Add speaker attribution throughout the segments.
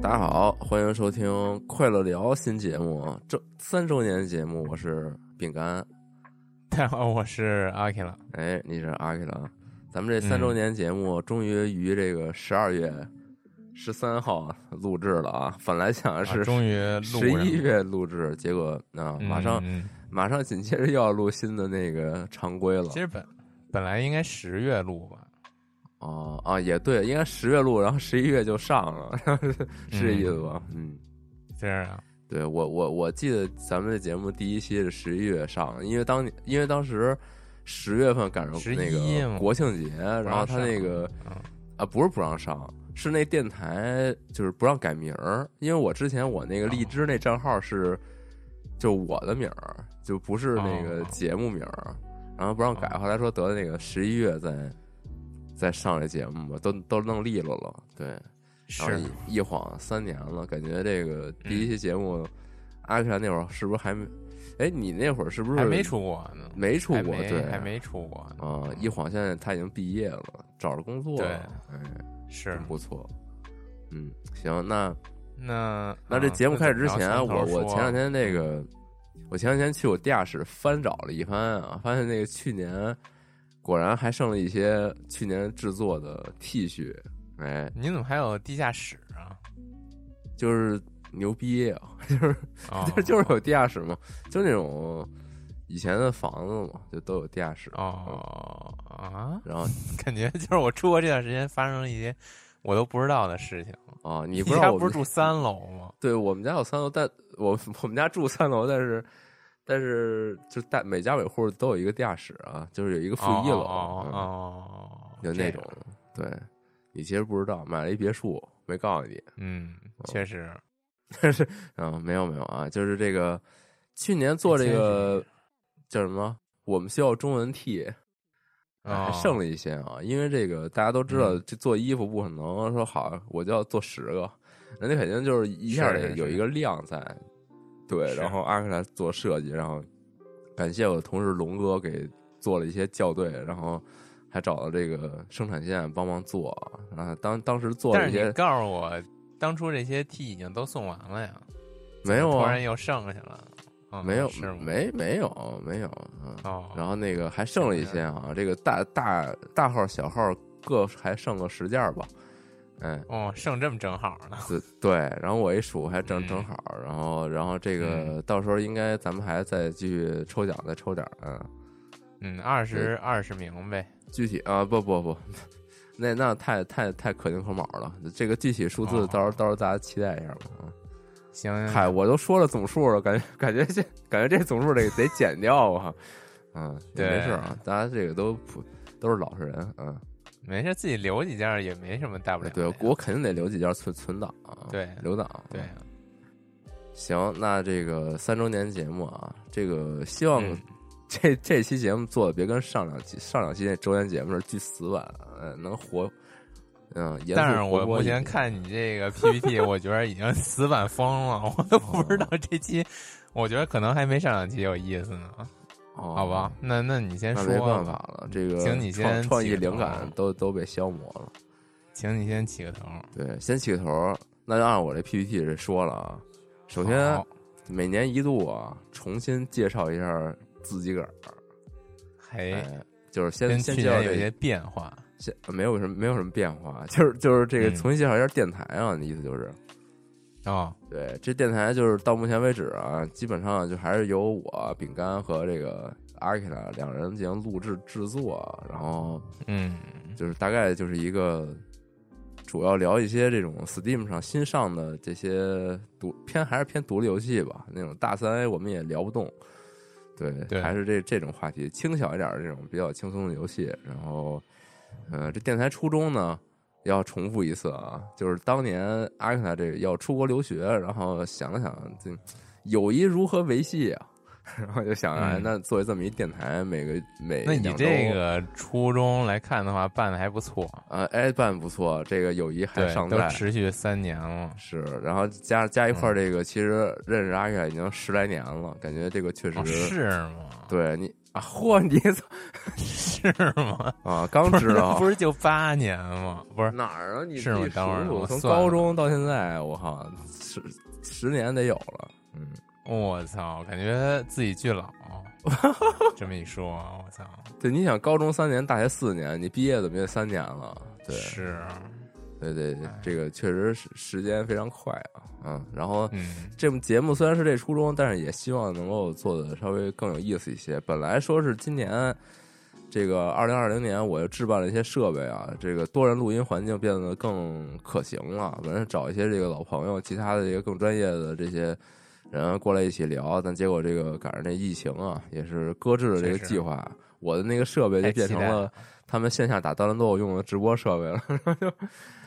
Speaker 1: 大家好，欢迎收听《快乐聊》新节目，这三周年节目，我是饼干，
Speaker 2: 大家好，我是阿 K 了。
Speaker 1: 哎，你是阿 K 了。咱们这三
Speaker 2: 嗯
Speaker 1: 周年节目终于于这个十二月十三号录制了啊！本来想
Speaker 2: 啊
Speaker 1: 是
Speaker 2: 终于录
Speaker 1: 十一
Speaker 2: 上了，
Speaker 1: 月录制，结果啊，
Speaker 2: 嗯
Speaker 1: 马上、
Speaker 2: 嗯
Speaker 1: 马上紧接着又要录新的那个常规了
Speaker 2: 其实本本来应该十月录吧，
Speaker 1: 啊啊，也对，应该十月录，然后十一月就上了，
Speaker 2: 嗯
Speaker 1: 是这意思吧？嗯
Speaker 2: 这样啊，
Speaker 1: 对我我我记得咱们这节目第一期是十一月上的，因为当因为当时十月份赶上
Speaker 2: 11
Speaker 1: 那
Speaker 2: 嘛
Speaker 1: 个国庆节，
Speaker 2: 不
Speaker 1: 然
Speaker 2: 让
Speaker 1: 后他
Speaker 2: 上
Speaker 1: 那个
Speaker 2: 嗯
Speaker 1: 啊不是不让上，是那电台就是不让改名儿，因为我之前我那个荔枝那账号是就我的名儿，就不是那个
Speaker 2: 哦
Speaker 1: 节目名儿，然后不让改，后来说得那个十一月再再上这节目吧，都都弄利落了，对。然后
Speaker 2: 是
Speaker 1: 一一晃三年了，感觉这个第一期节
Speaker 2: 嗯
Speaker 1: 目，阿克兰那会儿是不是还没？哎，你那会儿是不是
Speaker 2: 还没出国呢，
Speaker 1: 没出
Speaker 2: 还
Speaker 1: 国？
Speaker 2: 没
Speaker 1: 对，
Speaker 2: 还没出国呢。
Speaker 1: 啊、一晃现在他已经毕业了，找着工作
Speaker 2: 对
Speaker 1: 了，哎，
Speaker 2: 是
Speaker 1: 真不错。嗯，行，那
Speaker 2: 啊那
Speaker 1: 那这节目开始之前，啊我我前两
Speaker 2: 天
Speaker 1: 天那
Speaker 2: 嗯
Speaker 1: 个，我前两天去我地下室翻找了一番啊，发现那个去年果然还剩了一些去年制作的 T 恤，哎，
Speaker 2: 你怎么还有地下室 啊？
Speaker 1: 就是牛逼啊，就是
Speaker 2: 哦
Speaker 1: 就 就是有地下室嘛，就那种以前的房子嘛，就都有地下室。
Speaker 2: 哦啊，
Speaker 1: 然后
Speaker 2: 感觉就是我出国这段时间发生了一些我都不知道的事情。
Speaker 1: 啊，你
Speaker 2: 你
Speaker 1: 不知
Speaker 2: 家
Speaker 1: 道我
Speaker 2: 不
Speaker 1: 们
Speaker 2: 是住三楼吗？
Speaker 1: 对我们家有三楼，但我我们家住三楼，但是但是就大每家每户都有一个地下室啊，就是有一个负一楼，
Speaker 2: 哦
Speaker 1: 嗯
Speaker 2: 哦，哦
Speaker 1: 就那种，。对你其实不知道，买了一别墅，没告诉你。
Speaker 2: 嗯，确实
Speaker 1: 嗯，没有没有啊，就是这个去年做这个叫什么？我们需要中文 T，
Speaker 2: 哦
Speaker 1: 还剩了一些啊，因为这个大家都知道，
Speaker 2: 嗯
Speaker 1: 这做衣服不可能说好我就要做十个，人家肯定就是一下
Speaker 2: 是
Speaker 1: 得
Speaker 2: 是
Speaker 1: 有一个量在。对，
Speaker 2: 是
Speaker 1: 然后阿克来做设计，然后感谢我的同事龙哥给做了一些校对，然后还找了这个生产线帮忙做啊。当当时做了
Speaker 2: 但
Speaker 1: 一
Speaker 2: 是你
Speaker 1: 些
Speaker 2: 告诉我，当初这些 T 已经都送完了呀？
Speaker 1: 没有
Speaker 2: 突
Speaker 1: 啊
Speaker 2: 然，又剩下了？嗯
Speaker 1: 没有
Speaker 2: 是吗？
Speaker 1: 没没有没有嗯。
Speaker 2: 哦，
Speaker 1: 然后那个还剩了一些啊，这个大大大号小号各还剩个十件儿吧，嗯，
Speaker 2: 哦，剩这么正好呢。
Speaker 1: 对对，然后我一数还正
Speaker 2: 嗯
Speaker 1: 正好，然后然后这个到时候应该咱们还再继续抽奖，再抽点儿嗯，
Speaker 2: 嗯，二十二十名呗。
Speaker 1: 具体啊不不 不，那那太太太可丁可卯了，这个具体数字
Speaker 2: 哦
Speaker 1: 到时候到时候大家期待一下吧。嗯
Speaker 2: 行，
Speaker 1: 嗨，我都说了总数了，感觉感觉这感觉这总数得得减掉啊，嗯，也没
Speaker 2: 对
Speaker 1: 事儿啊，大家这个都普都是老实人，嗯，
Speaker 2: 没事，自己留几件也没什么大不了的
Speaker 1: 对
Speaker 2: 呀。
Speaker 1: 我肯定得留几件存存档啊，
Speaker 2: 对
Speaker 1: 留档，
Speaker 2: 对呀，
Speaker 1: 行，那这个三周年节目啊，这个希望
Speaker 2: 嗯
Speaker 1: 这、这期节目做的别跟上两期上两期那周年节目是巨死板，呃，能活，嗯，严肃
Speaker 2: 但是
Speaker 1: 活
Speaker 2: 我
Speaker 1: 泼
Speaker 2: 目
Speaker 1: 一点
Speaker 2: 前看你这个 PPT，我觉得已经死板疯了，我都
Speaker 1: 哦
Speaker 2: 不知道这期，我觉得可能还没上两期有意思呢。
Speaker 1: 哦、
Speaker 2: 好吧，，那那你先
Speaker 1: 那
Speaker 2: 说，
Speaker 1: 没办法，了，这个
Speaker 2: 请你
Speaker 1: 创
Speaker 2: 先
Speaker 1: 创
Speaker 2: 起
Speaker 1: 意
Speaker 2: 个
Speaker 1: 灵
Speaker 2: 头
Speaker 1: 感都都被消磨了。
Speaker 2: 请你先起个头。
Speaker 1: 对，先起个头儿，那就按我这 PPT 这说了啊。首先，
Speaker 2: 好
Speaker 1: 每年一度啊，重新介绍一下自己个儿，
Speaker 2: 嘿，
Speaker 1: 哎，就是先
Speaker 2: 跟
Speaker 1: 先
Speaker 2: 去
Speaker 1: 介绍
Speaker 2: 年有
Speaker 1: 这
Speaker 2: 些变化。
Speaker 1: 先没有什么没有什么变化，就是就是这个
Speaker 2: 嗯
Speaker 1: 重新介绍一下电台啊，你意思就是，
Speaker 2: 哦，
Speaker 1: 对，这电台就是到目前为止啊，基本上就还是由我饼干和这个阿 k 拉两人进行录制制作，然后
Speaker 2: 嗯，
Speaker 1: 就是大概就是一个主要聊一些这种 Steam 上新上的这些独偏还是偏独立游戏吧，那种大三 A 我们也聊不动，对，
Speaker 2: 对
Speaker 1: 还是这这种话题轻小一点儿这种比较轻松的游戏。然后，呃，这电台初衷呢要重复一次啊，就是当年阿克塔这个要出国留学，然后想了想这友谊如何维系啊。 然后就想，哎，
Speaker 2: 嗯
Speaker 1: 那作为这么一电台，每个每
Speaker 2: 那你
Speaker 1: 哎两周
Speaker 2: 这个初衷来看的话，办的还不错，
Speaker 1: 啊，哎，办不错，这个友谊还
Speaker 2: 对，
Speaker 1: 尚
Speaker 2: 都嗯
Speaker 1: 在。
Speaker 2: 持续三年了，
Speaker 1: 是，然后加加一块儿，这个、其实认识阿凯已经十来年了，感觉这个确实、
Speaker 2: 哦是吗？
Speaker 1: 对你啊，嚯，你操
Speaker 2: 是 吗？
Speaker 1: 啊，刚知 道
Speaker 2: 不是九八年吗？不是，
Speaker 1: 哪儿啊？你
Speaker 2: 是吗
Speaker 1: 你
Speaker 2: 等会儿
Speaker 1: 数数
Speaker 2: 我
Speaker 1: 从
Speaker 2: 算了
Speaker 1: 高中到现在，我靠，十十年得有了，嗯，
Speaker 2: 我操，感觉自己巨 老。这么一说，我操，
Speaker 1: 对，你想高中三年，大学四年，你毕业怎么也三年了，对，
Speaker 2: 是，
Speaker 1: 对对对
Speaker 2: 哎，
Speaker 1: 这个确实是时间非常快啊，嗯，然后
Speaker 2: 嗯，
Speaker 1: 这部节目虽然是这初衷，但是也希望能够做的稍微更有意思一些。本来说是今年这个二零二零年，我又置办了一些设备啊，这个多人录音环境变得更可行了。本来找一些这个老朋友，其他的这个更专业的这些人过来一起聊，但结果这个赶上这疫情啊，也是搁置了这个
Speaker 2: 确实
Speaker 1: 计划。我的那个设备就
Speaker 2: 太
Speaker 1: 变
Speaker 2: 期
Speaker 1: 成
Speaker 2: 待
Speaker 1: 了。他们线下打刀战斗用的直播设备了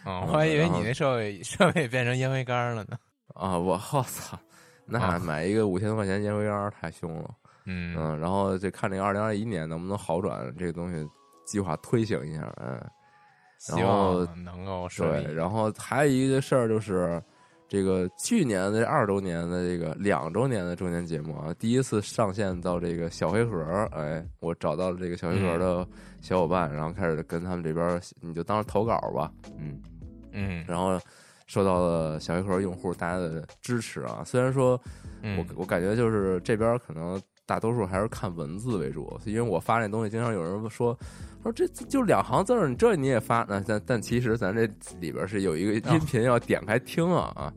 Speaker 2: 哦，我还以为
Speaker 1: 然后
Speaker 2: 你那设备设备变成烟灰缸了呢。
Speaker 1: 啊！我我操，那
Speaker 2: 啊
Speaker 1: 买一个五千多块钱烟灰缸太凶了。
Speaker 2: 嗯，
Speaker 1: 嗯，然后这看这个二零二一年能不能好转，这个东西计划推行一下，嗯，
Speaker 2: 希望能够顺
Speaker 1: 对。
Speaker 2: 利。
Speaker 1: 然后还有一个事儿就是，这个去年的二周年的这个两周年的周年节目啊，第一次上线到这个小黑盒儿，哎，我找到了这个小黑
Speaker 2: 嗯
Speaker 1: 盒儿的小伙伴，然后开始跟他们这边儿，你就当是投稿吧，嗯，
Speaker 2: 嗯
Speaker 1: 然后。受到了小黑盒儿用户大家的支持啊，虽然说我
Speaker 2: 嗯，
Speaker 1: 我感觉就是这边儿可能大多数还是看文字为主，因为我发那东西，经常有人说说这这就两行字儿，你这你也发？那但但其实咱这里边儿是有一个音频要点开听啊啊。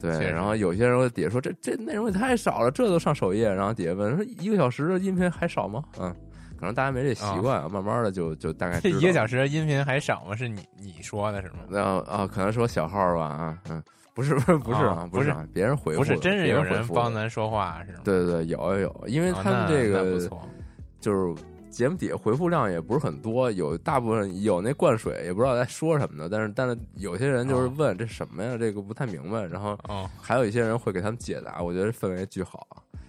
Speaker 1: 对，
Speaker 2: 啊确实
Speaker 1: 然后有些人底下说这这内容也太少了，这都上首页，然后底下问说一个小时的音频还少吗？嗯，可能大家没这习
Speaker 2: 啊
Speaker 1: 惯，慢慢的就就 大概
Speaker 2: 这
Speaker 1: 知道
Speaker 2: 一个小时的音频还少吗？是你你说的是吗？
Speaker 1: 那啊，可能说小号吧啊，嗯，不是不是不是啊
Speaker 2: 啊，
Speaker 1: 不是啊，别人回复
Speaker 2: 不是，
Speaker 1: 的
Speaker 2: 真是
Speaker 1: 别
Speaker 2: 有
Speaker 1: 回
Speaker 2: 人
Speaker 1: 复的
Speaker 2: 帮咱说话是吗？
Speaker 1: 对对对，有有，因为
Speaker 2: 哦
Speaker 1: 他们
Speaker 2: 那
Speaker 1: 这
Speaker 2: 那
Speaker 1: 个
Speaker 2: 不错，
Speaker 1: 就是节目底下回复量也不是很多，有大部分有那灌水也不知道在说什么的，但是但是有些人就是
Speaker 2: 啊
Speaker 1: 问这什么呀，这个不太明白，然后
Speaker 2: 哦，
Speaker 1: 还有一些人会给他们解答，我觉得氛围巨好，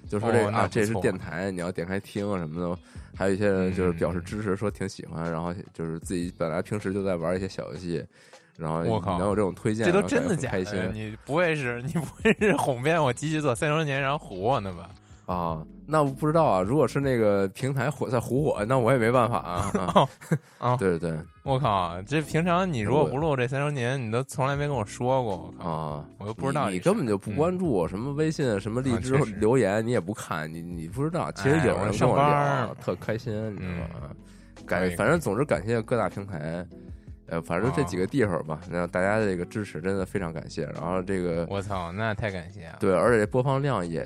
Speaker 1: 就说这个、
Speaker 2: 哦那
Speaker 1: 啊
Speaker 2: 不
Speaker 1: 这是
Speaker 2: 错
Speaker 1: 电台，你要点开听啊什么的，还有一些人就是表示
Speaker 2: 嗯
Speaker 1: 支持，说挺喜欢，然后就是自己本来平时就在玩一些小游戏。然后
Speaker 2: 我靠
Speaker 1: 能有这种推荐，
Speaker 2: 这都
Speaker 1: 然后
Speaker 2: 真
Speaker 1: 感觉
Speaker 2: 的
Speaker 1: 很
Speaker 2: 假
Speaker 1: 开心
Speaker 2: 的？你不会是 你不会是哄骗我继续做三周年然后唬我呢吧？
Speaker 1: 啊！那我不知道啊，如果是那个平台火在唬我，那我也没办法啊。啊
Speaker 2: 啊
Speaker 1: 对对对
Speaker 2: 我靠，这平常你如果不录这三周年，你都从来没跟我说过，我靠，
Speaker 1: 啊，
Speaker 2: 我都不知道这
Speaker 1: 你，你
Speaker 2: 事儿
Speaker 1: 根本就不关注我什么微信、什么荔枝
Speaker 2: 啊确实
Speaker 1: 留言，你也不看，你你不知道。其实
Speaker 2: 哎
Speaker 1: 有
Speaker 2: 我
Speaker 1: 人跟
Speaker 2: 上
Speaker 1: 我
Speaker 2: 班
Speaker 1: 聊
Speaker 2: 儿，嗯
Speaker 1: 特开心，你知道吗？感
Speaker 2: 可以哦
Speaker 1: 反正总之感谢各大平台，呃，反正这几个地方吧，然后大家的这个支持真的非常感谢。然后这个
Speaker 2: 我操，那太感谢啊了。
Speaker 1: 对，而且这播放量也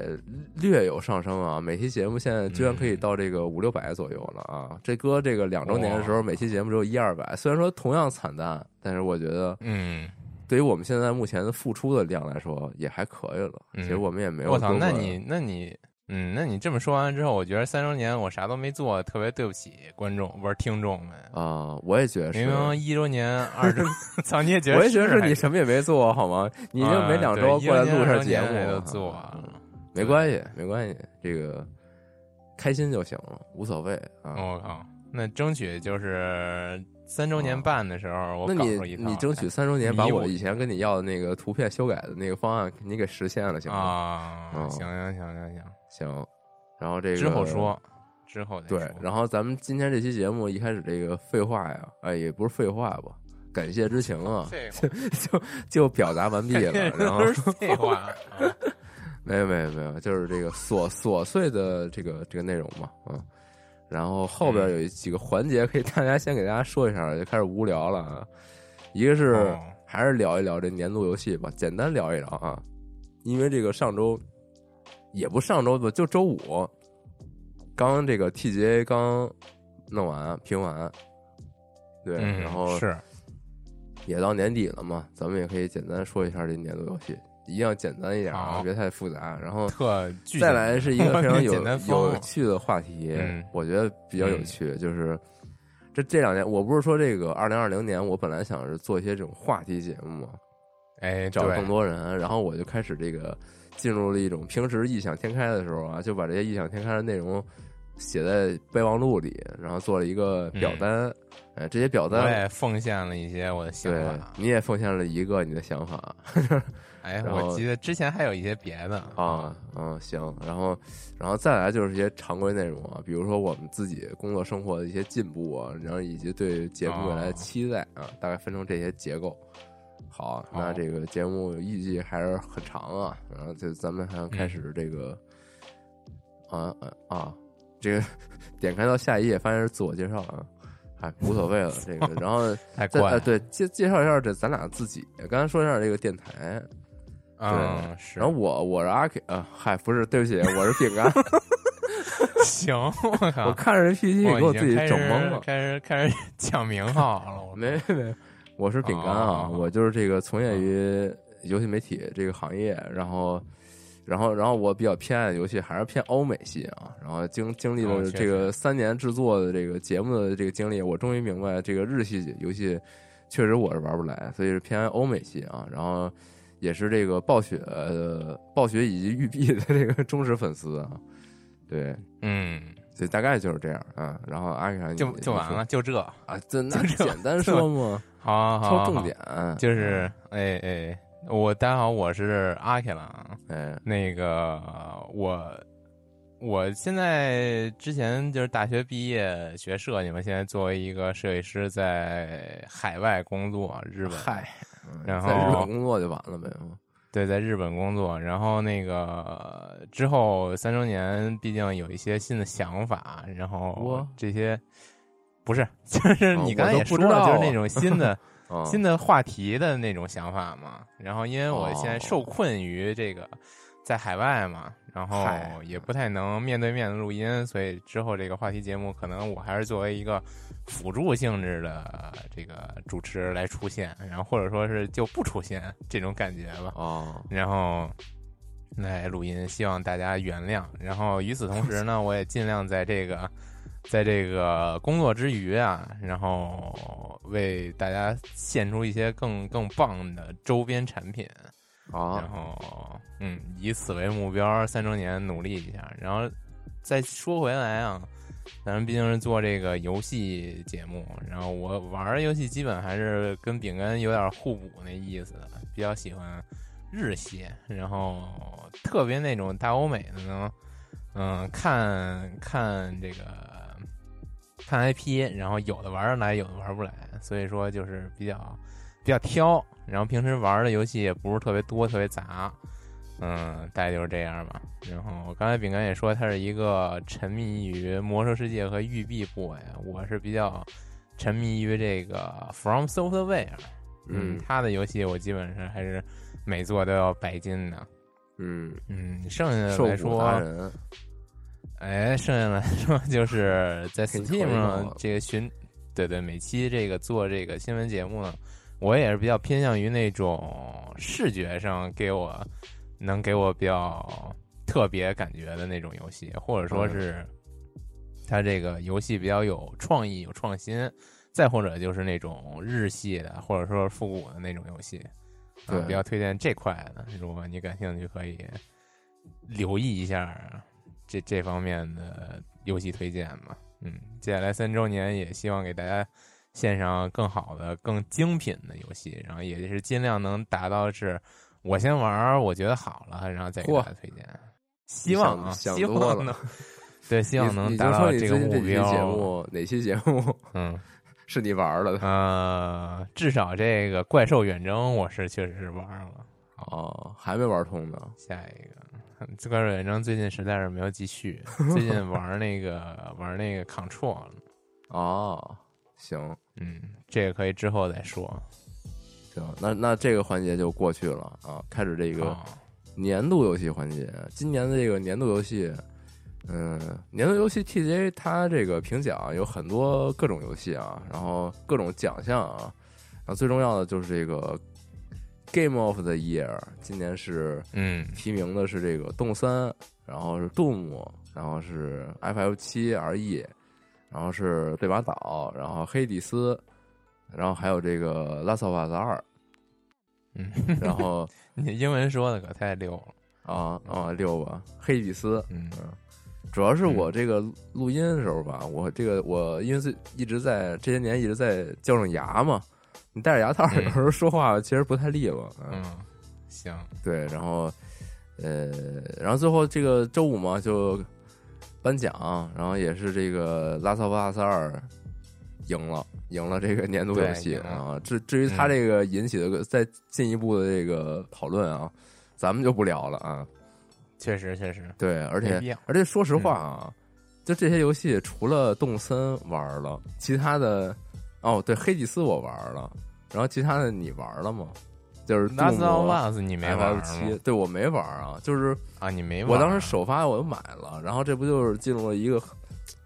Speaker 1: 略有上升啊，每期节目现在居然可以到这个五六百左右了啊！这哥这个两周年的时候，每期节目只有一二百，虽然说同样惨淡，但是我觉得。
Speaker 2: 嗯，
Speaker 1: 对于我们现在目前的付出的量来说，也还可以了。
Speaker 2: 嗯
Speaker 1: 其实我们也没有
Speaker 2: 我操，
Speaker 1: 多么
Speaker 2: 那你那你嗯，那你这么说完之后，我觉得三周年我啥都没做，特别对不起观众不是听众们。
Speaker 1: 啊、我也觉得是
Speaker 2: 明，明一周年、二 周，操，你也觉得？啊
Speaker 1: 我也觉得是你什么也没做好吗？你就没两周过来录上节目，
Speaker 2: 都做
Speaker 1: 啊
Speaker 2: 啊，
Speaker 1: 没关系，没关系，这个开心就行了，无所谓啊。
Speaker 2: 我靠，那争取就是三周年半的时候，我
Speaker 1: 哦那
Speaker 2: 搞出一
Speaker 1: 你
Speaker 2: 套。
Speaker 1: 你争取三周年
Speaker 2: 弥
Speaker 1: 把我
Speaker 2: 补
Speaker 1: 以前跟你要的那个图片修改的那个方案，你给实现了，行吗？
Speaker 2: 啊，
Speaker 1: 嗯
Speaker 2: 行行行行行，
Speaker 1: 行。然后这个
Speaker 2: 之后说，之后再说。
Speaker 1: 对，然后咱们今天这期节目一开始这个废话呀，哎，也不是废话吧，感谢 之情啊，
Speaker 2: 废话，
Speaker 1: 就表达完毕了，然后
Speaker 2: 都是废话。啊
Speaker 1: 没有没有没有，就是这个琐琐碎的这个这个内容嘛，嗯。然后后
Speaker 2: 嗯
Speaker 1: 边有一几个环节可以大家先给大家说一下，就开始无聊了啊。一个是、
Speaker 2: 哦
Speaker 1: 还是聊一聊这年度游戏吧，简单聊一聊啊。因为这个上周也不上周吧，就周五刚这个 TGA 刚弄完评完，对，
Speaker 2: 嗯，
Speaker 1: 然后
Speaker 2: 是
Speaker 1: 也到年底了嘛，咱们也可以简单说一下这年度游戏，一样简单一点啊，
Speaker 2: 好
Speaker 1: 别太复杂。然后
Speaker 2: 特 具
Speaker 1: 再
Speaker 2: 体
Speaker 1: 来是一个非 常有
Speaker 2: 简单疯了
Speaker 1: 有趣的话题
Speaker 2: 嗯，
Speaker 1: 我觉得比较有趣，就是这这两年，我不是说这个二零二零年，我本来想是做一些这种话题节目嘛，
Speaker 2: 哎，
Speaker 1: 找
Speaker 2: 对
Speaker 1: 更多人，然后我就开始这个进入了一种平时异想天开的时候啊，就把这些异想天开的内容写在备忘录里，然后做了一个表单，哎，这些表
Speaker 2: 嗯我
Speaker 1: 单。
Speaker 2: 也奉献了一些我的想
Speaker 1: 对
Speaker 2: 法，。啊
Speaker 1: 你也奉献了一个你的想法，
Speaker 2: 哎，
Speaker 1: 然后
Speaker 2: 我记得之前还有一些别的
Speaker 1: 啊，嗯，行，然后，然后再来就是一些常规内容啊，比如说我们自己工作生活的一些进步啊，然后以及对节目未来的期待啊，大概分成这些结构。好，那
Speaker 2: 好
Speaker 1: 这个节目预计还是很长啊，然后就咱们还要开始这个，啊啊啊，这个 点开到下一页，发现是自我介绍啊，哎，无所谓了，这个，然后
Speaker 2: 太
Speaker 1: 再、
Speaker 2: 怪
Speaker 1: 呃、
Speaker 2: 了，
Speaker 1: 对介介绍一下这咱俩自己，刚才说一下这个电台，
Speaker 2: 嗯，是。
Speaker 1: 然后我我是阿 K 啊，嗨，不是，对不起，我是饼干。
Speaker 2: 行，我靠，
Speaker 1: 我看着这 PPT
Speaker 2: 啊我
Speaker 1: 给我
Speaker 2: 已
Speaker 1: 自
Speaker 2: 经
Speaker 1: 己
Speaker 2: 开
Speaker 1: 整
Speaker 2: 始
Speaker 1: 懵了。
Speaker 2: 开始开始抢名号了，我
Speaker 1: 没没，我是饼干啊，
Speaker 2: 哦
Speaker 1: 我就是这个从
Speaker 2: 啊
Speaker 1: 业于游戏媒体这个行业，然后然后然后我比较偏爱的游戏还是偏欧美系啊。然后经经历
Speaker 2: 哦
Speaker 1: 了
Speaker 2: 确实
Speaker 1: 这个三年制作的这个节目的这个经历，我终于明白这个日系游戏确实我是玩不来，所以是偏爱欧美系啊。然后也是这个暴雪呃暴雪以及 育碧的这个忠实粉丝啊。对，
Speaker 2: 嗯，
Speaker 1: 所以大概就是这样啊。然后阿凯
Speaker 2: 就就完了，就这，
Speaker 1: 啊，这那
Speaker 2: 就这
Speaker 1: 简单说嘛，
Speaker 2: 好好
Speaker 1: 挑
Speaker 2: 好，
Speaker 1: 重点，嗯
Speaker 2: 就是，哎哎，我大家好，我是阿凯了啊。
Speaker 1: 哎，
Speaker 2: 那个我我现在之前就是大学毕业学设计嘛，现在作为一个设计师在海外工作，日本，
Speaker 1: 嗯
Speaker 2: 然
Speaker 1: 在日
Speaker 2: 后
Speaker 1: 本工作就完了呗。嗯
Speaker 2: 对，在日本工作。然后那个之后三周年，毕竟有一些新的想法，然后
Speaker 1: 我
Speaker 2: 这些。不是，就是
Speaker 1: 啊
Speaker 2: 你
Speaker 1: 我
Speaker 2: 刚才
Speaker 1: 都
Speaker 2: 也
Speaker 1: 不
Speaker 2: 说
Speaker 1: 知道
Speaker 2: 了，就是
Speaker 1: 啊
Speaker 2: 那种新的、
Speaker 1: 啊，
Speaker 2: 新的话题的那种想法嘛。然后因为我现在
Speaker 1: 哦
Speaker 2: 受困于这个在海外嘛，然后
Speaker 1: 嗨
Speaker 2: 也不太能面对面的录音，所以之后这个话题节目可能我还是作为一个辅助性质的这个主持人来出现，然后或者说是就不出现这种感觉吧。
Speaker 1: 哦，
Speaker 2: 然后来录音，希望大家原谅。然后与此同时呢，我也尽量在这个在这个工作之余啊，然后为大家献出一些更更棒的周边产品。然
Speaker 1: 啊，
Speaker 2: 后嗯，以此为目标，三周年努力一下。然后再说回来啊，咱们毕竟是做这个游戏节目，然后我玩儿游戏基本还是跟饼干有点互补那意思的，比较喜欢日系，然后特别那种大欧美的呢，嗯，看看这个。看 IP，然后有的玩儿得来，有的玩儿不来，所以说就是比较比较挑，然后平时玩的游戏也不是特别多，特别杂，嗯，大概就是这样吧。然后刚才饼干也说他是一个沉迷于《魔兽世界》和《育碧》部位，我是比较沉迷于这个 From Software，
Speaker 1: 嗯
Speaker 2: 他的游戏我基本上还是每做都要白金的，
Speaker 1: 嗯，
Speaker 2: 嗯，剩下
Speaker 1: 受
Speaker 2: 的来
Speaker 1: 苦
Speaker 2: 说，
Speaker 1: 达人，
Speaker 2: 哎，剩下来说 就是在
Speaker 1: 给你扣一
Speaker 2: Steam
Speaker 1: 帽
Speaker 2: 上
Speaker 1: 子
Speaker 2: 这个寻，对对，每期这个做这个新闻节目呢，我也是比较偏向于那种视觉上给我能给我比较特别感觉的那种游戏，或者说是它这个游戏比较有创意、有创新，再或者就是那种日系的，或者说复古的那种游戏，啊
Speaker 1: 对
Speaker 2: 比较推荐这块的。如果你感兴趣，可以留意一下这这方面的游戏推荐嘛。嗯，接下来三周年也希望给大家献上更好的、更精品的游戏，然后也是尽量能达到是我先玩儿，我觉得好了，然后再给大家推荐。希望啊，
Speaker 1: 想
Speaker 2: 希
Speaker 1: 多了
Speaker 2: 望能，对，希望
Speaker 1: 你
Speaker 2: 能
Speaker 1: 你
Speaker 2: 达
Speaker 1: 就说
Speaker 2: 到
Speaker 1: 你
Speaker 2: 这
Speaker 1: 最
Speaker 2: 个
Speaker 1: 近这
Speaker 2: 目
Speaker 1: 几期节
Speaker 2: 标。
Speaker 1: 目哪期节目
Speaker 2: 嗯
Speaker 1: 是你玩了的？
Speaker 2: 呃，至少这个怪兽远征我是确实是玩儿了。
Speaker 1: 哦，还没玩通呢。
Speaker 2: 下一个《怪兽远征》最近实在是没有继 续，最近玩那个玩那个 Control，了
Speaker 1: 哦，行
Speaker 2: 嗯，这个可以之后再说。
Speaker 1: 行，那那这个环节就过去了啊，开始这个
Speaker 2: 啊
Speaker 1: 年度游戏环节。今年的这个年度游戏，嗯，年度游戏 TGA 它这个评奖有很多各种游戏啊，然后各种奖项啊，然后最重要的就是这个 Game of the Year，今年是
Speaker 2: 嗯
Speaker 1: 提名的是这个《动三》，然后是《Doom》，然后是 FF 七 RE，然后是《对马岛》，然后《黑蒂斯》，然后还有这个《拉萨瓦斯二》，
Speaker 2: 嗯，
Speaker 1: 然后
Speaker 2: 你英文说的可太溜了。
Speaker 1: 啊啊六吧，《黑蒂斯》。
Speaker 2: 嗯
Speaker 1: 主要是我这个录音的时候吧，我这个我因为是一直在这些年一直在矫正牙嘛，你戴着牙套有时候说话其实不太利落。嗯
Speaker 2: 嗯，行，
Speaker 1: 对，然后呃，然后最后这个周五嘛就颁奖，然后也是这个《拉萨瓦斯二》赢了，赢了这个年度游
Speaker 2: 对
Speaker 1: 戏
Speaker 2: 赢了
Speaker 1: 啊。至至于它
Speaker 2: 嗯
Speaker 1: 这个引起的再进一步的这个讨论啊，咱们就不聊了啊。
Speaker 2: 确实确实，
Speaker 1: 对，而
Speaker 2: 没
Speaker 1: 且
Speaker 2: 必要。
Speaker 1: 而且说
Speaker 2: 嗯
Speaker 1: 实话啊，就这些游戏除了动森玩了，其他的哦，对，黑祭司我玩了，然后其他的你玩了吗？就是《
Speaker 2: Last of Us 你没玩
Speaker 1: F
Speaker 2: 儿
Speaker 1: 七
Speaker 2: 吗？，
Speaker 1: 对我没玩啊，就是
Speaker 2: 啊，你没玩儿
Speaker 1: 我
Speaker 2: 啊？
Speaker 1: 当时首发我就买了，然后这不就是进入了一个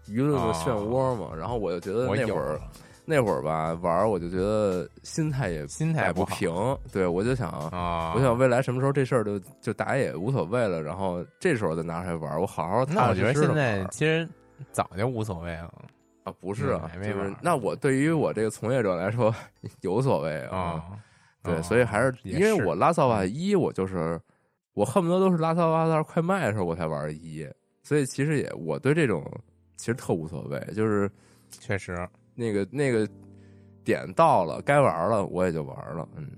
Speaker 1: 舆论的漩涡嘛？然后我就觉得
Speaker 2: 哦我
Speaker 1: 那
Speaker 2: 有
Speaker 1: 会儿
Speaker 2: 了
Speaker 1: 那会儿吧玩儿，我就觉得心态也
Speaker 2: 心
Speaker 1: 摆
Speaker 2: 态
Speaker 1: 不
Speaker 2: 好
Speaker 1: 平，对我就想，
Speaker 2: 啊，
Speaker 1: 我想未来什么时候这事儿就就大家也无所谓了，然后这时候再拿出来玩儿，我好好踏
Speaker 2: 那
Speaker 1: 踏
Speaker 2: 我
Speaker 1: 实
Speaker 2: 觉得
Speaker 1: 实地
Speaker 2: 现
Speaker 1: 玩
Speaker 2: 在
Speaker 1: 儿
Speaker 2: 其实早就无所谓了
Speaker 1: 啊不是啊
Speaker 2: 嗯，还
Speaker 1: 就
Speaker 2: 没玩
Speaker 1: 是
Speaker 2: 儿
Speaker 1: 那我对于我这个从业者来说有所谓啊。
Speaker 2: 啊。
Speaker 1: 对，
Speaker 2: 啊
Speaker 1: 所以还是
Speaker 2: 也
Speaker 1: 因为我拉萨瓦
Speaker 2: 嗯
Speaker 1: 一，我就是我恨不得都是拉萨瓦二快卖的时候我才玩一，所以其实也我对这种其实特无所谓，就是
Speaker 2: 确实，
Speaker 1: 那个那个点到了该玩了我也就玩了，嗯，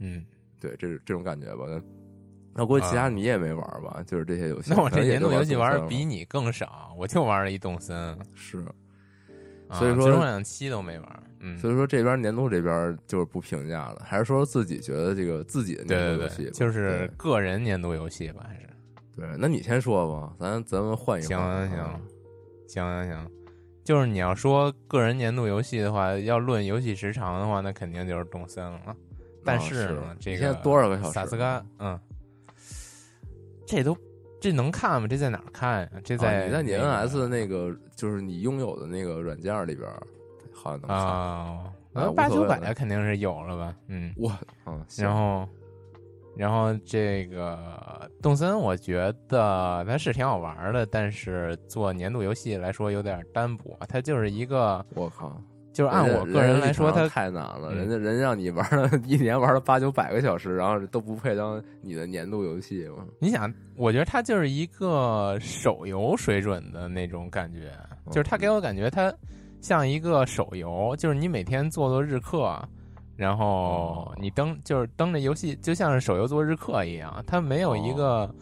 Speaker 2: 嗯，
Speaker 1: 对，这是这种感觉吧。那那估计其他
Speaker 2: 啊
Speaker 1: 你也没玩吧？就是这些游戏，
Speaker 2: 那我
Speaker 1: 可能
Speaker 2: 这
Speaker 1: 也
Speaker 2: 年
Speaker 1: 就
Speaker 2: 度游戏
Speaker 1: 动
Speaker 2: 玩
Speaker 1: 森
Speaker 2: 的
Speaker 1: 了
Speaker 2: 比你更少，我就玩了一动森，
Speaker 1: 是，
Speaker 2: 啊
Speaker 1: 所以说
Speaker 2: 最终幻想七都没玩。嗯，
Speaker 1: 所以说这边年度这边就是不评价了，还是说自己觉得这个自己的年
Speaker 2: 对
Speaker 1: 度
Speaker 2: 对
Speaker 1: 游戏
Speaker 2: 对，
Speaker 1: 吧，
Speaker 2: 就是个人年度游戏吧，还是
Speaker 1: 对对。那你先说吧，咱咱们换一换，
Speaker 2: 行行
Speaker 1: 啊
Speaker 2: 行行行。就是你要说个人年度游戏的话，要论游戏时长的话，那肯定就是动森了。但
Speaker 1: 啊
Speaker 2: 是呢，这个
Speaker 1: 你现在多少个小时？
Speaker 2: 萨斯嘎，嗯，这都这能看吗？这在哪儿看呀、这
Speaker 1: 啊
Speaker 2: 在、
Speaker 1: 你在你
Speaker 2: 那个
Speaker 1: NS 的那个，就是你拥有的那个软件里边儿，好像能看。
Speaker 2: 啊，
Speaker 1: 啊无
Speaker 2: 八
Speaker 1: 所
Speaker 2: 九
Speaker 1: 谓
Speaker 2: 百
Speaker 1: 了
Speaker 2: 肯定是有了吧？嗯，
Speaker 1: 我嗯，行
Speaker 2: 然后然后这个动森，我觉得它是挺好玩儿的，但是做年度游戏来说有点单薄，它就是一个
Speaker 1: 我靠，
Speaker 2: 就是按我个人来说，
Speaker 1: 它
Speaker 2: 它
Speaker 1: 太难了。
Speaker 2: 嗯
Speaker 1: 人家人让你玩了 一年，玩了八九百个小时，然后都不配当你的年度游戏吗？
Speaker 2: 你想，我觉得它就是一个手游水准的那种感觉，
Speaker 1: 嗯
Speaker 2: 就是它给我感觉它像一个手游，就是你每天做做日课，然后
Speaker 1: 哦
Speaker 2: 你登就是登着游戏，就像是手游做日课一样，它没有
Speaker 1: 哦
Speaker 2: 一个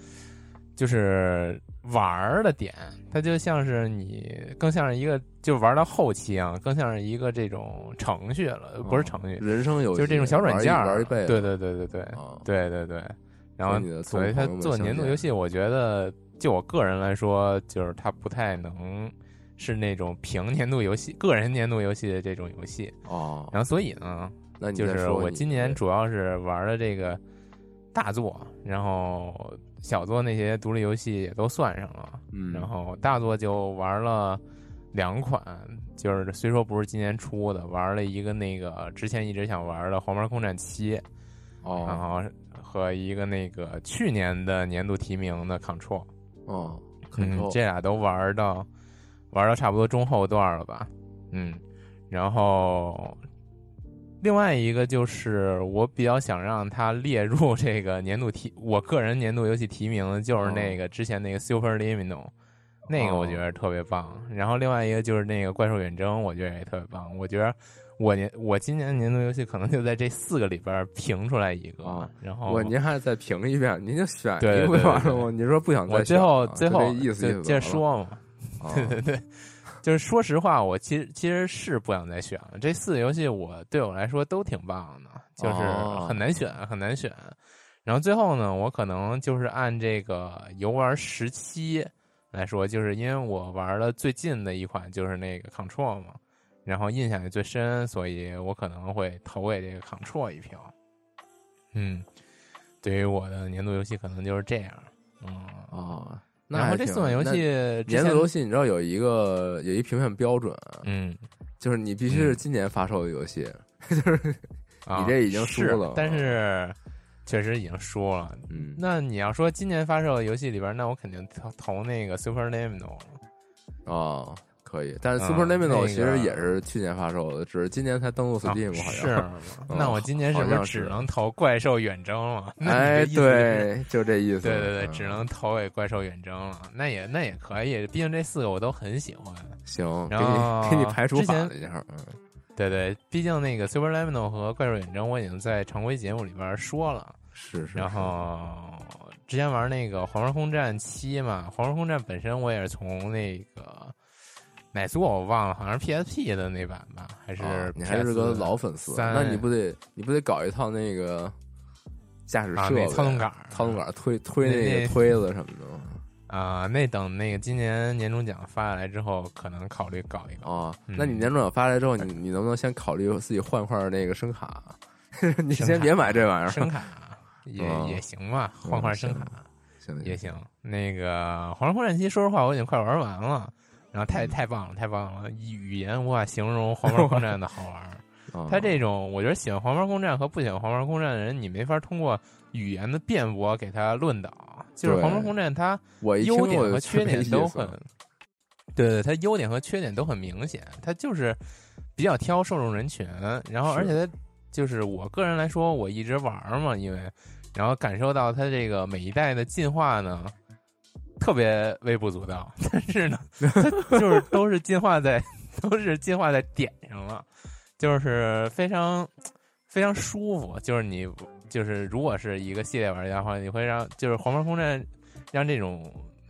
Speaker 2: 就是玩儿的点，它就像是你更像是一个就玩到后期啊，更像是一个这种程序了，呃不是程序，
Speaker 1: 嗯人生哦游戏
Speaker 2: 就是这种小软件
Speaker 1: 玩一
Speaker 2: 儿
Speaker 1: 玩一辈子。
Speaker 2: 对对对对对，
Speaker 1: 啊，
Speaker 2: 对对对，然后
Speaker 1: 你的
Speaker 2: 所以
Speaker 1: 朋
Speaker 2: 他
Speaker 1: 友们
Speaker 2: 做
Speaker 1: 相
Speaker 2: 年度
Speaker 1: 见
Speaker 2: 游戏，我觉得就我个人来说，就是他不太能是那种评年度游戏、个人年度游戏的这种游戏。
Speaker 1: 哦，
Speaker 2: 然后所以呢，
Speaker 1: 那你
Speaker 2: 就
Speaker 1: 再
Speaker 2: 是
Speaker 1: 说
Speaker 2: 我
Speaker 1: 你
Speaker 2: 今年
Speaker 1: 对
Speaker 2: 主要是玩的这个大作，然后小作那些独立游戏也都算上了，
Speaker 1: 嗯，
Speaker 2: 然后大作就玩了。两款就是虽说不是今年出的，玩了一个那个之前一直想玩的《黄牌空战七》，然
Speaker 1: 哦
Speaker 2: 后和一个那个去年的年度提名的 Control，
Speaker 1: 哦，很
Speaker 2: 嗯
Speaker 1: 透，
Speaker 2: 这俩都玩到玩到差不多中后段了吧，嗯，然后另外一个就是我比较想让它列入这个年度提，我个人年度游戏提名的
Speaker 1: 哦
Speaker 2: 就是那个之前那个 Super Liminal。那个我觉得特别棒，然后另外一个就是那个《怪兽远征》，我觉得也特别棒。我觉得我年我今年年度游戏可能就在这四个里边儿评出来一个，
Speaker 1: 哦
Speaker 2: 然后
Speaker 1: 我您还再评一遍，您就选
Speaker 2: 对
Speaker 1: 一
Speaker 2: 对
Speaker 1: 不
Speaker 2: 对
Speaker 1: 就完
Speaker 2: 对
Speaker 1: 了吗？你说不想再
Speaker 2: 我最
Speaker 1: 选
Speaker 2: 后
Speaker 1: 了
Speaker 2: 最
Speaker 1: 就这
Speaker 2: 后
Speaker 1: 意思意
Speaker 2: 就
Speaker 1: 思
Speaker 2: 接着
Speaker 1: 完了，
Speaker 2: 说嘛，
Speaker 1: 啊
Speaker 2: 对 对对，就是说实话，我其实其实是不想再选了。这四个游戏我对我来说都挺棒的，就是
Speaker 1: 哦
Speaker 2: 很难选，很难选。然后最后呢，我可能就是按这个游玩时期来说，就是因为我玩了最近的一款就是那个 Control 嘛，然后印象也最深，所以我可能会投给这个 Control 一票。嗯，对于我的年度游戏可能就是这样。嗯，
Speaker 1: 哦，那
Speaker 2: 然后
Speaker 1: 还
Speaker 2: 这
Speaker 1: 挺
Speaker 2: 四款游戏之前
Speaker 1: 年度游戏，你知道有一个有一评选标准，
Speaker 2: 嗯，
Speaker 1: 就是你必须是今年发售的游戏，就是
Speaker 2: 啊
Speaker 1: 你这已经输
Speaker 2: 是
Speaker 1: 了
Speaker 2: 但是确实已经输了。
Speaker 1: 嗯，
Speaker 2: 那你要说今年发售的游戏里边，那我肯定投投那个 Super Nintendo 了。
Speaker 1: 哦，可以。但
Speaker 2: 嗯
Speaker 1: 是 Super Nintendo
Speaker 2: 那
Speaker 1: 其实
Speaker 2: 个啊
Speaker 1: 也是去年发售的，只是今年才登陆 Steam 好
Speaker 2: 是
Speaker 1: 像。
Speaker 2: 吗
Speaker 1: 嗯
Speaker 2: 那我今年是不
Speaker 1: 好像是
Speaker 2: 只能投怪兽远征了？ 那
Speaker 1: 哎，
Speaker 2: 你的意思就是
Speaker 1: 对，就这意思。
Speaker 2: 对对对，
Speaker 1: 嗯
Speaker 2: 只能投给怪兽远征了。那也那也可以，毕竟这四个我都很喜欢。
Speaker 1: 行，给
Speaker 2: 然后
Speaker 1: 你给你排除
Speaker 2: 之
Speaker 1: 法
Speaker 2: 前
Speaker 1: 了一下，嗯，
Speaker 2: 对对，毕竟那个 Super Lemon 和怪兽远征我已经在常规节目里边说了。
Speaker 1: 是是是。哦
Speaker 2: 然后之前玩那个《黄昏空战七》嘛，《黄昏空战》本身我也是从那个哪座我忘了，好像是 PSP 的那版吧，还是 PS、
Speaker 1: 啊你还是个老粉丝，
Speaker 2: 三
Speaker 1: 那你不得你不得搞一套那个驾驶
Speaker 2: 啊
Speaker 1: 设
Speaker 2: 那
Speaker 1: 备、
Speaker 2: 操纵杆儿
Speaker 1: 操纵杆儿推推
Speaker 2: 那
Speaker 1: 那个
Speaker 2: 那
Speaker 1: 推子什么的。
Speaker 2: 啊、那等那个今年年终奖发下来之后，可能考虑搞 一搞。
Speaker 1: 哦，
Speaker 2: 嗯
Speaker 1: 那你年终奖发来之后，你你能不能先考虑自己换块那个声卡？ 你
Speaker 2: 声
Speaker 1: 先
Speaker 2: 卡
Speaker 1: 别买这玩意儿，
Speaker 2: 声卡也、
Speaker 1: 嗯
Speaker 2: 也行吧，换块声卡、
Speaker 1: 行
Speaker 2: 也行。那个《黄昏空战七》，说实话我已经快玩完了，然后
Speaker 1: 嗯
Speaker 2: 太太棒了，太棒了，语言无法形容《黄昏空战》的好玩儿。
Speaker 1: 哦
Speaker 2: 他这种，我觉得喜欢黄毛空战和不喜欢黄毛空战的人，你没法通过语言的辩驳给他论导。就是
Speaker 1: 对
Speaker 2: 黄毛空战，它
Speaker 1: 我一听
Speaker 2: 优点
Speaker 1: 我
Speaker 2: 和
Speaker 1: 就
Speaker 2: 缺点都很
Speaker 1: 觉得没意思，
Speaker 2: 对对，它优点和缺点都很明显，它就是比较挑受众人群，然后
Speaker 1: 是
Speaker 2: 而且它就是我个人来说，我一直玩儿嘛，因为然后感受到它这个每一代的进化呢。特别微不足道， 但是呢，它就是都是进化在都是进化在点上了，就是非常非常舒服。就是你就是如果是一个系列玩家的话，你会让就是《黄毛空战》让这种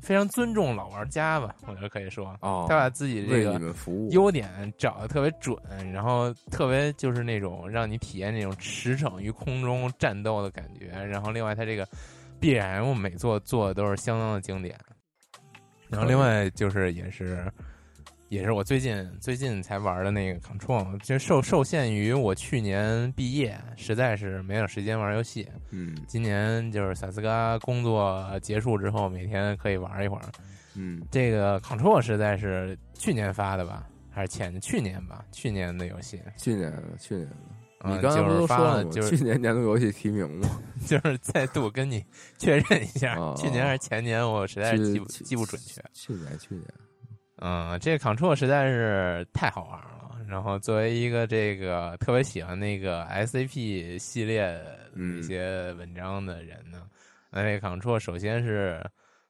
Speaker 2: 非常尊重老玩家吧，我觉得可以说，
Speaker 1: 哦，
Speaker 2: 他把自己这
Speaker 1: 为你
Speaker 2: 个
Speaker 1: 们服务，
Speaker 2: 优点找的特别准，然后特别就是那种让你体验那种驰骋于空中战斗的感觉。然后另外，它这个 BM 每座做的都是相当的经典。然后另外就是也是也是我最近最近才玩的那个 Control，就受受限于我去年毕业，实在是没有时间玩游戏。
Speaker 1: 嗯
Speaker 2: 今年就是萨斯嘎工作结束之后，每天可以玩一会儿。
Speaker 1: 嗯，
Speaker 2: 这个 Control 实在是去年发的吧，还是前去年吧？去年的游戏，
Speaker 1: 去年的去年的，
Speaker 2: 嗯
Speaker 1: 你刚才不
Speaker 2: 就是
Speaker 1: 都
Speaker 2: 发
Speaker 1: 说了
Speaker 2: 了，
Speaker 1: 吗？
Speaker 2: 就是
Speaker 1: 去年年度游戏提名吗？
Speaker 2: 就是再度跟你确认一下
Speaker 1: 哦，
Speaker 2: 去年还是前年，我实在是记不
Speaker 1: 去
Speaker 2: 记不准确。
Speaker 1: 去年去年，
Speaker 2: 嗯，这个 Control 实在是太好玩了。然后作为一个这个特别喜欢那个 SAP 系列的一些文章的人呢，那这个 Control 首先是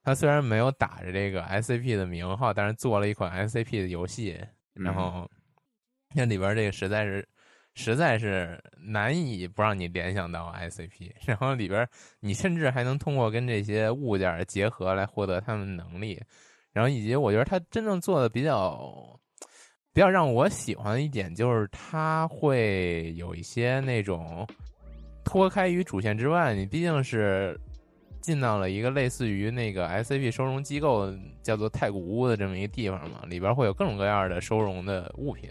Speaker 2: 它虽然没有打着这个 SAP 的名号，但是做了一款 SAP 的游戏，
Speaker 1: 嗯
Speaker 2: 然后那里边这个实在是实在是难以不让你联想到 SCP，然后里边你甚至还能通过跟这些物件儿结合来获得他们能力，然后以及我觉得他真正做的比较比较让我喜欢的一点就是他会有一些那种脱开于主线之外，你毕竟是。进到了一个类似于那个 SCP 收容机构，叫做太古屋的这么一个地方嘛，里边会有各种各样的收容的物品，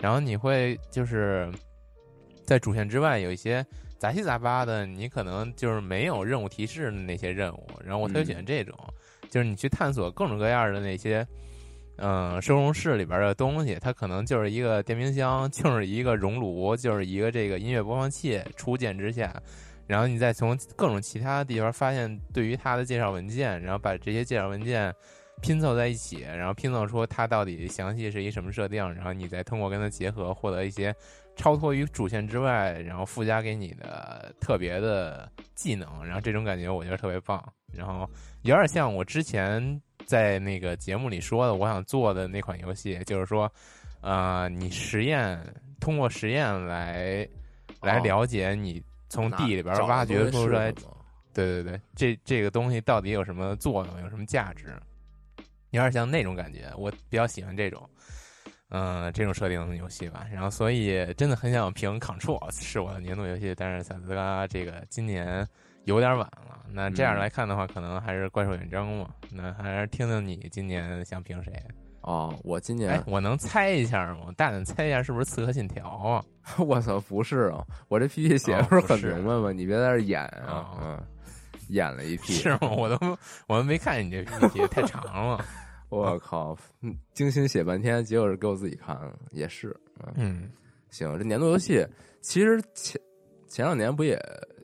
Speaker 2: 然后你会就是在主线之外有一些杂七杂八的，你可能就是没有任务提示的那些任务，然后我特别喜欢这种，就是你去探索各种各样的那些。嗯，收容室里边的东西，它可能就是一个电冰箱，就是一个熔炉，就是一个这个音乐播放器。初见之下，然后你再从各种其他地方发现对于它的介绍文件，然后把这些介绍文件拼凑在一起，然后拼凑出它到底详细是一什么设定，然后你再通过跟它结合，获得一些超脱于主线之外，然后附加给你的特别的技能，然后这种感觉我觉得特别棒，然后有点像我之前在那个节目里说的，我想做的那款游戏，就是说，呃，你实验通过实验来来
Speaker 1: 哦
Speaker 2: 了解你从地里边
Speaker 1: 找
Speaker 2: 挖
Speaker 1: 的
Speaker 2: 掘
Speaker 1: 东西
Speaker 2: 出
Speaker 1: 是
Speaker 2: 来
Speaker 1: 什么
Speaker 2: 对对对，这这个东西到底有什么作用，有什么价值？有点像那种感觉，我比较喜欢这种，嗯、这种设定的游戏吧。然后，所以真的很想评《Control》是我的年度游戏，但是《萨斯嘎》这个今年有点晚了。那这样来看的话，可能还是怪兽远征嘛。那还是听听你今年想评谁？
Speaker 1: 哦，我今
Speaker 2: 哎
Speaker 1: 年，
Speaker 2: 我能猜一下吗？我大胆猜一下，是不是《刺客信条》啊？
Speaker 1: 我操，不是啊，我这 PPT 写的
Speaker 2: 哦
Speaker 1: 不是
Speaker 2: 不
Speaker 1: 很
Speaker 2: 是
Speaker 1: 明白吗？你别在这儿演啊
Speaker 2: 哦，
Speaker 1: 嗯，演了一屁，
Speaker 2: 是吗？我都我都没看你这 PPT，太长了。啊
Speaker 1: 我靠，嗯精心写半天，结果是给我自己看的，也是。
Speaker 2: 嗯，
Speaker 1: 行，这年度游戏其实前前两年不也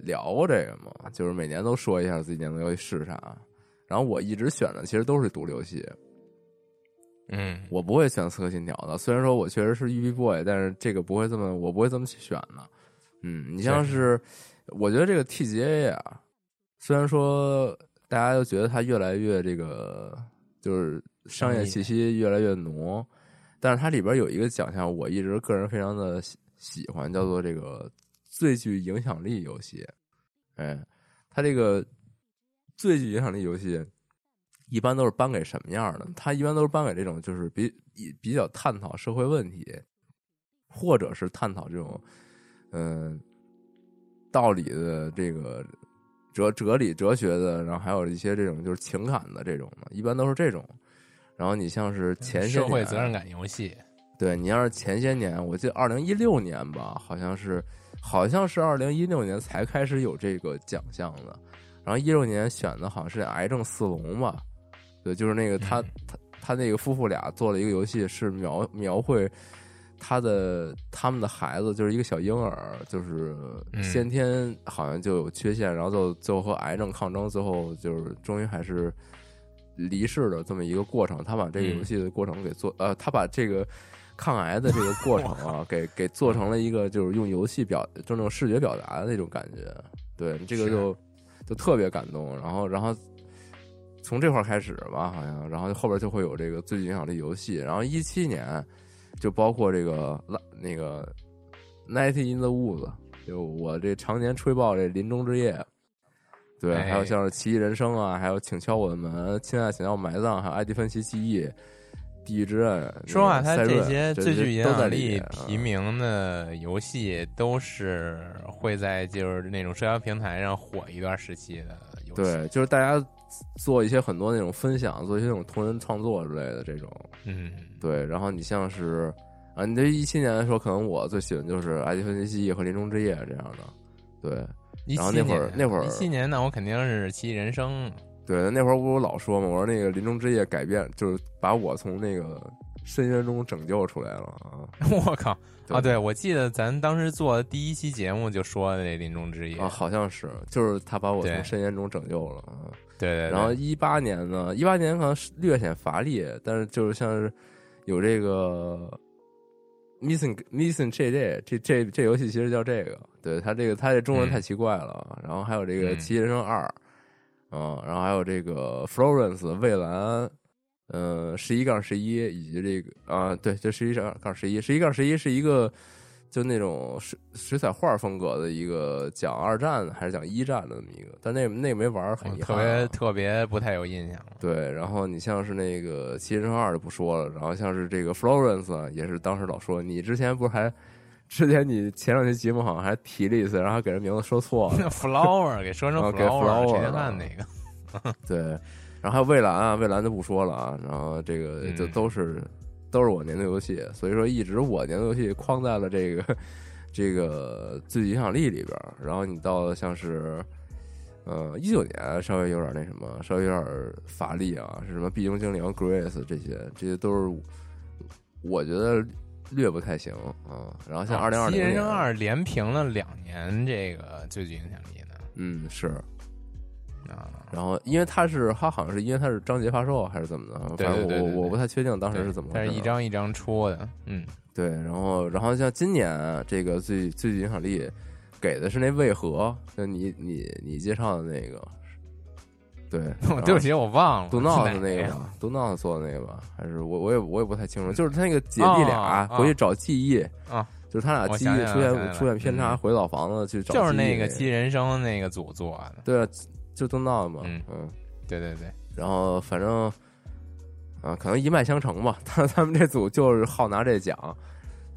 Speaker 1: 聊过这个吗？就是每年都说一下自己年度游戏是啥。啊然后我一直选的其实都是独立游戏，
Speaker 2: 嗯，
Speaker 1: 我不会选《刺客信条》的。虽然说我确实是育碧 boy，但是这个不会这么，我不会这么去选的。嗯，你像是，我觉得这个 TGA 啊，虽然说大家都觉得它越来越这个就是商业
Speaker 2: 商业
Speaker 1: 气息越来越浓，但是它里边有一个奖项，我一直个人非常的喜喜欢，叫做这个最具影响力游戏。哎，它这个最具影响力游戏，一般都是颁给什么样的？它一般都是颁给这种就是比比比较探讨社会问题，或者是探讨这种嗯、道理的这个哲哲理哲学的，然后还有一些这种就是情感的这种的，一般都是这种。然后你像是啊前些
Speaker 2: 嗯社会
Speaker 1: 年
Speaker 2: 责任感游戏。
Speaker 1: 对你要是前些年，我记得二零一六年吧，好像是，好像是二零一六年才开始有这个奖项的。然后一六年选的好像是《癌症四龙》吧，对，就是那个他、
Speaker 2: 嗯
Speaker 1: 他他那个夫妇俩做了一个游戏，是描描绘他的他们的孩子，就是一个小婴儿，就是
Speaker 2: 嗯
Speaker 1: 先天好像就有缺陷，然后就最后和癌症抗争，最后就是终于还是离世的这么一个过程。他把这个
Speaker 2: 嗯
Speaker 1: 游戏的过程给做，呃，他把这个抗癌的这个过程 啊，给给做成了一个就是用游戏表，就那种视觉表达的那种感觉。对，这个
Speaker 2: 是
Speaker 1: 就就特别感动。然后，然后从这块儿开始吧，好像，然后后边就会有这个最具影响力游戏。然后一七年就包括这个拉那个《Night in the Woods》，就我这常年吹爆这《林中之夜》。对，
Speaker 2: 哎
Speaker 1: 还有像是《奇异人生》啊，还有《请敲我的门》《亲爱请将我埋葬》，还有《埃迪芬奇记忆》《地狱之刃》那个
Speaker 2: 说实话，它
Speaker 1: 赛
Speaker 2: 这
Speaker 1: 润
Speaker 2: 些
Speaker 1: 这
Speaker 2: 最具影
Speaker 1: 都嗯在
Speaker 2: 响
Speaker 1: 里
Speaker 2: 力
Speaker 1: 面
Speaker 2: 提名的游戏，都是会在就是那种社交平台上火一段时期的游戏。，
Speaker 1: 对，就是大家做一些很多那种分享，做一些那种同人创作之类的这种。
Speaker 2: 嗯，
Speaker 1: 对，然后你像是啊，你对一七年来说，可能我最喜欢就是《埃及芬奇记忆》和《林中之夜》这样的。对
Speaker 2: 一
Speaker 1: 然后
Speaker 2: 七
Speaker 1: 那会儿那会儿
Speaker 2: 一七年，那我肯定是《奇异人生》。
Speaker 1: 对，那会儿我老说嘛，我说那个《林中之夜》改变，就是把我从那个深渊中拯救出来了啊。
Speaker 2: 我靠！
Speaker 1: 对
Speaker 2: 啊，对，我记得咱当时做第一期节目就说的这《林中之夜》
Speaker 1: 啊，好像是，就是他把我
Speaker 2: 对
Speaker 1: 从深渊中拯救了啊。
Speaker 2: 对对对，
Speaker 1: 然后一八年呢，一八年可能是略显乏力，但是就是像是有这个 missing missing JJ 这这这游戏其实叫这个，对它这个它这中文
Speaker 2: 嗯
Speaker 1: 太奇怪了。啊然后还有这个《
Speaker 2: 嗯
Speaker 1: 奇异人生二》嗯，然后还有这个 Florence 蔚蓝，呃，十一杠十一以及这个啊、对，这十一杠杠十一，十一杠十一是一个。就那种水水彩画风格的一个讲二战还是讲一战的那么一个，但那那个没玩儿，很
Speaker 2: 我
Speaker 1: 遗
Speaker 2: 哦特
Speaker 1: 憾啊、
Speaker 2: 别特别不太有印象了。
Speaker 1: 对，然后你像是那个《七人生二》就不说了，然后像是这个 Florence 啊也是当时老说你之前不是还，之前你前两期节目好像还提了一次，然后还给人名字说错了，
Speaker 2: 那 flower 给说成
Speaker 1: 啊
Speaker 2: flower，
Speaker 1: 给 flower
Speaker 2: 谁
Speaker 1: 了
Speaker 2: 先看那个？
Speaker 1: 对，然后还有蔚蓝啊，蔚蓝就不说了啊，然后这个就
Speaker 2: 嗯
Speaker 1: 都是、都是我年度游戏，所以说一直我年度游戏框在了这个 这个最具影响力里边儿，然后你到了像是。呃，一九年稍微有点那什么，稍微有点乏力啊，是什么《碧晶精灵》Grace 这些，这些都是我觉得略不太行啊。然后像二零二
Speaker 2: 奇
Speaker 1: 零
Speaker 2: 异哦人
Speaker 1: 年，
Speaker 2: 生二》连评了两年这个最具影响力的
Speaker 1: 嗯是，
Speaker 2: 啊，
Speaker 1: 然后因为他是他好像是因为他是章节发售还是怎么的，反
Speaker 2: 对
Speaker 1: 正我
Speaker 2: 对对对
Speaker 1: 我不太确定当时是怎么回
Speaker 2: 但
Speaker 1: 事啊。
Speaker 2: 是一张一张出的，嗯，，
Speaker 1: 对，然后然后像今年啊这个最最具影响力给的是那渭河，就你你你介绍的那个，对
Speaker 2: 对不起， 我忘了，
Speaker 1: 杜
Speaker 2: 是
Speaker 1: 啊闹
Speaker 2: 哪
Speaker 1: 的那个
Speaker 2: 呀
Speaker 1: 吧，杜闹做的那个吧，还是我我也我也不太清楚，就是他那个姐弟俩
Speaker 2: 哦哦
Speaker 1: 回去找记忆
Speaker 2: 啊，
Speaker 1: 就是他俩
Speaker 2: 我
Speaker 1: 记
Speaker 2: 想
Speaker 1: 忆
Speaker 2: 起来
Speaker 1: 出
Speaker 2: 了想起来
Speaker 1: 现
Speaker 2: 了
Speaker 1: 出现偏差，
Speaker 2: 嗯
Speaker 1: 回老房子去找
Speaker 2: 就是
Speaker 1: 记忆
Speaker 2: 那
Speaker 1: 那
Speaker 2: 个《奇异人生》那个组做的，
Speaker 1: 对啊，就杜闹嘛，
Speaker 2: 嗯
Speaker 1: 嗯。
Speaker 2: 对对对，
Speaker 1: 然后反正啊，可能一脉相承吧。 他他们这组就是好拿这奖，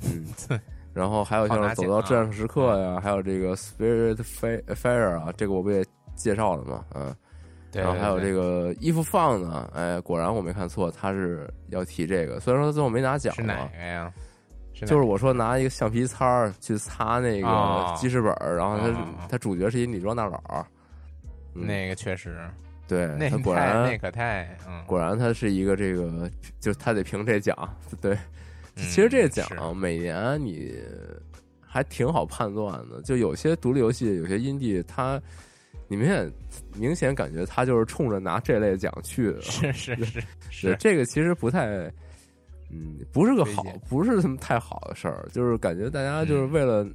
Speaker 1: 嗯
Speaker 2: 对。
Speaker 1: 然后还有像
Speaker 2: 好
Speaker 1: 是
Speaker 2: 拿
Speaker 1: 走
Speaker 2: 奖
Speaker 1: 到
Speaker 2: 啊
Speaker 1: 至暗时刻呀，还有这个 Spirit Fi- Fire 啊，这个我不也介绍了嘛，嗯，
Speaker 2: 对，
Speaker 1: 然后还有这
Speaker 2: 个
Speaker 1: 个衣服放呢，哎，果然我没看错，他是要提这个，虽然说他最后没拿奖
Speaker 2: 是哪
Speaker 1: 嘛，
Speaker 2: 个呀？是
Speaker 1: 就是是我说拿一个橡皮擦儿去擦那
Speaker 2: 哦
Speaker 1: 个记事本儿，然后他、
Speaker 2: 哦
Speaker 1: 他主角是一女装大佬，嗯、
Speaker 2: 那个确实，
Speaker 1: 对，
Speaker 2: 那
Speaker 1: 他
Speaker 2: 个
Speaker 1: 果
Speaker 2: 太
Speaker 1: 然
Speaker 2: 那可太嗯，
Speaker 1: 果然他是一个这个，就是他得凭这奖，对，
Speaker 2: 嗯
Speaker 1: 其实这啊奖
Speaker 2: 是
Speaker 1: 每年你还挺好判断的，就有些独立游戏，有些阴地，它你明显明显感觉它就是冲着拿这类奖去的。
Speaker 2: 是 是是
Speaker 1: 对
Speaker 2: 是，
Speaker 1: 这个其实不太，嗯，不是个好
Speaker 2: 推荐，
Speaker 1: 不是什么太好的事儿，就是感觉大家就是
Speaker 2: 嗯
Speaker 1: 为了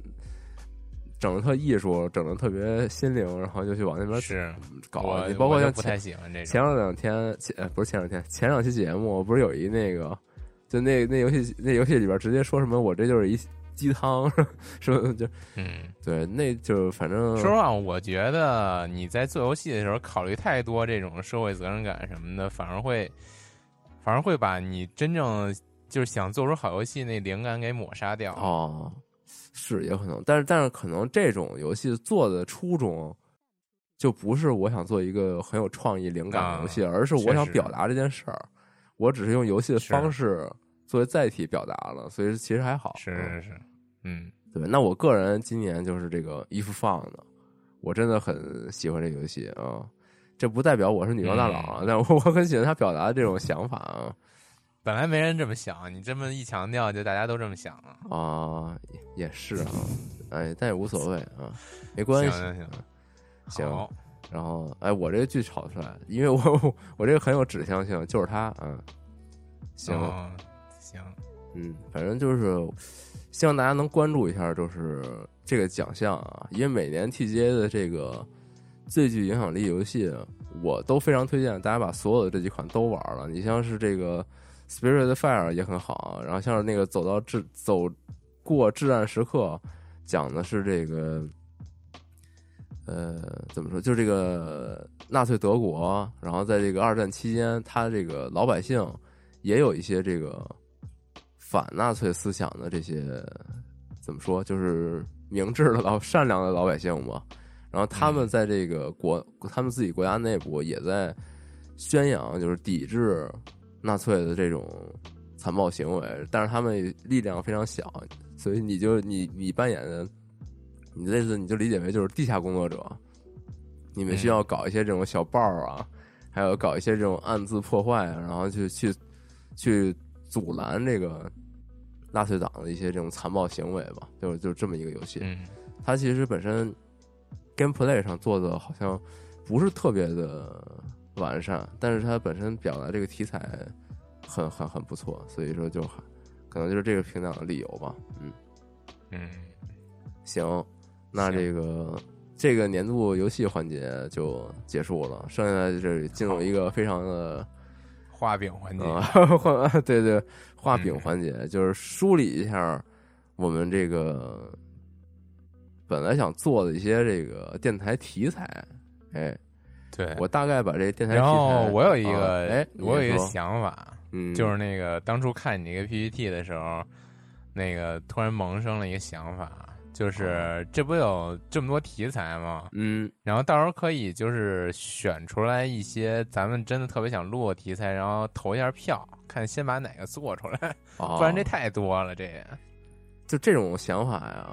Speaker 1: 整的特艺术，整的特别心灵，然后就去往那边
Speaker 2: 是，
Speaker 1: 搞啊
Speaker 2: 我。
Speaker 1: 你包括
Speaker 2: 我就
Speaker 1: 像
Speaker 2: 不
Speaker 1: 前
Speaker 2: 太喜欢这种
Speaker 1: 前两天前呃不是前两天前两期节目不是有一那个，就那那游戏那游戏里边直接说什么我这就是一鸡汤， 说就
Speaker 2: 嗯。
Speaker 1: 对，那就反正
Speaker 2: 说实话，我觉得你在做游戏的时候考虑太多这种社会责任感什么的，反而会，反而会把你真正就是想做出好游戏那灵感给抹杀掉。
Speaker 1: 哦是也可能，但是但是可能这种游戏做的初衷。就不是我想做一个很有创意灵感的游戏，而是
Speaker 2: 啊确
Speaker 1: 我想
Speaker 2: 实
Speaker 1: 表达这件事儿，我只是用游戏的
Speaker 2: 是
Speaker 1: 方式作为载体表达了，所以其实还好。
Speaker 2: 是是
Speaker 1: 嗯
Speaker 2: 是，嗯
Speaker 1: 对，那我个人今年就是这个衣服放的，我真的很喜欢这游戏啊。这不代表我是女装大佬啊，但我我很喜欢他表达的这种想法啊
Speaker 2: 本来没人这么想，你这么一强调，就大家都这么想了。
Speaker 1: 啊，也是啊，哎，但也无所谓啊，没关系，
Speaker 2: 行行
Speaker 1: 行
Speaker 2: 好
Speaker 1: 然后哎，我这个剧炒出来，因为我我这个很有指向性，就是他，嗯，行，
Speaker 2: 嗯行，
Speaker 1: 嗯，反正就是希望大家能关注一下，就是这个奖项啊，因为每年 TGA 的这个最具影响力游戏，啊我都非常推荐大家把所有的这几款都玩了。你像是这个 Spirit Fire 也很好，啊然后像是那个走到至走过至暗时刻，讲的是这个。呃，怎么说？就是这个纳粹德国，然后在这个二战期间，他这个老百姓也有一些这个反纳粹思想的这些怎么说，就是明智的老善良的老百姓吧。然后他们在这个国，他们自己国家内部也在宣扬，就是抵制纳粹的这种残暴行为，但是他们力量非常小，所以你就你你扮演的，你这次你就理解为就是地下工作者，你们需要搞一些这种小报儿啊，还有搞一些这种暗自破坏啊，然后去去去阻拦这个纳粹党的一些这种残暴行为吧，就是就是这么一个游戏。
Speaker 2: 嗯
Speaker 1: 它其实本身 gameplay 上做的好像不是特别的完善，但是它本身表达这个题材很很很不错，所以说就还可能就是这个评奖的理由吧。嗯，
Speaker 2: 嗯，
Speaker 1: 行，那
Speaker 2: 行
Speaker 1: 这个这个年度游戏环节就结束了，剩下的就是进入一个非常的
Speaker 2: 画饼环节，嗯
Speaker 1: 啊， 画对对画饼环节，就是梳理一下我们这个本来想做的一些这个电台题材。哎，
Speaker 2: 对。
Speaker 1: 我大概把这电台题
Speaker 2: 然
Speaker 1: 材，
Speaker 2: 后我有一
Speaker 1: 啊哎
Speaker 2: 个，，
Speaker 1: 你
Speaker 2: 我有一个
Speaker 1: 说，
Speaker 2: 想法，
Speaker 1: 嗯，
Speaker 2: 就是那个当初看你那个 PPT 的时候，那个突然萌生了一个想法，
Speaker 1: 哦
Speaker 2: 就是这不有这么多题材吗？
Speaker 1: 嗯，
Speaker 2: 然后到时候可以就是选出来一些咱们真的特别想录的题材，然后投一下票，看先把哪个做出来，
Speaker 1: 不
Speaker 2: 不然这太多了，这也
Speaker 1: 哦就这种想法呀，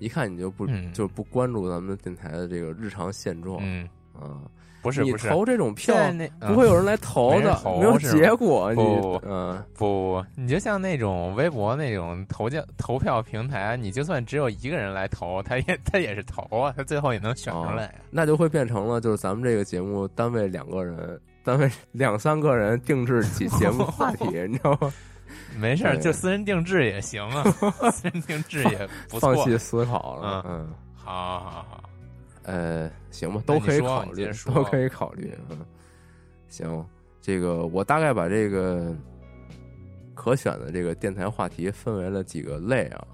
Speaker 1: 一看你就不
Speaker 2: 嗯
Speaker 1: 就不关注咱们电台的这个日常现状
Speaker 2: 嗯，
Speaker 1: 啊。
Speaker 2: 不是
Speaker 1: 你
Speaker 2: 不是，
Speaker 1: 投这种票
Speaker 2: 现在那嗯
Speaker 1: 不会有人来投
Speaker 2: 没人
Speaker 1: 的，
Speaker 2: 投
Speaker 1: 没有
Speaker 2: 是吗
Speaker 1: 结果，你
Speaker 2: 不不不
Speaker 1: 嗯。
Speaker 2: 不，你就像那种微博那种投票投票平台，你就算只有一个人来投，他也他也是投啊，他最后也能选
Speaker 1: 哦
Speaker 2: 出来啊。
Speaker 1: 那就会变成了就是咱们这个节目单位两个人，单位 两三个人定制起节目 话题，你知道吗？
Speaker 2: 没事儿，
Speaker 1: 对
Speaker 2: 就私人定制也行啊，私人定制也不错。
Speaker 1: 放弃思考了，嗯
Speaker 2: 好好好，
Speaker 1: 呃，行吧，
Speaker 2: 那
Speaker 1: 都
Speaker 2: 你
Speaker 1: 可以
Speaker 2: 说
Speaker 1: 考
Speaker 2: 你接
Speaker 1: 虑
Speaker 2: 着，说
Speaker 1: 都可以考虑，嗯，行，这个我大概把这个可选的这个电台话题分为了几个类啊。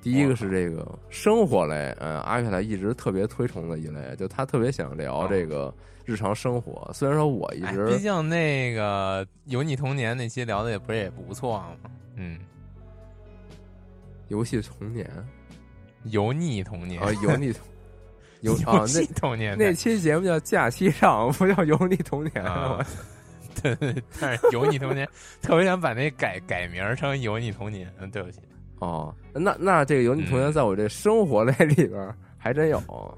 Speaker 1: 第一个是这个生活类，嗯，阿克莱一直特别推崇的一类，就他特别想聊这个日常生活。虽然说我一
Speaker 2: 啊哎
Speaker 1: 直、
Speaker 2: 毕竟那个有你童年那期聊的也不是也不错嘛，嗯，
Speaker 1: 游戏童年
Speaker 2: 油腻童年
Speaker 1: 嗯啊啊，油腻童有啊
Speaker 2: 游，戏
Speaker 1: 那
Speaker 2: 童年代
Speaker 1: 那期节目叫《假期上》，不 叫《油腻童年》
Speaker 2: 啊
Speaker 1: 吗？，
Speaker 2: 对对，对但是油腻童年，特别想把那改改名儿成油腻童年。嗯，对不起
Speaker 1: 哦，那那这个油腻童年
Speaker 2: 嗯
Speaker 1: 在我这生活类里边儿还真有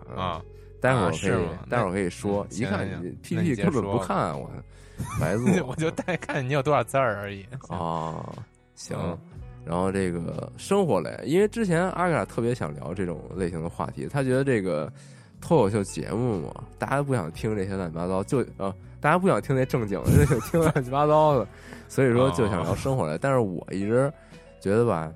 Speaker 1: 嗯
Speaker 2: 啊，
Speaker 1: 待会儿
Speaker 2: 啊
Speaker 1: 我可
Speaker 2: 是
Speaker 1: 以
Speaker 2: 吗，
Speaker 1: 待会儿可以说。
Speaker 2: 那嗯
Speaker 1: 一看
Speaker 2: 行行
Speaker 1: 你
Speaker 2: 行那你
Speaker 1: PPT
Speaker 2: 接
Speaker 1: 根本
Speaker 2: 说
Speaker 1: 不
Speaker 2: 吧
Speaker 1: 看我，白做
Speaker 2: 我就带看你有多少字儿而已。
Speaker 1: 哦，行
Speaker 2: 嗯。
Speaker 1: 然后这个生活类，因为之前阿嘎特别想聊这种类型的话题，他觉得这个脱口秀节目嘛，大家不想听这些乱七八糟，就啊，大家不想听那正经的， 就想听乱七八糟的，所以说就想
Speaker 2: 哦
Speaker 1: 聊生活类。但是我一直觉得吧，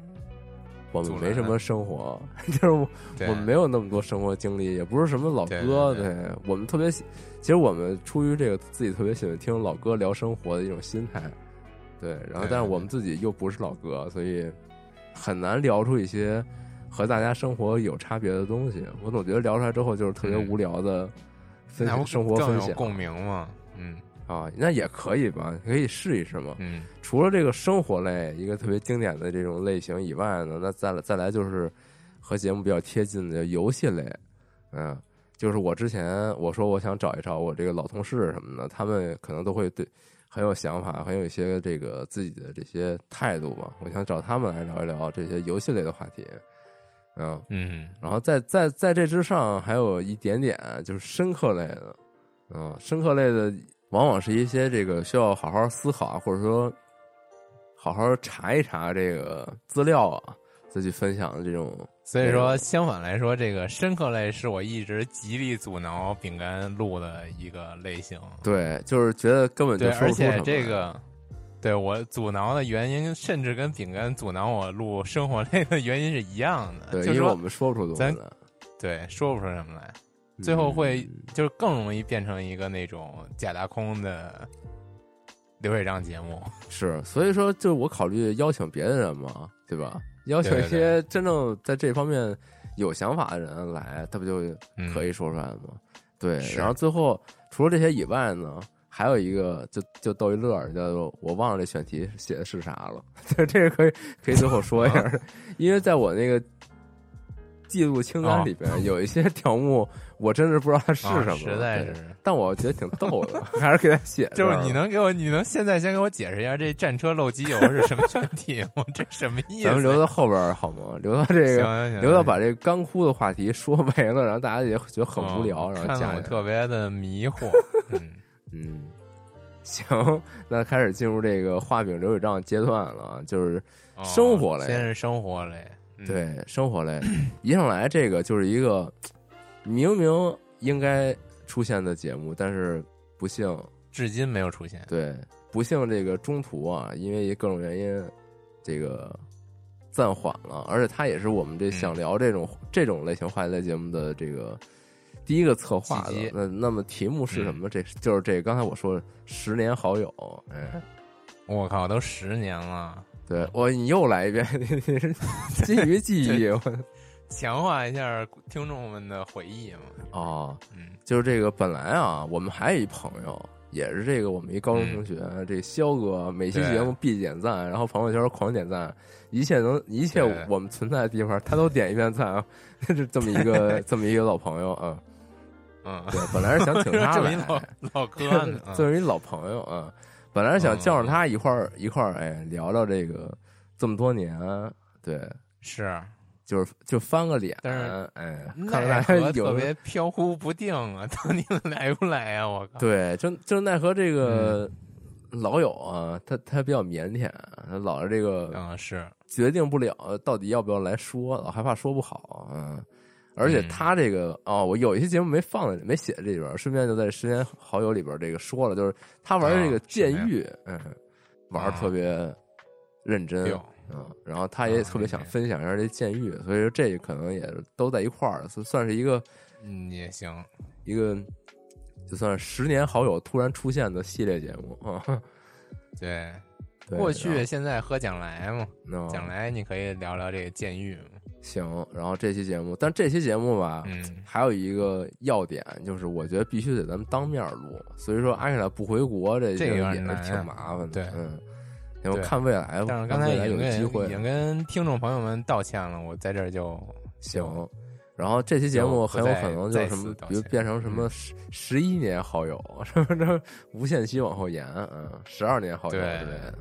Speaker 1: 我们
Speaker 2: 阻
Speaker 1: 没
Speaker 2: 拦
Speaker 1: 什么生活， 就是我
Speaker 2: 对，
Speaker 1: 我们没有那么多生活经历，也不是什么老
Speaker 2: 对
Speaker 1: 歌，
Speaker 2: 对对
Speaker 1: 我们特别喜，其实我们出于这个自己特别喜欢听老歌聊生活的一种心态，对，然后
Speaker 2: 对
Speaker 1: 但是
Speaker 2: 对
Speaker 1: 我们自己又不是老歌，所以很难聊出一些和大家生活有差别的东西。我总觉得聊出来之后就是特别
Speaker 2: 嗯
Speaker 1: 无聊的分
Speaker 2: 那
Speaker 1: 享、
Speaker 2: 不
Speaker 1: 生活
Speaker 2: 更
Speaker 1: 分
Speaker 2: 有
Speaker 1: 享
Speaker 2: 共鸣吗？嗯
Speaker 1: 啊，那也可以吧，可以试一试嘛。
Speaker 2: 嗯，
Speaker 1: 除了这个生活类一个特别经典的这种类型以外呢，那再来再来就是和节目比较贴近的游戏类，嗯，就是我之前我说我想找一找我这个老同事什么的，他们可能都会对很有想法，很有一些这个自己的这些态度吧。我想找他们来聊一聊这些游戏类的话题，嗯，
Speaker 2: 嗯，
Speaker 1: 然后在在在这之上，还有一点点就是深刻类的，嗯，深刻类的往往是一些这个需要好好思考啊，或者说好好查一查这个资料啊，再去分享的这种
Speaker 2: 所以
Speaker 1: 没有
Speaker 2: 说相反来说，这个深刻类是我一直极力阻挠饼干录的一个类型。
Speaker 1: 对，就是觉得根本就
Speaker 2: 对，
Speaker 1: 说
Speaker 2: 而
Speaker 1: 不出什么
Speaker 2: 且
Speaker 1: 来。
Speaker 2: 这个，对我阻挠的原因，甚至跟饼干阻挠我录生活类的原因是一样的，
Speaker 1: 对，
Speaker 2: 就
Speaker 1: 因
Speaker 2: 是
Speaker 1: 为我
Speaker 2: 说
Speaker 1: 们说不出东
Speaker 2: 咱
Speaker 1: 西来，
Speaker 2: 对说不出什么来，最后会
Speaker 1: 嗯
Speaker 2: 就是更容易变成一个那种假大空的流水账节目。
Speaker 1: 是，所以说就是我考虑邀请别的人嘛，对吧？邀请
Speaker 2: 对对
Speaker 1: 一些真正在这方面有想法的人来，他不就
Speaker 2: 嗯，
Speaker 1: 可以说出来吗？对，
Speaker 2: 是
Speaker 1: 然后最后除了这些以外呢，还有一个就就逗一乐儿，叫做我忘了这选题写的是啥了， 对，这个可以可以最后说一
Speaker 2: 啊
Speaker 1: 下， 因为在我那个记录清单里边有一些条目，我真是不知道它是
Speaker 2: 啊
Speaker 1: 什么，
Speaker 2: 实在
Speaker 1: 对
Speaker 2: 是。
Speaker 1: 但我觉得挺逗的， 还是给它写这
Speaker 2: 就
Speaker 1: 儿
Speaker 2: 是
Speaker 1: 吧。
Speaker 2: 你能给我，你能现在先给我解释一下这战车漏机油是什么问题吗？ 这什么意思？啊
Speaker 1: 咱们留到后边儿好吗？留到这
Speaker 2: 行
Speaker 1: 个，
Speaker 2: 行行
Speaker 1: 留到把这个干枯的话题说没了，然后大家也觉得很无聊，
Speaker 2: 嗯
Speaker 1: 然后
Speaker 2: 看
Speaker 1: 加
Speaker 2: 得我
Speaker 1: 一下
Speaker 2: 特别的迷 惑。嗯，
Speaker 1: 嗯， 行，那开始进入这个画饼流水账阶段了啊，就是
Speaker 2: 哦
Speaker 1: 生活类
Speaker 2: 先是生活类，嗯，
Speaker 1: 对生活类，一上来这个就是一个明明应该出现的节目，但是不幸
Speaker 2: 至今没有出现。
Speaker 1: 对不幸这个中途啊，因为各种原因，这个暂缓了，而且它也是我们
Speaker 2: 嗯
Speaker 1: 这想聊这种、这种类型话题类节目的这个。第一个策划
Speaker 2: 契
Speaker 1: 的
Speaker 2: 机嗯
Speaker 1: 那那么题目是什么？这就是这个刚才我说的十年好友，哎，
Speaker 2: 我靠，都十年了，
Speaker 1: 对我，你又来一遍，你是基于记忆我
Speaker 2: 强化一下听众们的回忆嘛。
Speaker 1: 哦，
Speaker 2: 嗯
Speaker 1: 就是这个本来啊，我们还有一朋友，也是这个我们一高中同学，这肖哥每期
Speaker 2: 嗯对
Speaker 1: 节目必点赞，然后朋友圈狂点赞，一切能一切
Speaker 2: 对
Speaker 1: 我们存在的地方，他都点一遍赞 啊，是这么一 个这么一个老朋友啊，
Speaker 2: 嗯，
Speaker 1: 对，本来是想 请他
Speaker 2: 这么一
Speaker 1: 来，
Speaker 2: 老老哥呢
Speaker 1: 作
Speaker 2: 嗯
Speaker 1: 为一老朋友啊，本来是想叫上他一块儿一块儿哎聊聊这个这么多年，对，
Speaker 2: 是
Speaker 1: 就是就翻个脸，
Speaker 2: 但
Speaker 1: 哎，看看大
Speaker 2: 奈
Speaker 1: 家
Speaker 2: 何
Speaker 1: 有
Speaker 2: 特别飘忽不定啊， 到底来不来啊？我靠！
Speaker 1: 对，就就奈何这
Speaker 2: 嗯
Speaker 1: 个老友啊，他他比较腼腆，他老是这个
Speaker 2: 嗯，是
Speaker 1: 决定不了到底要不要来说，老害怕说不好，嗯。而且
Speaker 2: 嗯
Speaker 1: 他这个哦，我有一些节目没放在没写这里边儿，顺便就在《十年好友》里边儿这个说了，就是他玩
Speaker 2: 啊
Speaker 1: 这个
Speaker 2: 什
Speaker 1: 剑
Speaker 2: 么呀
Speaker 1: 狱，嗯，玩儿特别认真，
Speaker 2: 六，
Speaker 1: 嗯，然后他也
Speaker 2: 啊
Speaker 1: 特别想
Speaker 2: 明白
Speaker 1: 分享一下这剑狱，所以说这可能也都在一块儿，算算是一个
Speaker 2: 嗯也行，
Speaker 1: 一个就算是十年好友突然出现的系列节目啊。
Speaker 2: 对。
Speaker 1: 对
Speaker 2: 过
Speaker 1: 然
Speaker 2: 去、
Speaker 1: 后哦
Speaker 2: 现在和将来嘛，
Speaker 1: 那
Speaker 2: 将来你可以聊聊这个监狱嘛。
Speaker 1: 行，然后这期节目，但这期节目吧，
Speaker 2: 嗯
Speaker 1: 还有一个要点就是，我觉得必须得咱们当面录，所以说阿克俩不回国，这
Speaker 2: 这个有
Speaker 1: 也
Speaker 2: 点难啊
Speaker 1: 是挺麻烦的。
Speaker 2: 对
Speaker 1: 嗯，然后
Speaker 2: 对
Speaker 1: 看未来吧，
Speaker 2: 但是刚才
Speaker 1: 看未
Speaker 2: 已
Speaker 1: 来
Speaker 2: 经
Speaker 1: 有机
Speaker 2: 跟已经
Speaker 1: 会
Speaker 2: 跟听众朋友们道歉了，我在这儿就
Speaker 1: 行。然后这期节目很有可能就是
Speaker 2: 就
Speaker 1: 什
Speaker 2: 不
Speaker 1: 么
Speaker 2: 再，
Speaker 1: 比如变成什
Speaker 2: 嗯
Speaker 1: 么十十一年好友，什么这无限期往后延，嗯，十二年好友之
Speaker 2: 对
Speaker 1: 类的，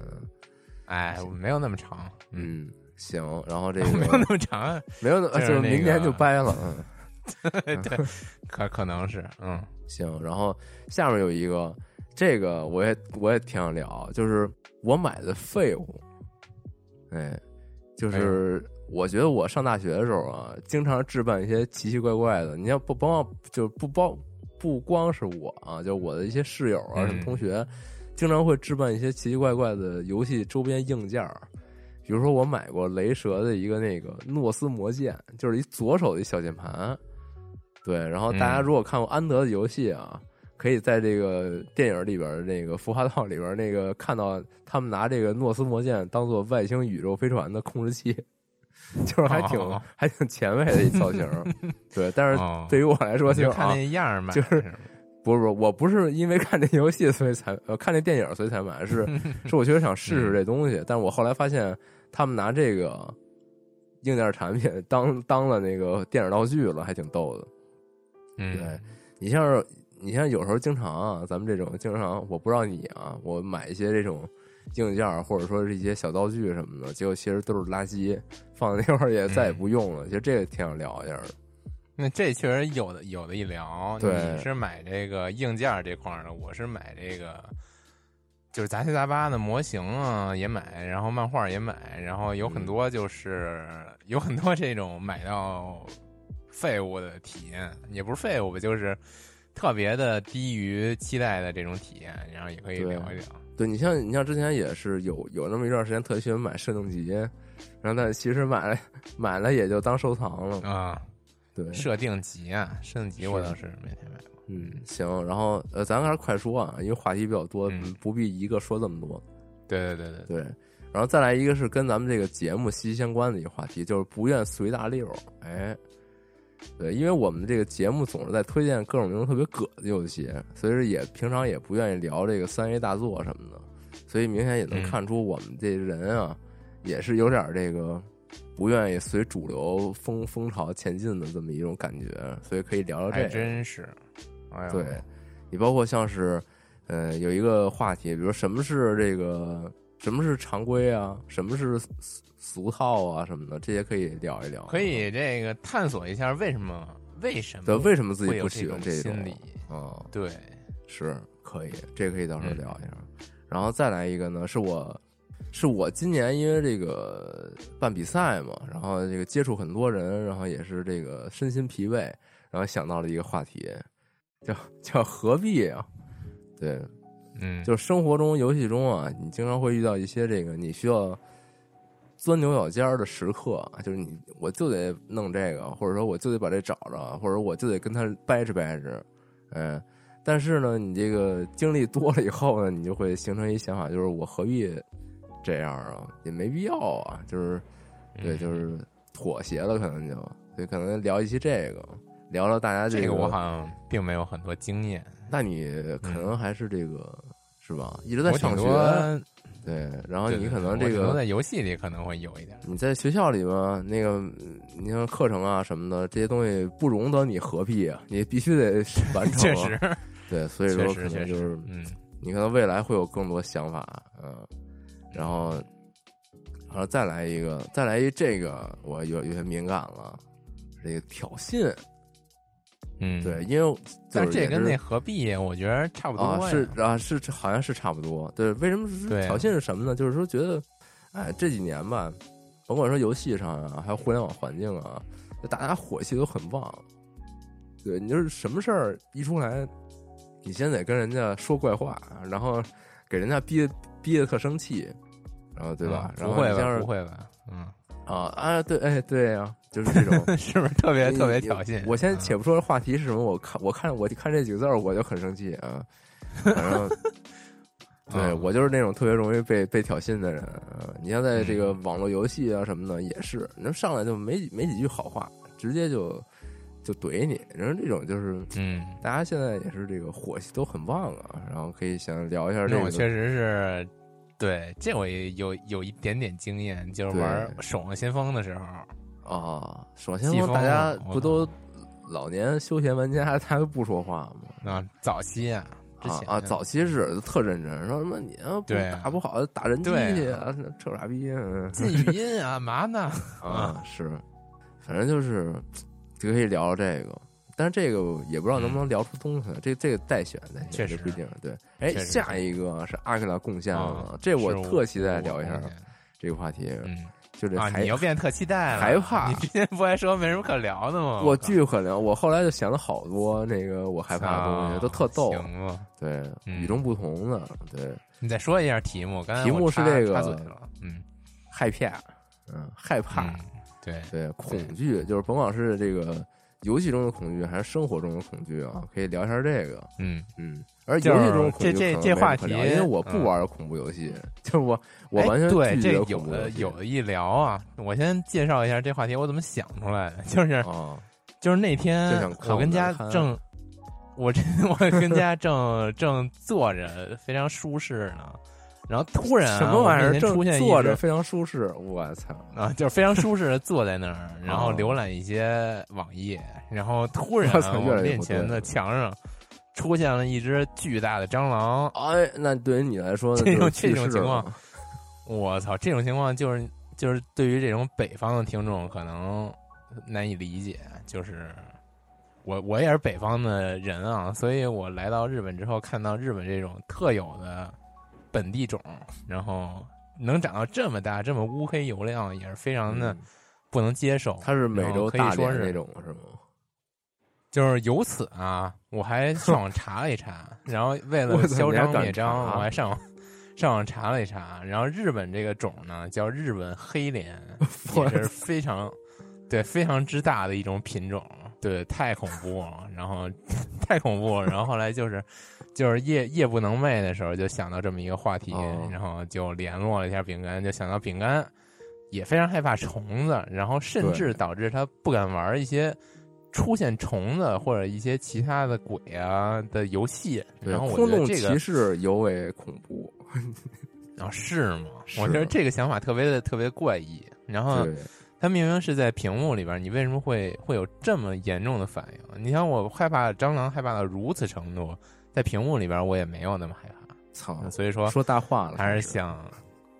Speaker 2: 哎，我没有那么长，嗯，
Speaker 1: 嗯，行，然后这
Speaker 2: 没有
Speaker 1: 个
Speaker 2: 那么长，
Speaker 1: 没有那，
Speaker 2: 就是
Speaker 1: 就是
Speaker 2: 那
Speaker 1: 明年
Speaker 2: 个
Speaker 1: 就掰了，嗯，
Speaker 2: 可可能是，嗯，
Speaker 1: 行，然后下面有一个，这个我也我也挺想聊，就是我买的废物，哎，就
Speaker 2: 哎
Speaker 1: 是我觉得我上大学的时候啊，经常置办一些奇奇怪怪的，你要不包就是不包不光是我啊，就我的一些室友啊，
Speaker 2: 嗯
Speaker 1: 什么同学，经常会置办一些奇奇怪怪的游戏周边硬件儿。比如说，我买过雷蛇的一个那个诺斯魔剑，就是一左手的一小键盘，对，然后大家
Speaker 2: 嗯
Speaker 1: 如果看过安德的游戏啊，可以在这个电影里边儿那个《孵化道》里边儿那个看到他们拿这个诺斯魔剑当做外星宇宙飞船的控制器， 就是还挺、
Speaker 2: 哦
Speaker 1: 还挺前卫的一造型儿。对，但是
Speaker 2: 哦
Speaker 1: 对于我来说
Speaker 2: 我
Speaker 1: 就是、
Speaker 2: 就看
Speaker 1: 啊
Speaker 2: 那样儿嘛，
Speaker 1: 就是
Speaker 2: 是吗
Speaker 1: 不是不是，我不是因为看这游戏所以才呃看这电影所以才买， 是是我确实想试
Speaker 2: 嗯
Speaker 1: 试这东西，但是我后来发现他们拿这个硬件产品当当了那个电影道具了，还挺逗的。对
Speaker 2: 嗯，
Speaker 1: 你像是你像有时候经常啊，咱们这种经常，我不知道你啊，我买一些这种硬件儿或者说是一些小道具什么的，结果其实都是垃圾，放在那块儿也再也不用了。其实这个挺想聊一下的。
Speaker 2: 那这确实有的有的一聊。
Speaker 1: 对
Speaker 2: 你是买这个硬件儿这块儿的，我是买这个就是杂七杂八的模型啊也买，然后漫画儿也买，然后有
Speaker 1: 嗯
Speaker 2: 很多就是、有很多这种买到废物的体验，也不是废物吧，就是特别的低于期待的这种体验，然后也可以
Speaker 1: 对
Speaker 2: 聊一聊。
Speaker 1: 对你像你像之前也是有有那么一段时间特喜欢买摄像机，然后但其实买了买了也就当收藏了。
Speaker 2: 啊、
Speaker 1: 对，
Speaker 2: 设定集啊，设定集我倒是没太买过。
Speaker 1: 嗯，行，然后呃，咱还是快说啊，因为话题比较多，
Speaker 2: 嗯
Speaker 1: 不必一个说这么多。
Speaker 2: 对对对对，对
Speaker 1: 对，然后再来一个是跟咱们这个节目息息相关的一个话题，就是不愿随大溜儿。哎，对，因为我们这个节目总是在推荐各种那种特别葛的游戏，所以说也平常也不愿意聊这个三 A 大作什么的，所以明显也能
Speaker 2: 嗯
Speaker 1: 看出我们这人啊，也是有点儿这个不愿意随主流风风潮前进的这么一种感觉，所以可以聊聊这
Speaker 2: 还
Speaker 1: 个。
Speaker 2: 真是。哎呦
Speaker 1: 对，你包括像是，呃，有一个话题，比如什么是这个，什么是常规啊，什么是俗俗套啊什么的，这些可以聊一聊。
Speaker 2: 可以这个探索一下为什么为什
Speaker 1: 对，
Speaker 2: 么
Speaker 1: 为什么自
Speaker 2: 会
Speaker 1: 己
Speaker 2: 有
Speaker 1: 不喜欢
Speaker 2: 种
Speaker 1: 这种
Speaker 2: 心理？
Speaker 1: 啊、
Speaker 2: 对，
Speaker 1: 是可以，这可以到时候聊一下。然后再来一个呢，是我是我今年因为这个办比赛嘛，然后这个接触很多人，然后也是这个身心疲惫，然后想到了一个话题，叫叫何必啊？对，
Speaker 2: 嗯，
Speaker 1: 就是生活中、游戏中啊，你经常会遇到一些这个你需要钻牛角尖儿的时刻啊，就是你我就得弄这个，或者说我就得把这找着，或者我就得跟他掰扯掰扯，嗯。但是呢，你这个经历多了以后呢，你就会形成一想法，就是我何必这样啊？也没必要啊，就是对，
Speaker 2: 嗯
Speaker 1: 就是妥协了，可能就对，可能聊一期这个，聊聊大家
Speaker 2: 这
Speaker 1: 个
Speaker 2: 个我嗯好像并没有很多经验，
Speaker 1: 那你可能还是这个、是吧？一直在
Speaker 2: 我挺
Speaker 1: 上学，
Speaker 2: 多，
Speaker 1: 对，然后
Speaker 2: 对
Speaker 1: 你可能这
Speaker 2: 我挺多
Speaker 1: 个
Speaker 2: 在游戏里可能会有一 点，
Speaker 1: 你在学校里吧，那个嗯你像课程啊什么的，这些东西不容得你合璧啊，你必须得完成
Speaker 2: 确
Speaker 1: 啊。
Speaker 2: 实，
Speaker 1: 对，所以
Speaker 2: 确
Speaker 1: 说可
Speaker 2: 实，
Speaker 1: 能
Speaker 2: 确
Speaker 1: 就
Speaker 2: 实
Speaker 1: 是，
Speaker 2: 嗯，
Speaker 1: 你可能未来会有更多想法，嗯，然后，然后再来一个，再来一这个，我有有些敏感了，这个挑衅，
Speaker 2: 嗯，
Speaker 1: 对，。因为
Speaker 2: 但
Speaker 1: 就是
Speaker 2: 这
Speaker 1: 也
Speaker 2: 跟
Speaker 1: 是
Speaker 2: 那何必，我觉得差不多
Speaker 1: 啊，
Speaker 2: 呀
Speaker 1: 是啊，是这好像是差不多。对，为什么是
Speaker 2: 对啊
Speaker 1: 挑衅是什么呢？就是说觉得，哎，这几年吧，甭管说游戏上啊，还有互联网环境啊，就大家火气都很旺。对，你就是什么事儿一出来，你先得跟人家说怪话，然后给人家逼逼得特生气，然后对吧？
Speaker 2: 嗯
Speaker 1: 然
Speaker 2: 不
Speaker 1: 后
Speaker 2: 会
Speaker 1: 你像
Speaker 2: 吧？
Speaker 1: 是
Speaker 2: 不会吧？嗯，
Speaker 1: 啊啊，对，哎，对呀、就是这种。
Speaker 2: 是不是特别特别挑衅？
Speaker 1: 我先
Speaker 2: 嗯
Speaker 1: 且不说话题是什么，我看我看我就看这几个字儿我就很生气啊，反正 对
Speaker 2: 嗯
Speaker 1: 我就是那种特别容易被被挑衅的人。啊你像在这个
Speaker 2: 嗯
Speaker 1: 网络游戏啊什么的，也是，那上来就没没几句好话，直接就就怼你。然后这种就是
Speaker 2: 嗯，
Speaker 1: 大家现在也是这个火气都很旺啊，然后可以想聊一下这
Speaker 2: 那我
Speaker 1: 个。
Speaker 2: 确实是，对，这我也有有一点点经验，就是
Speaker 1: 对
Speaker 2: 玩《守望先锋》的时候，
Speaker 1: 啊，爽先
Speaker 2: 季
Speaker 1: 锋
Speaker 2: 风
Speaker 1: 大家
Speaker 2: 啊我
Speaker 1: 不都老年休闲玩家，他不说话吗？
Speaker 2: 啊，早期啊，之
Speaker 1: 啊
Speaker 2: 前嗯
Speaker 1: 啊， 早期是特认真，说什么你要不
Speaker 2: 对
Speaker 1: 打不好打人机
Speaker 2: 对
Speaker 1: 去啊，臭傻逼嗯
Speaker 2: 自己语音啊，嘛 呢？
Speaker 1: 啊，是，反正就是就可以聊聊这个，但是这个也不知道能不能聊出东西来，这这个待选待选，
Speaker 2: 嗯确
Speaker 1: 这
Speaker 2: 实
Speaker 1: 不一定。对，哎，
Speaker 2: 确实
Speaker 1: 下一个是阿克拉贡献了
Speaker 2: 啊，
Speaker 1: 这
Speaker 2: 是
Speaker 1: 我
Speaker 2: 我
Speaker 1: 特期待聊一下
Speaker 2: 我
Speaker 1: 这个话题，
Speaker 2: 嗯
Speaker 1: 就这
Speaker 2: 啊，
Speaker 1: 海
Speaker 2: 你又变得特期待了，
Speaker 1: 害怕
Speaker 2: 你之前不还说没什么可聊的吗？
Speaker 1: 我
Speaker 2: 靠
Speaker 1: 巨可怜，我后来就想了好多那个我害怕的东
Speaker 2: 啊
Speaker 1: 西，都特逗，
Speaker 2: 行吧，
Speaker 1: 对，
Speaker 2: 嗯
Speaker 1: 与众不同的，对，
Speaker 2: 你再说一下题目，刚才
Speaker 1: 题
Speaker 2: 我
Speaker 1: 目是
Speaker 2: 插
Speaker 1: 这个
Speaker 2: 插嘴了，嗯，
Speaker 1: 害怕，嗯，害怕，
Speaker 2: 嗯对，
Speaker 1: 对，恐惧，就是甭管是这个游戏中的恐惧，还是生活中的恐惧啊，可以聊一下这个，
Speaker 2: 嗯，
Speaker 1: 嗯，而
Speaker 2: 就
Speaker 1: 游戏中的
Speaker 2: 是
Speaker 1: 恐惧
Speaker 2: 这这这
Speaker 1: 可能没
Speaker 2: 话
Speaker 1: 什么可聊
Speaker 2: 题
Speaker 1: 因为我不
Speaker 2: 嗯
Speaker 1: 玩恐怖游戏，就是我我
Speaker 2: 哎
Speaker 1: 完全
Speaker 2: 对
Speaker 1: 拒
Speaker 2: 这
Speaker 1: 绝
Speaker 2: 有
Speaker 1: 恐怖游
Speaker 2: 的
Speaker 1: 戏
Speaker 2: 有的一聊啊，我先介绍一下这话题我怎么想出来的， 就是
Speaker 1: 啊，
Speaker 2: 就是那
Speaker 1: 就
Speaker 2: 天
Speaker 1: 想看
Speaker 2: 我跟家
Speaker 1: 我难堪
Speaker 2: 正， 我这我跟家正正坐着非常舒适呢，然后突然啊
Speaker 1: 什么玩意
Speaker 2: 我
Speaker 1: 儿
Speaker 2: 面前
Speaker 1: 正
Speaker 2: 出现一
Speaker 1: 坐
Speaker 2: 只
Speaker 1: 着非常舒适，我操，
Speaker 2: 啊，就是非常舒适的坐在那儿，然后浏览一些网页，然后突然
Speaker 1: 哦我
Speaker 2: 啊
Speaker 1: 操越
Speaker 2: 我
Speaker 1: 来越
Speaker 2: 面
Speaker 1: 不
Speaker 2: 前
Speaker 1: 对
Speaker 2: 的
Speaker 1: 了
Speaker 2: 墙上出现了一只巨大的蟑螂，
Speaker 1: 哎，那对于你来说那
Speaker 2: 这
Speaker 1: 就
Speaker 2: 种
Speaker 1: 是
Speaker 2: 这
Speaker 1: 去
Speaker 2: 种
Speaker 1: 世
Speaker 2: 情况
Speaker 1: 了
Speaker 2: 我操，这种情况就是就是对于这种北方的听众可能难以理解，就是我我也是北方的人啊，所以我来到日本之后，看到日本这种特有的本地种，然后能长到这么大、这么乌黑油亮，也是非常的
Speaker 1: 嗯
Speaker 2: 不能接受。
Speaker 1: 它是美
Speaker 2: 然后
Speaker 1: 洲
Speaker 2: 可以
Speaker 1: 大
Speaker 2: 说
Speaker 1: 连
Speaker 2: 是
Speaker 1: 那种 是吗？
Speaker 2: 就是由此啊，我 还上网查了一查，然后为
Speaker 1: 我
Speaker 2: 了嚣
Speaker 1: 操你还
Speaker 2: 张
Speaker 1: 敢
Speaker 2: 灭张，
Speaker 1: 查啊
Speaker 2: 我还上网上网查了一查。然后日本这个种呢，叫日本黑莲，
Speaker 1: 我
Speaker 2: 也是非常对非常之大的一种品种，对，太恐怖了，然后 太恐怖了。然后后来就是就是夜夜不能寐的时候，就想到这么一个话题，
Speaker 1: 哦
Speaker 2: 然后就联络了一下饼干，就想到饼干也非常害怕虫子，然后甚
Speaker 1: 对
Speaker 2: 至导致他不敢玩一些出现虫子或者一些其他的鬼啊的游戏。
Speaker 1: 对
Speaker 2: 然后我
Speaker 1: 空
Speaker 2: 觉得
Speaker 1: 洞
Speaker 2: 这
Speaker 1: 骑
Speaker 2: 个
Speaker 1: 士尤为恐怖。
Speaker 2: 啊是吗？
Speaker 1: 是啊
Speaker 2: 我觉得这个想法特别的特别怪异。然后
Speaker 1: 对，
Speaker 2: 它明明是在屏幕里边，你为什么会会有这么严重的反应？啊你像我害怕蟑螂，害怕到如此程度，在屏幕里边我也没有那么害怕。
Speaker 1: 操，
Speaker 2: 所以说
Speaker 1: 哦说大话
Speaker 2: 嗯
Speaker 1: 了，
Speaker 2: 还是
Speaker 1: 开始
Speaker 2: 想，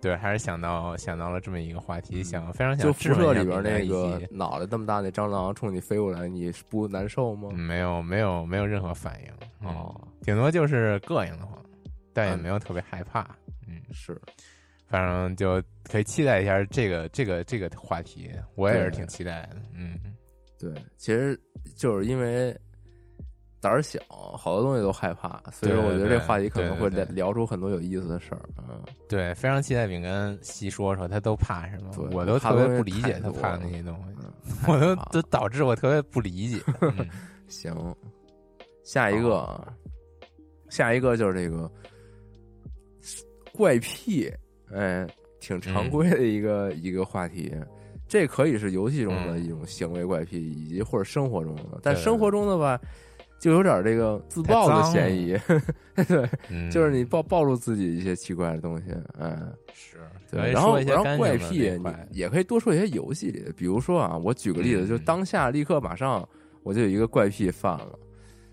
Speaker 2: 对，还是想到想到了这么一个话题，
Speaker 1: 嗯
Speaker 2: 想非常想
Speaker 1: 就
Speaker 2: 质
Speaker 1: 辐
Speaker 2: 问
Speaker 1: 射
Speaker 2: 一下
Speaker 1: 里边
Speaker 2: 大家
Speaker 1: 那
Speaker 2: 以
Speaker 1: 个
Speaker 2: 及
Speaker 1: 脑袋这么大那蟑螂冲你飞过来，你是不难受吗？
Speaker 2: 没有没有没有任何反应，嗯，
Speaker 1: 哦，
Speaker 2: 顶多就是膈应的慌，但也
Speaker 1: 嗯
Speaker 2: 没有特别害怕，嗯，
Speaker 1: 是，
Speaker 2: 反正就可以期待一下这个这个这个话题，我也是
Speaker 1: 对
Speaker 2: 挺期待的，嗯，
Speaker 1: 对，其实就是因为胆儿小，好多东西都害怕，所以
Speaker 2: 对
Speaker 1: 说我觉得这
Speaker 2: 对
Speaker 1: 话题可能
Speaker 2: 对
Speaker 1: 会
Speaker 2: 对
Speaker 1: 聊
Speaker 2: 对
Speaker 1: 聊出很多有意思的事儿。嗯，
Speaker 2: 对，非常期待饼干细说说他都怕什么
Speaker 1: 对，
Speaker 2: 我都
Speaker 1: 怕
Speaker 2: 特别
Speaker 1: 东西
Speaker 2: 不理解
Speaker 1: 太
Speaker 2: 他
Speaker 1: 多
Speaker 2: 怕
Speaker 1: 了嗯
Speaker 2: 那些东西，
Speaker 1: 太
Speaker 2: 我 都
Speaker 1: 可怕
Speaker 2: 都
Speaker 1: 了
Speaker 2: 导致我特别不理 解。嗯
Speaker 1: 行，下一个啊，下一个就是这个怪癖，哎，挺常
Speaker 2: 嗯
Speaker 1: 规的一个、一个话题。这可以是游戏中的
Speaker 2: 嗯
Speaker 1: 一种行为怪癖，以及或者生活中的，
Speaker 2: 对
Speaker 1: 但
Speaker 2: 对
Speaker 1: 生活中的吧，就有点这个自
Speaker 2: 太
Speaker 1: 爆的
Speaker 2: 脏
Speaker 1: 嫌疑。对，
Speaker 2: 嗯
Speaker 1: 就是你暴暴露自己一些奇怪的东西，嗯，
Speaker 2: 是，可
Speaker 1: 对。
Speaker 2: 以
Speaker 1: 然后
Speaker 2: 说一些
Speaker 1: 然后
Speaker 2: 干净
Speaker 1: 怪
Speaker 2: 的这
Speaker 1: 癖
Speaker 2: 一块
Speaker 1: 你也可以多说一些游戏里的，比如说啊，我举个例子，
Speaker 2: 嗯
Speaker 1: 就当下立刻马上我就有一个怪癖犯了，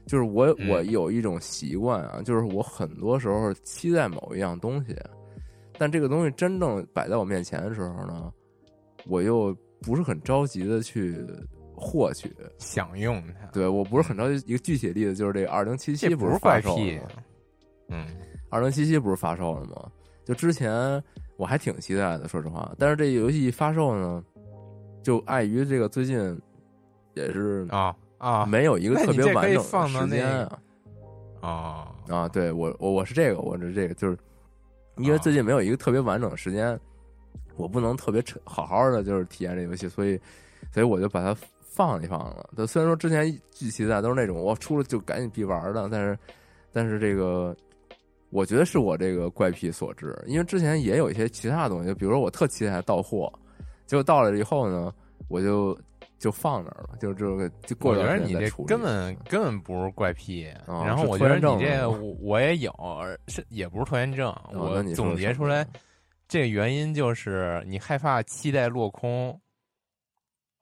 Speaker 1: 就是我
Speaker 2: 嗯
Speaker 1: 我有一种习惯啊，就是我很多时候期待某一样东西，但这个东西真正摆在我面前的时候呢，我又不是很着急的去获取，
Speaker 2: 享用它，
Speaker 1: 对我不是很着急。一个具体的例子就是这个二零七七
Speaker 2: 这
Speaker 1: 不
Speaker 2: 不是
Speaker 1: 发
Speaker 2: 怪
Speaker 1: 售了
Speaker 2: 癖
Speaker 1: 吗，
Speaker 2: 嗯，
Speaker 1: 二零七七不是发售了吗？就之前我还挺期待的，说实话。但是这游戏一发售呢，就碍于这个最近也是
Speaker 2: 啊啊
Speaker 1: 没有一个
Speaker 2: 那
Speaker 1: 特
Speaker 2: 你
Speaker 1: 别
Speaker 2: 这
Speaker 1: 完
Speaker 2: 可以
Speaker 1: 整的
Speaker 2: 放到
Speaker 1: 时
Speaker 2: 那
Speaker 1: 间啊。
Speaker 2: 啊，
Speaker 1: 啊，对我我我是这个，我是这个，就是因
Speaker 2: 啊
Speaker 1: 为最近没有一个特别完整的时间，我不能特别彻好好的就是体验这游戏，所以所以我就把它放一放了。对，虽然说之前巨期待都是那种我出了就赶紧必玩的，但是但是这个我觉得是我这个怪癖所致，因为之前也有一些其他的东西，就比如说我特期待到货，结果到了以后呢，我就就放那儿了，就这个就过
Speaker 2: 我觉
Speaker 1: 段
Speaker 2: 得
Speaker 1: 时
Speaker 2: 你
Speaker 1: 间
Speaker 2: 这
Speaker 1: 再处理。
Speaker 2: 根本根本不是怪癖，
Speaker 1: 哦
Speaker 2: 然后
Speaker 1: 是
Speaker 2: 我
Speaker 1: 拖
Speaker 2: 觉得
Speaker 1: 延症
Speaker 2: 你这
Speaker 1: 是
Speaker 2: 个
Speaker 1: 吗
Speaker 2: 我我也有，而是也不是拖延症，
Speaker 1: 哦那
Speaker 2: 我
Speaker 1: 你说
Speaker 2: 总结出
Speaker 1: 说
Speaker 2: 来这个原因就是你害怕期待落空，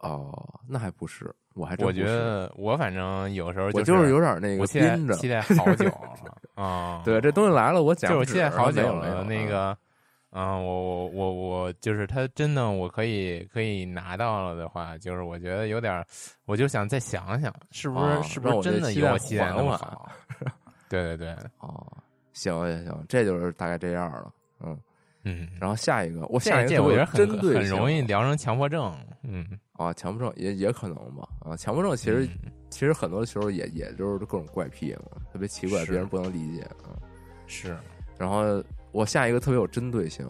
Speaker 1: 哦，那还不是，我还真
Speaker 2: 我
Speaker 1: 不
Speaker 2: 觉
Speaker 1: 是
Speaker 2: 得我反正有时候
Speaker 1: 我
Speaker 2: 就是
Speaker 1: 有点那
Speaker 2: 我
Speaker 1: 个
Speaker 2: 期待
Speaker 1: 憋着，
Speaker 2: 期待好久 了啊。
Speaker 1: 对，这东西来了我讲
Speaker 2: 就是
Speaker 1: 不
Speaker 2: 我
Speaker 1: 止，
Speaker 2: 期待好久
Speaker 1: 然
Speaker 2: 了。
Speaker 1: 后没有啊
Speaker 2: 那，个，嗯，我我我我就是他真的，我可以可以拿到了的话，就是我觉得有点儿，我就想再想想，是不是、
Speaker 1: 啊
Speaker 2: 是不
Speaker 1: 让
Speaker 2: 是
Speaker 1: 我这
Speaker 2: 真的
Speaker 1: 期
Speaker 2: 有
Speaker 1: 待
Speaker 2: 我期待那么
Speaker 1: 缓
Speaker 2: 好？ 对对对，
Speaker 1: 哦，行行行，这就是大概这样了，嗯。
Speaker 2: 嗯。
Speaker 1: 然后下一个，我
Speaker 2: 这
Speaker 1: 下一个
Speaker 2: 这我觉得
Speaker 1: 针
Speaker 2: 很
Speaker 1: 对
Speaker 2: 很
Speaker 1: 性
Speaker 2: 容易聊成强迫症，嗯，
Speaker 1: 啊，强迫症也也可能吧啊，强迫症其实、
Speaker 2: 嗯
Speaker 1: 其实很多时候也也就是各种怪癖嘛，特别奇怪，
Speaker 2: 是
Speaker 1: 别人不能理解。嗯，
Speaker 2: 是
Speaker 1: 然后我下一个特别有针对性，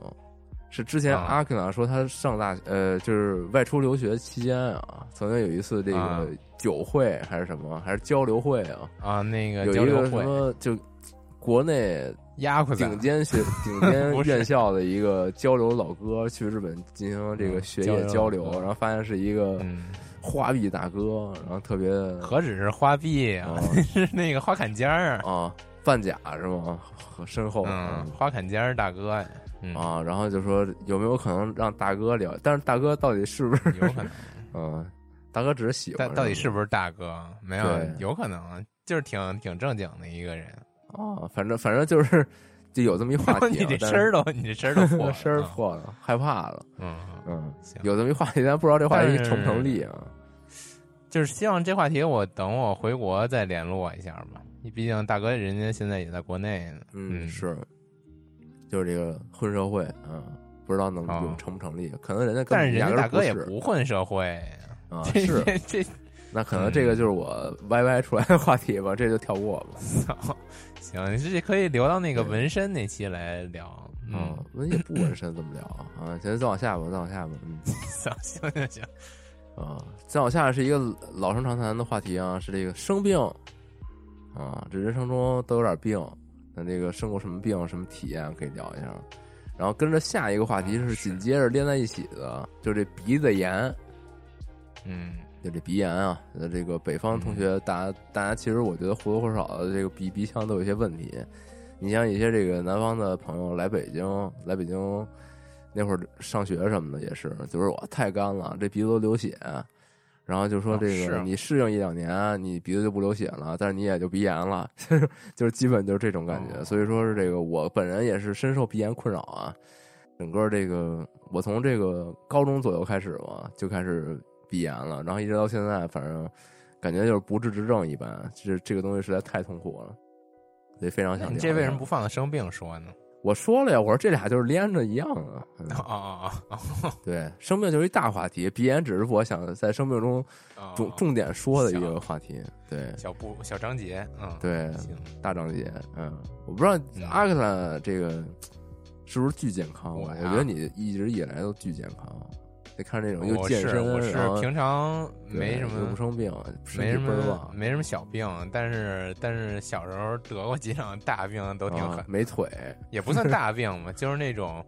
Speaker 1: 是之前
Speaker 2: 啊
Speaker 1: 阿克娜说他上大呃就是外出留学期间啊，曾经有一次这
Speaker 2: 啊
Speaker 1: 个酒会还是什么还是交流会啊，
Speaker 2: 啊，那个
Speaker 1: 有
Speaker 2: 交
Speaker 1: 一
Speaker 2: 流
Speaker 1: 个什
Speaker 2: 会，
Speaker 1: 么就国内
Speaker 2: 压裤子
Speaker 1: 顶尖学顶尖
Speaker 2: 不是
Speaker 1: 院校的一个交流老哥去日本进行这个学
Speaker 2: 嗯交
Speaker 1: 业
Speaker 2: 流
Speaker 1: 交
Speaker 2: 老
Speaker 1: 流，
Speaker 2: 哥
Speaker 1: 然后发现是一个
Speaker 2: 嗯，
Speaker 1: 花臂大哥，然后特别
Speaker 2: 何止是花臂啊，是 那个花坎肩儿，
Speaker 1: 啊半甲是吗？和身后
Speaker 2: 嗯，花坎肩儿大哥呀，嗯，
Speaker 1: 啊，然后就说有没有可能让大哥聊？但是大哥到底是不是？
Speaker 2: 有可能。
Speaker 1: 嗯，大哥只是喜
Speaker 2: 到
Speaker 1: 欢，
Speaker 2: 到底是不是大哥？没有
Speaker 1: 对，
Speaker 2: 有可能就是挺挺正经的一个人。
Speaker 1: 啊，反正反正就是就有这么一 话题
Speaker 2: 你
Speaker 1: 啊，
Speaker 2: 这声
Speaker 1: 但是
Speaker 2: 儿都，你这声儿都破了， 啊
Speaker 1: 声儿破了，害怕了，
Speaker 2: 嗯。嗯，嗯
Speaker 1: 嗯，
Speaker 2: 行，
Speaker 1: 有这么一话题，但不知道这话题
Speaker 2: 但是
Speaker 1: 成不成立啊。
Speaker 2: 就是希望这话题我等我回国再联络一下吧。毕竟大哥人家现在也在国内呢。
Speaker 1: 嗯，
Speaker 2: 嗯
Speaker 1: 是，就是这个混社会，嗯，不知道能
Speaker 2: 啊
Speaker 1: 有成不成立，可能人家根
Speaker 2: 但
Speaker 1: 本
Speaker 2: 是人
Speaker 1: 压
Speaker 2: 家
Speaker 1: 根儿
Speaker 2: 大哥也
Speaker 1: 是
Speaker 2: 不混社会，
Speaker 1: 啊，
Speaker 2: 这嗯
Speaker 1: 是
Speaker 2: 这
Speaker 1: 那可能这个就是我歪歪出来的话题吧，这就跳过吧。
Speaker 2: 操，行，这可以留到那个
Speaker 1: 对
Speaker 2: 纹身那期来聊。嗯，，
Speaker 1: 啊那也不纹身怎么聊啊？啊，行，再往下吧，再往下吧，嗯
Speaker 2: 行行行行，
Speaker 1: 啊，再往下是一个老生常谈的话题啊，是这个生病啊，这人生中都有点病，那这个生过什么病，什么体验可以聊一下。然后跟着下一个话题
Speaker 2: 啊
Speaker 1: 是
Speaker 2: 是
Speaker 1: 紧接着连在一起的，就这鼻子炎，
Speaker 2: 嗯，
Speaker 1: 就这鼻炎啊，那这个北方同学，大家大家其实我觉得或多或少的这个鼻鼻腔都有一些问题。你像一些这个南方的朋友来北京，来北京那会儿上学什么的也是，就是我太干了，这鼻子都流血，然后就说
Speaker 2: 哦
Speaker 1: 这
Speaker 2: 是
Speaker 1: 个
Speaker 2: 啊
Speaker 1: 你适应一两年，你鼻子就不流血了，但是你也就鼻炎了， 就是基本就是这种感觉。
Speaker 2: 哦
Speaker 1: 所以说是这个我本人也是深受鼻炎困扰啊，整个这个我从这个高中左右开始吧，就开始鼻炎了，然后一直到现在，反正感觉就是不治之症一般。这这个东西实在太痛苦了，所以非常
Speaker 2: 那
Speaker 1: 想
Speaker 2: 你
Speaker 1: 聊。
Speaker 2: 这为什么不？放到生病说 呢？
Speaker 1: 我说了呀，我说这俩就是连着一样啊。 嗯
Speaker 2: 哦哦哦
Speaker 1: 对，生病就是一大话题，鼻炎只是我想在生病中
Speaker 2: 哦，
Speaker 1: 重重点说的一个话题。对
Speaker 2: 小布小章节，嗯，
Speaker 1: 对，
Speaker 2: 行，
Speaker 1: 大章节，嗯，我不知道
Speaker 2: 嗯
Speaker 1: 阿克萨这个是不是巨健康，啊
Speaker 2: 我
Speaker 1: 我
Speaker 2: 呀
Speaker 1: 觉得你一直以来都巨健康。得看这种又
Speaker 2: 我
Speaker 1: 健
Speaker 2: 是
Speaker 1: 身，
Speaker 2: 我是
Speaker 1: 然后
Speaker 2: 平常没
Speaker 1: 对
Speaker 2: 什
Speaker 1: 又不
Speaker 2: 么
Speaker 1: 生病，
Speaker 2: 没什
Speaker 1: 身体倍儿
Speaker 2: 么
Speaker 1: 棒
Speaker 2: 没什么小病，但是但是小时候得过几场大病都挺
Speaker 1: 啊
Speaker 2: 狠，
Speaker 1: 没腿
Speaker 2: 也不算大病吧，就是那种，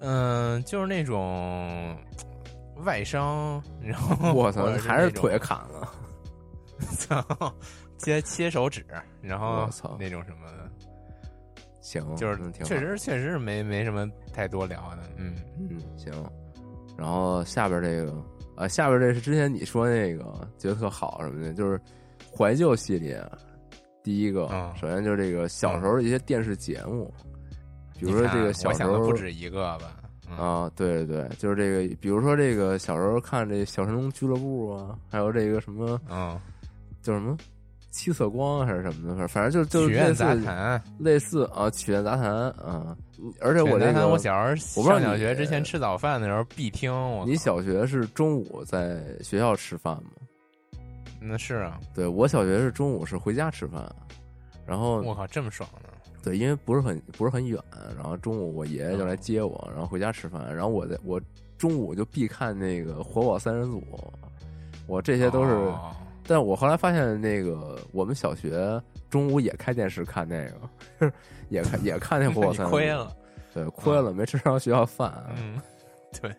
Speaker 2: 嗯、就是那种外伤，然后
Speaker 1: 我操
Speaker 2: 或，者
Speaker 1: 还
Speaker 2: 是
Speaker 1: 是腿砍了，
Speaker 2: 那种，操，切切手指，然后
Speaker 1: 我操
Speaker 2: 那种什么的，
Speaker 1: 行，
Speaker 2: 就是
Speaker 1: 嗯挺好
Speaker 2: 确实确实是没没什么太多聊的，嗯，
Speaker 1: 嗯行。然后下边这个啊，下边这是之前你说那个觉得特好什么的，就是怀旧系列。第一个，
Speaker 2: 嗯
Speaker 1: 首先就是这个小时候的一些电视节目，比如说
Speaker 2: 你看
Speaker 1: 这个小
Speaker 2: 我
Speaker 1: 时
Speaker 2: 想的
Speaker 1: 候
Speaker 2: 不止一个吧，嗯、
Speaker 1: 啊，对对对，就是这个，比如说这个小时候看这《小神龙俱乐部》啊，还有这个什么
Speaker 2: 嗯，
Speaker 1: 叫什么七色光啊还是什么的，反正就就
Speaker 2: 曲苑
Speaker 1: 类
Speaker 2: 杂
Speaker 1: 似
Speaker 2: 谈，
Speaker 1: 类似啊，曲苑杂谈啊，而且
Speaker 2: 曲
Speaker 1: 我
Speaker 2: 苑
Speaker 1: 这
Speaker 2: 杂
Speaker 1: 个
Speaker 2: 谈，我小时
Speaker 1: 我
Speaker 2: 候
Speaker 1: 不知道
Speaker 2: 上小
Speaker 1: 你
Speaker 2: 学
Speaker 1: 呃
Speaker 2: 之前吃早饭的时候必听，我
Speaker 1: 你
Speaker 2: 靠
Speaker 1: 小学是中午在学校吃饭吗？
Speaker 2: 那是啊，
Speaker 1: 对我小学是中午是回家吃饭，然后
Speaker 2: 我靠，这么爽呢，
Speaker 1: 对，因为不是很不是很远，然后中午我爷爷就
Speaker 2: 嗯
Speaker 1: 来接我，然后回家吃饭，然后我在我中午就必看那个《火火三人组》，我这
Speaker 2: 这
Speaker 1: 些都是，
Speaker 2: 哦、
Speaker 1: 但我后来发现那个我们小学中午也开电视看那个， 也看也看 那《火火
Speaker 2: 你
Speaker 1: 三人组》，
Speaker 2: 亏，了，
Speaker 1: 对，亏了，没吃上学校饭，
Speaker 2: 嗯，对。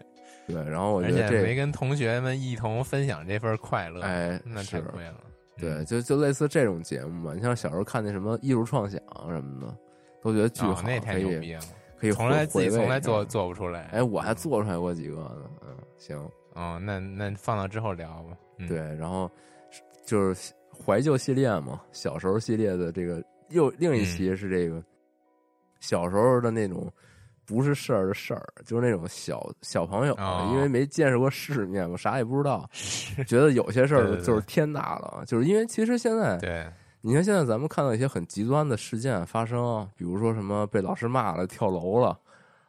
Speaker 1: 对，然啊后我觉
Speaker 2: 而
Speaker 1: 得
Speaker 2: 且没
Speaker 1: 这，
Speaker 2: 跟同学们一同分享这份快乐，
Speaker 1: 哎，
Speaker 2: 那太
Speaker 1: 是。
Speaker 2: 亏了。
Speaker 1: 对，就就类似这种节目嘛。你像小时候看那什么艺术创想什么的，都觉得巨
Speaker 2: 哦
Speaker 1: 好，，
Speaker 2: 那太
Speaker 1: 可
Speaker 2: 牛
Speaker 1: 以
Speaker 2: 逼了！
Speaker 1: 可以
Speaker 2: 从来
Speaker 1: 回
Speaker 2: 自己从来。
Speaker 1: 回味一啊
Speaker 2: 做
Speaker 1: 下哎
Speaker 2: 做不出来。
Speaker 1: 哎，我还做出来过几个呢。嗯，行，
Speaker 2: 哦，那那放到之后聊吧。嗯
Speaker 1: 对，然后是就是怀旧系列嘛，小时候系列的这个又另
Speaker 2: 嗯
Speaker 1: 一期是这个、小时候的那种不是事儿的事儿，就是那种小小朋友、
Speaker 2: 哦
Speaker 1: 因为没见识过世面嘛，啥也不知道，觉得有些事儿
Speaker 2: 对对对
Speaker 1: 就是天大了，啊就是因为其实现在
Speaker 2: 对，
Speaker 1: 你看现在咱们看到一些很极端的事件发生，啊比如说什么被老师骂了、跳楼了，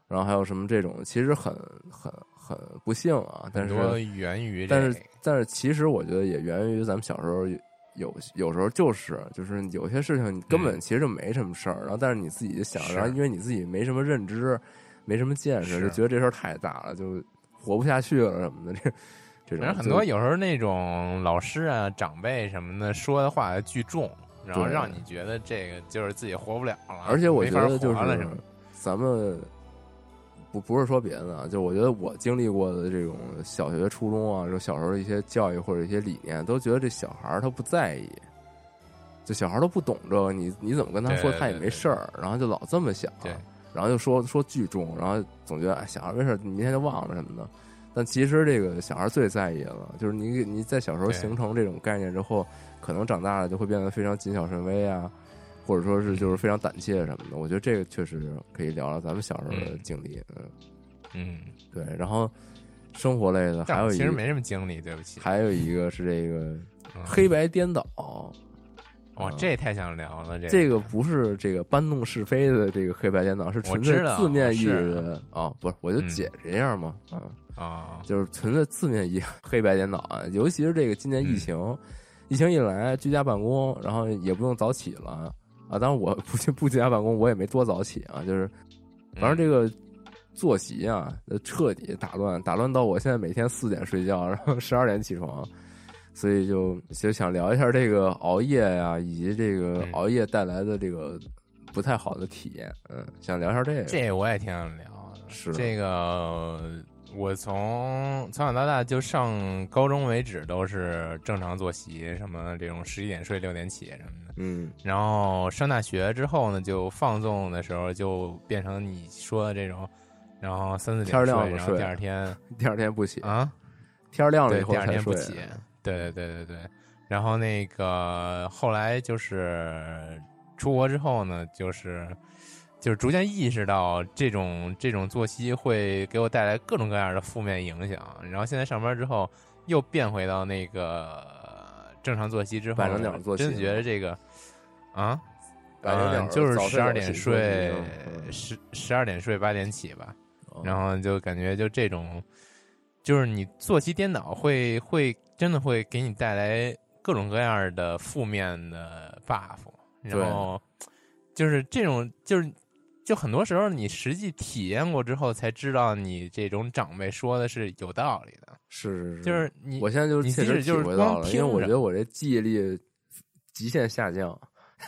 Speaker 1: 然后还有什么这种，其实很很很不幸啊，但
Speaker 2: 很
Speaker 1: 是
Speaker 2: 多源于这
Speaker 1: 但
Speaker 2: 个
Speaker 1: 是但是其实我觉得也源于咱们小时候有有有时候就是就是有些事情你根本
Speaker 2: 嗯
Speaker 1: 其实就没什么事儿，然后但是你自己就想，
Speaker 2: 是
Speaker 1: 然后因为你自己没什么认知，没什么见识，
Speaker 2: 是
Speaker 1: 就觉得这事儿太大了，就活不下去了什么的，这这种
Speaker 2: 反正很
Speaker 1: 就
Speaker 2: 多有时候那种老师啊、长辈什么的说的话巨重，然后
Speaker 1: 对
Speaker 2: 让你觉得这个就是自己活不了了，
Speaker 1: 而且我觉得就
Speaker 2: 没法活了什
Speaker 1: 是
Speaker 2: 么
Speaker 1: 咱们不不是说别的啊，就我觉得我经历过的这种小学、初中啊，就小时候的一些教育或者一些理念，都觉得这小孩儿他不在意，就小孩儿都不懂这个，你你怎么跟他说
Speaker 2: 对对
Speaker 1: 他也没事儿，然后就老这么想，
Speaker 2: 对
Speaker 1: 然后就说说聚众，然后总觉得哎小孩儿没事儿，你明天就忘了什么的。但其实这个小孩儿最在意了，就是你你在小时候
Speaker 2: 对
Speaker 1: 形成这种概念之后，可能长大了就会变得非常谨小慎微啊，或者说是就是非常胆怯什么的。我觉得这个确实可以聊聊咱们小时候的
Speaker 2: 嗯
Speaker 1: 经历。嗯，
Speaker 2: 嗯，
Speaker 1: 对。然后生活类的还
Speaker 2: 但
Speaker 1: 有
Speaker 2: 我
Speaker 1: 一
Speaker 2: 其实
Speaker 1: 个，
Speaker 2: 没什么经历，对不起。
Speaker 1: 还有一个是这个
Speaker 2: 嗯
Speaker 1: 黑白颠倒。
Speaker 2: 哇，这太想聊了，这
Speaker 1: 这
Speaker 2: 个
Speaker 1: 个不是这个搬弄是非的这个黑白颠倒，是纯粹
Speaker 2: 知道
Speaker 1: 字面意义
Speaker 2: 是
Speaker 1: 的啊、不是，我就
Speaker 2: 嗯
Speaker 1: 解释一下嘛，啊、
Speaker 2: 啊，
Speaker 1: 就是纯粹字面意义 黑白颠倒啊，尤其是这个今年疫
Speaker 2: 嗯
Speaker 1: 情，疫情一来居家办公，然后也不用早起了啊。当然我不去不居家办公，我也没多早起啊，就是反正这个作息啊呃彻底打乱，打乱到我现在每天四点睡觉，然后十二点起床，所以就就想聊一下这个熬夜呀、以及这个
Speaker 2: 嗯
Speaker 1: 熬夜带来的这个不太好的体验，嗯，想聊一下这个，
Speaker 2: 这我也挺想聊的。
Speaker 1: 是
Speaker 2: 这个，我从从小到大就上高中为止都是正常作息，什么这种十一点睡六点起什么的。
Speaker 1: 嗯
Speaker 2: 然后上大学之后呢，就放纵的时候就变成你说的这种，然后三四点
Speaker 1: 天儿亮了
Speaker 2: 然后
Speaker 1: 睡
Speaker 2: 第二天
Speaker 1: 第二天不起，
Speaker 2: 啊，
Speaker 1: 天儿亮了以
Speaker 2: 对，
Speaker 1: 后
Speaker 2: 第二
Speaker 1: 才
Speaker 2: 天不
Speaker 1: 睡，
Speaker 2: 起，对对对对对。然后那个后来就是出国之后呢，就是就是逐渐意识到这种这种作息会给我带来各种各样的负面影响。然后现在上班之后又变回到那个正常作息之后，
Speaker 1: 晚上点儿作息
Speaker 2: 真的觉得这个啊。
Speaker 1: 感觉两
Speaker 2: 嗯
Speaker 1: 个
Speaker 2: 就是
Speaker 1: 早
Speaker 2: 十二
Speaker 1: 早
Speaker 2: 点
Speaker 1: 起
Speaker 2: 睡
Speaker 1: 作息，
Speaker 2: 十十二点睡，八点起吧。
Speaker 1: 嗯
Speaker 2: 然后就感觉就这种，就是你作息颠倒会会真的会给你带来各种各样的负面的 buff，
Speaker 1: 对
Speaker 2: 然后就是这种就是就很多时候你实际体验过之后才知道你这种长辈说的是有道理的，
Speaker 1: 是是是，
Speaker 2: 就是你
Speaker 1: 嗯我现在就
Speaker 2: 你
Speaker 1: 确
Speaker 2: 即
Speaker 1: 实
Speaker 2: 使
Speaker 1: 体
Speaker 2: 就是
Speaker 1: 会
Speaker 2: 光
Speaker 1: 到了，因
Speaker 2: 听
Speaker 1: 为我
Speaker 2: 着
Speaker 1: 觉得我这记忆力极限下降，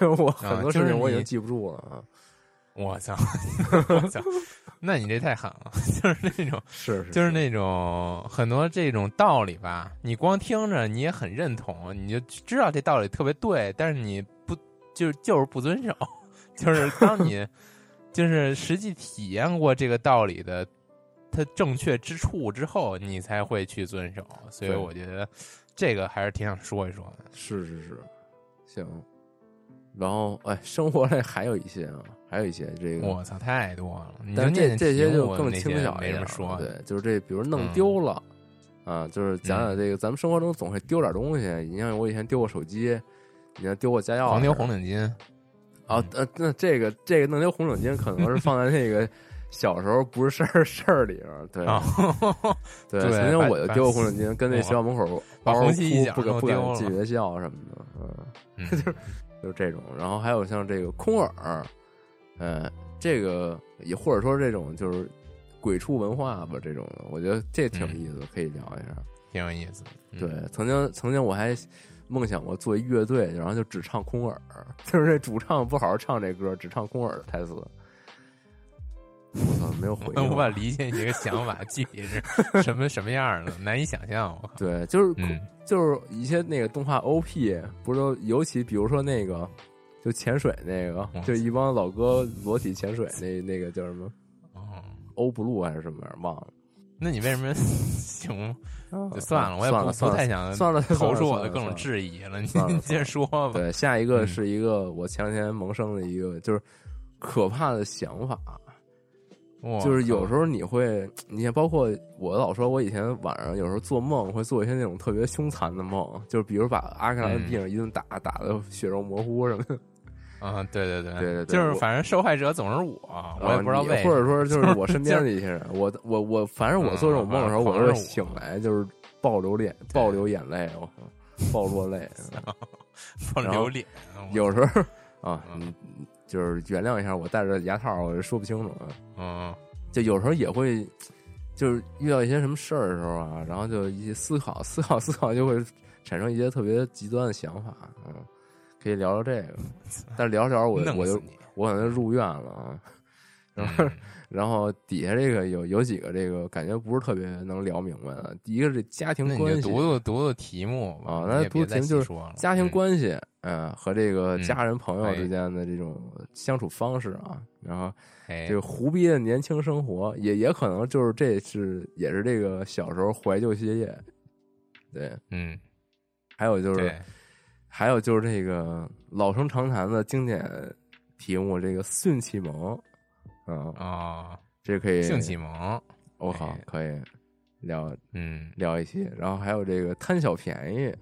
Speaker 1: 我很
Speaker 2: 啊
Speaker 1: 多事
Speaker 2: 就是
Speaker 1: 情我已
Speaker 2: 你
Speaker 1: 经记不住了啊。
Speaker 2: 我操 我操，那你这太狠了， 就是那种
Speaker 1: 是是，
Speaker 2: 就是那种很多这种道理吧，你光听着你也很认同，你就知道这道理特别对，但是你不就就是不遵 守，就是当你就是实际体验过这个道理的它正确之处之后，你才会去遵守。所以
Speaker 1: 对
Speaker 2: 我觉得这个还是挺想说一说的。
Speaker 1: 是是是，行。然后哎，生活类还有一些啊，还有一些这个，
Speaker 2: 我操，太多了！你就
Speaker 1: 但是这
Speaker 2: 念念
Speaker 1: 这些
Speaker 2: 题
Speaker 1: 就
Speaker 2: 目
Speaker 1: 更
Speaker 2: 那
Speaker 1: 轻
Speaker 2: 些
Speaker 1: 巧一
Speaker 2: 没什
Speaker 1: 点
Speaker 2: 么
Speaker 1: 儿，
Speaker 2: 说的。
Speaker 1: 对，就是这比如弄
Speaker 2: 嗯
Speaker 1: 丢了。啊，就是讲讲这个，咱们生活中总会丢点东西。你像我以前丢过手机，你像丢过家钥匙，
Speaker 2: 黄牛红嗯领巾，
Speaker 1: 啊，呃，那这个这个弄丢红领巾可能是放在那个小时候不是事儿事儿里边儿，对、
Speaker 2: 啊，
Speaker 1: 对，
Speaker 2: 对
Speaker 1: 曾经
Speaker 2: 把
Speaker 1: 我就
Speaker 2: 把
Speaker 1: 丢过红领巾，跟那
Speaker 2: 哇
Speaker 1: 学校门口
Speaker 2: 把
Speaker 1: 嗷嗷
Speaker 2: 红旗一
Speaker 1: 哭
Speaker 2: 角
Speaker 1: 不敢
Speaker 2: 弄
Speaker 1: 不
Speaker 2: 丢
Speaker 1: 敢进
Speaker 2: 了
Speaker 1: 学校什么的，嗯，
Speaker 2: 嗯
Speaker 1: 就是这种。然后还有像这个空耳，嗯，这个也或者说这种就是鬼畜文化吧，这种的，我觉得这挺有
Speaker 2: 嗯
Speaker 1: 意思的，可以聊一下。
Speaker 2: 挺有意思的。嗯
Speaker 1: 对，曾经曾经我还梦想过做一乐队，然后就只唱空耳， 就是这主唱不好好唱这歌，只唱空耳的台词。我操，没有回
Speaker 2: 嗯 我无
Speaker 1: 应。
Speaker 2: 法理解你这个想法，具体是什么什么样儿的，难以想象。我靠，
Speaker 1: 对，就是、
Speaker 2: 嗯
Speaker 1: 就是一些那个动画 OP，不是都尤其比如说那个就潜水那个，
Speaker 2: 嗯
Speaker 1: 就一帮老哥裸体潜水那那个叫什么
Speaker 2: 哦，
Speaker 1: 欧布鲁还是什么玩意儿忘了，
Speaker 2: 那你为什么 行吗？
Speaker 1: 啊
Speaker 2: 就算了，我也
Speaker 1: 算
Speaker 2: 不
Speaker 1: 了
Speaker 2: 不
Speaker 1: 算
Speaker 2: 太
Speaker 1: 了
Speaker 2: 想
Speaker 1: 算了
Speaker 2: 投出我的
Speaker 1: 算了
Speaker 2: 各种
Speaker 1: 算了
Speaker 2: 质疑了。你
Speaker 1: 算了
Speaker 2: 你接着说吧。
Speaker 1: 对，下一个
Speaker 2: 嗯
Speaker 1: 是一个我前两天萌生的一个，就是可怕的想法，
Speaker 2: 哇
Speaker 1: 就是有时
Speaker 2: 靠
Speaker 1: 候你会，你像包括我老说，我以前晚上有时候做梦会做一些那种特别凶残的梦，就是比如把阿克拉在
Speaker 2: 嗯
Speaker 1: 地上一顿打，打的血肉模糊什么的，
Speaker 2: 啊，对对对
Speaker 1: 对对对
Speaker 2: 就是
Speaker 1: 我啊
Speaker 2: 反正受害者总是我，我也不知道
Speaker 1: 然后你
Speaker 2: 为什
Speaker 1: 或
Speaker 2: 么。
Speaker 1: 者说就是我身边的一些人，我我我，反正我做这种梦的时候，
Speaker 2: 嗯
Speaker 1: 我
Speaker 2: 反
Speaker 1: 都
Speaker 2: 正
Speaker 1: 是
Speaker 2: 是我
Speaker 1: 醒来就是暴流脸、暴流眼泪，我靠，暴 落泪。
Speaker 2: 放
Speaker 1: 然
Speaker 2: 榴
Speaker 1: 后
Speaker 2: 莲，
Speaker 1: 有时候啊，
Speaker 2: 嗯
Speaker 1: 你就是原谅一下，我戴着牙套，我就说不清楚。
Speaker 2: 嗯
Speaker 1: 就有时候也会，就是遇到一些什么事儿的时候啊，然后就一些思考、思考、思考，就会产生一些特别极端的想法。嗯，可以聊聊这个，但是聊着聊着我
Speaker 2: 弄
Speaker 1: 我
Speaker 2: 死
Speaker 1: 就
Speaker 2: 你
Speaker 1: 我可能就入院了啊。然后
Speaker 2: 嗯
Speaker 1: 然后底下这个有有几个这个感觉不是特别能聊明白的，第一个是这家庭
Speaker 2: 那你
Speaker 1: 关
Speaker 2: 就
Speaker 1: 系
Speaker 2: 读读读读题目吧
Speaker 1: 啊
Speaker 2: 你
Speaker 1: 那
Speaker 2: 也
Speaker 1: 读
Speaker 2: 别
Speaker 1: 题
Speaker 2: 再
Speaker 1: 目
Speaker 2: 细
Speaker 1: 就是
Speaker 2: 说了
Speaker 1: 家庭
Speaker 2: 嗯
Speaker 1: 关系，嗯，和这个
Speaker 2: 嗯
Speaker 1: 家人朋友
Speaker 2: 哎
Speaker 1: 之间的这种相处方式啊，然后
Speaker 2: 哎
Speaker 1: 这个胡逼的年轻生活，也也可能就是这是也是这个小时候怀旧歇业，对，
Speaker 2: 嗯
Speaker 1: 还有就是
Speaker 2: 对
Speaker 1: 还有就是这个老生常谈的经典题目，这个性启蒙，嗯，
Speaker 2: 啊，
Speaker 1: 这可以，
Speaker 2: 性启蒙，
Speaker 1: 我靠
Speaker 2: 哎，
Speaker 1: 可以聊
Speaker 2: 嗯
Speaker 1: 聊一期，然后还有这个贪小便宜。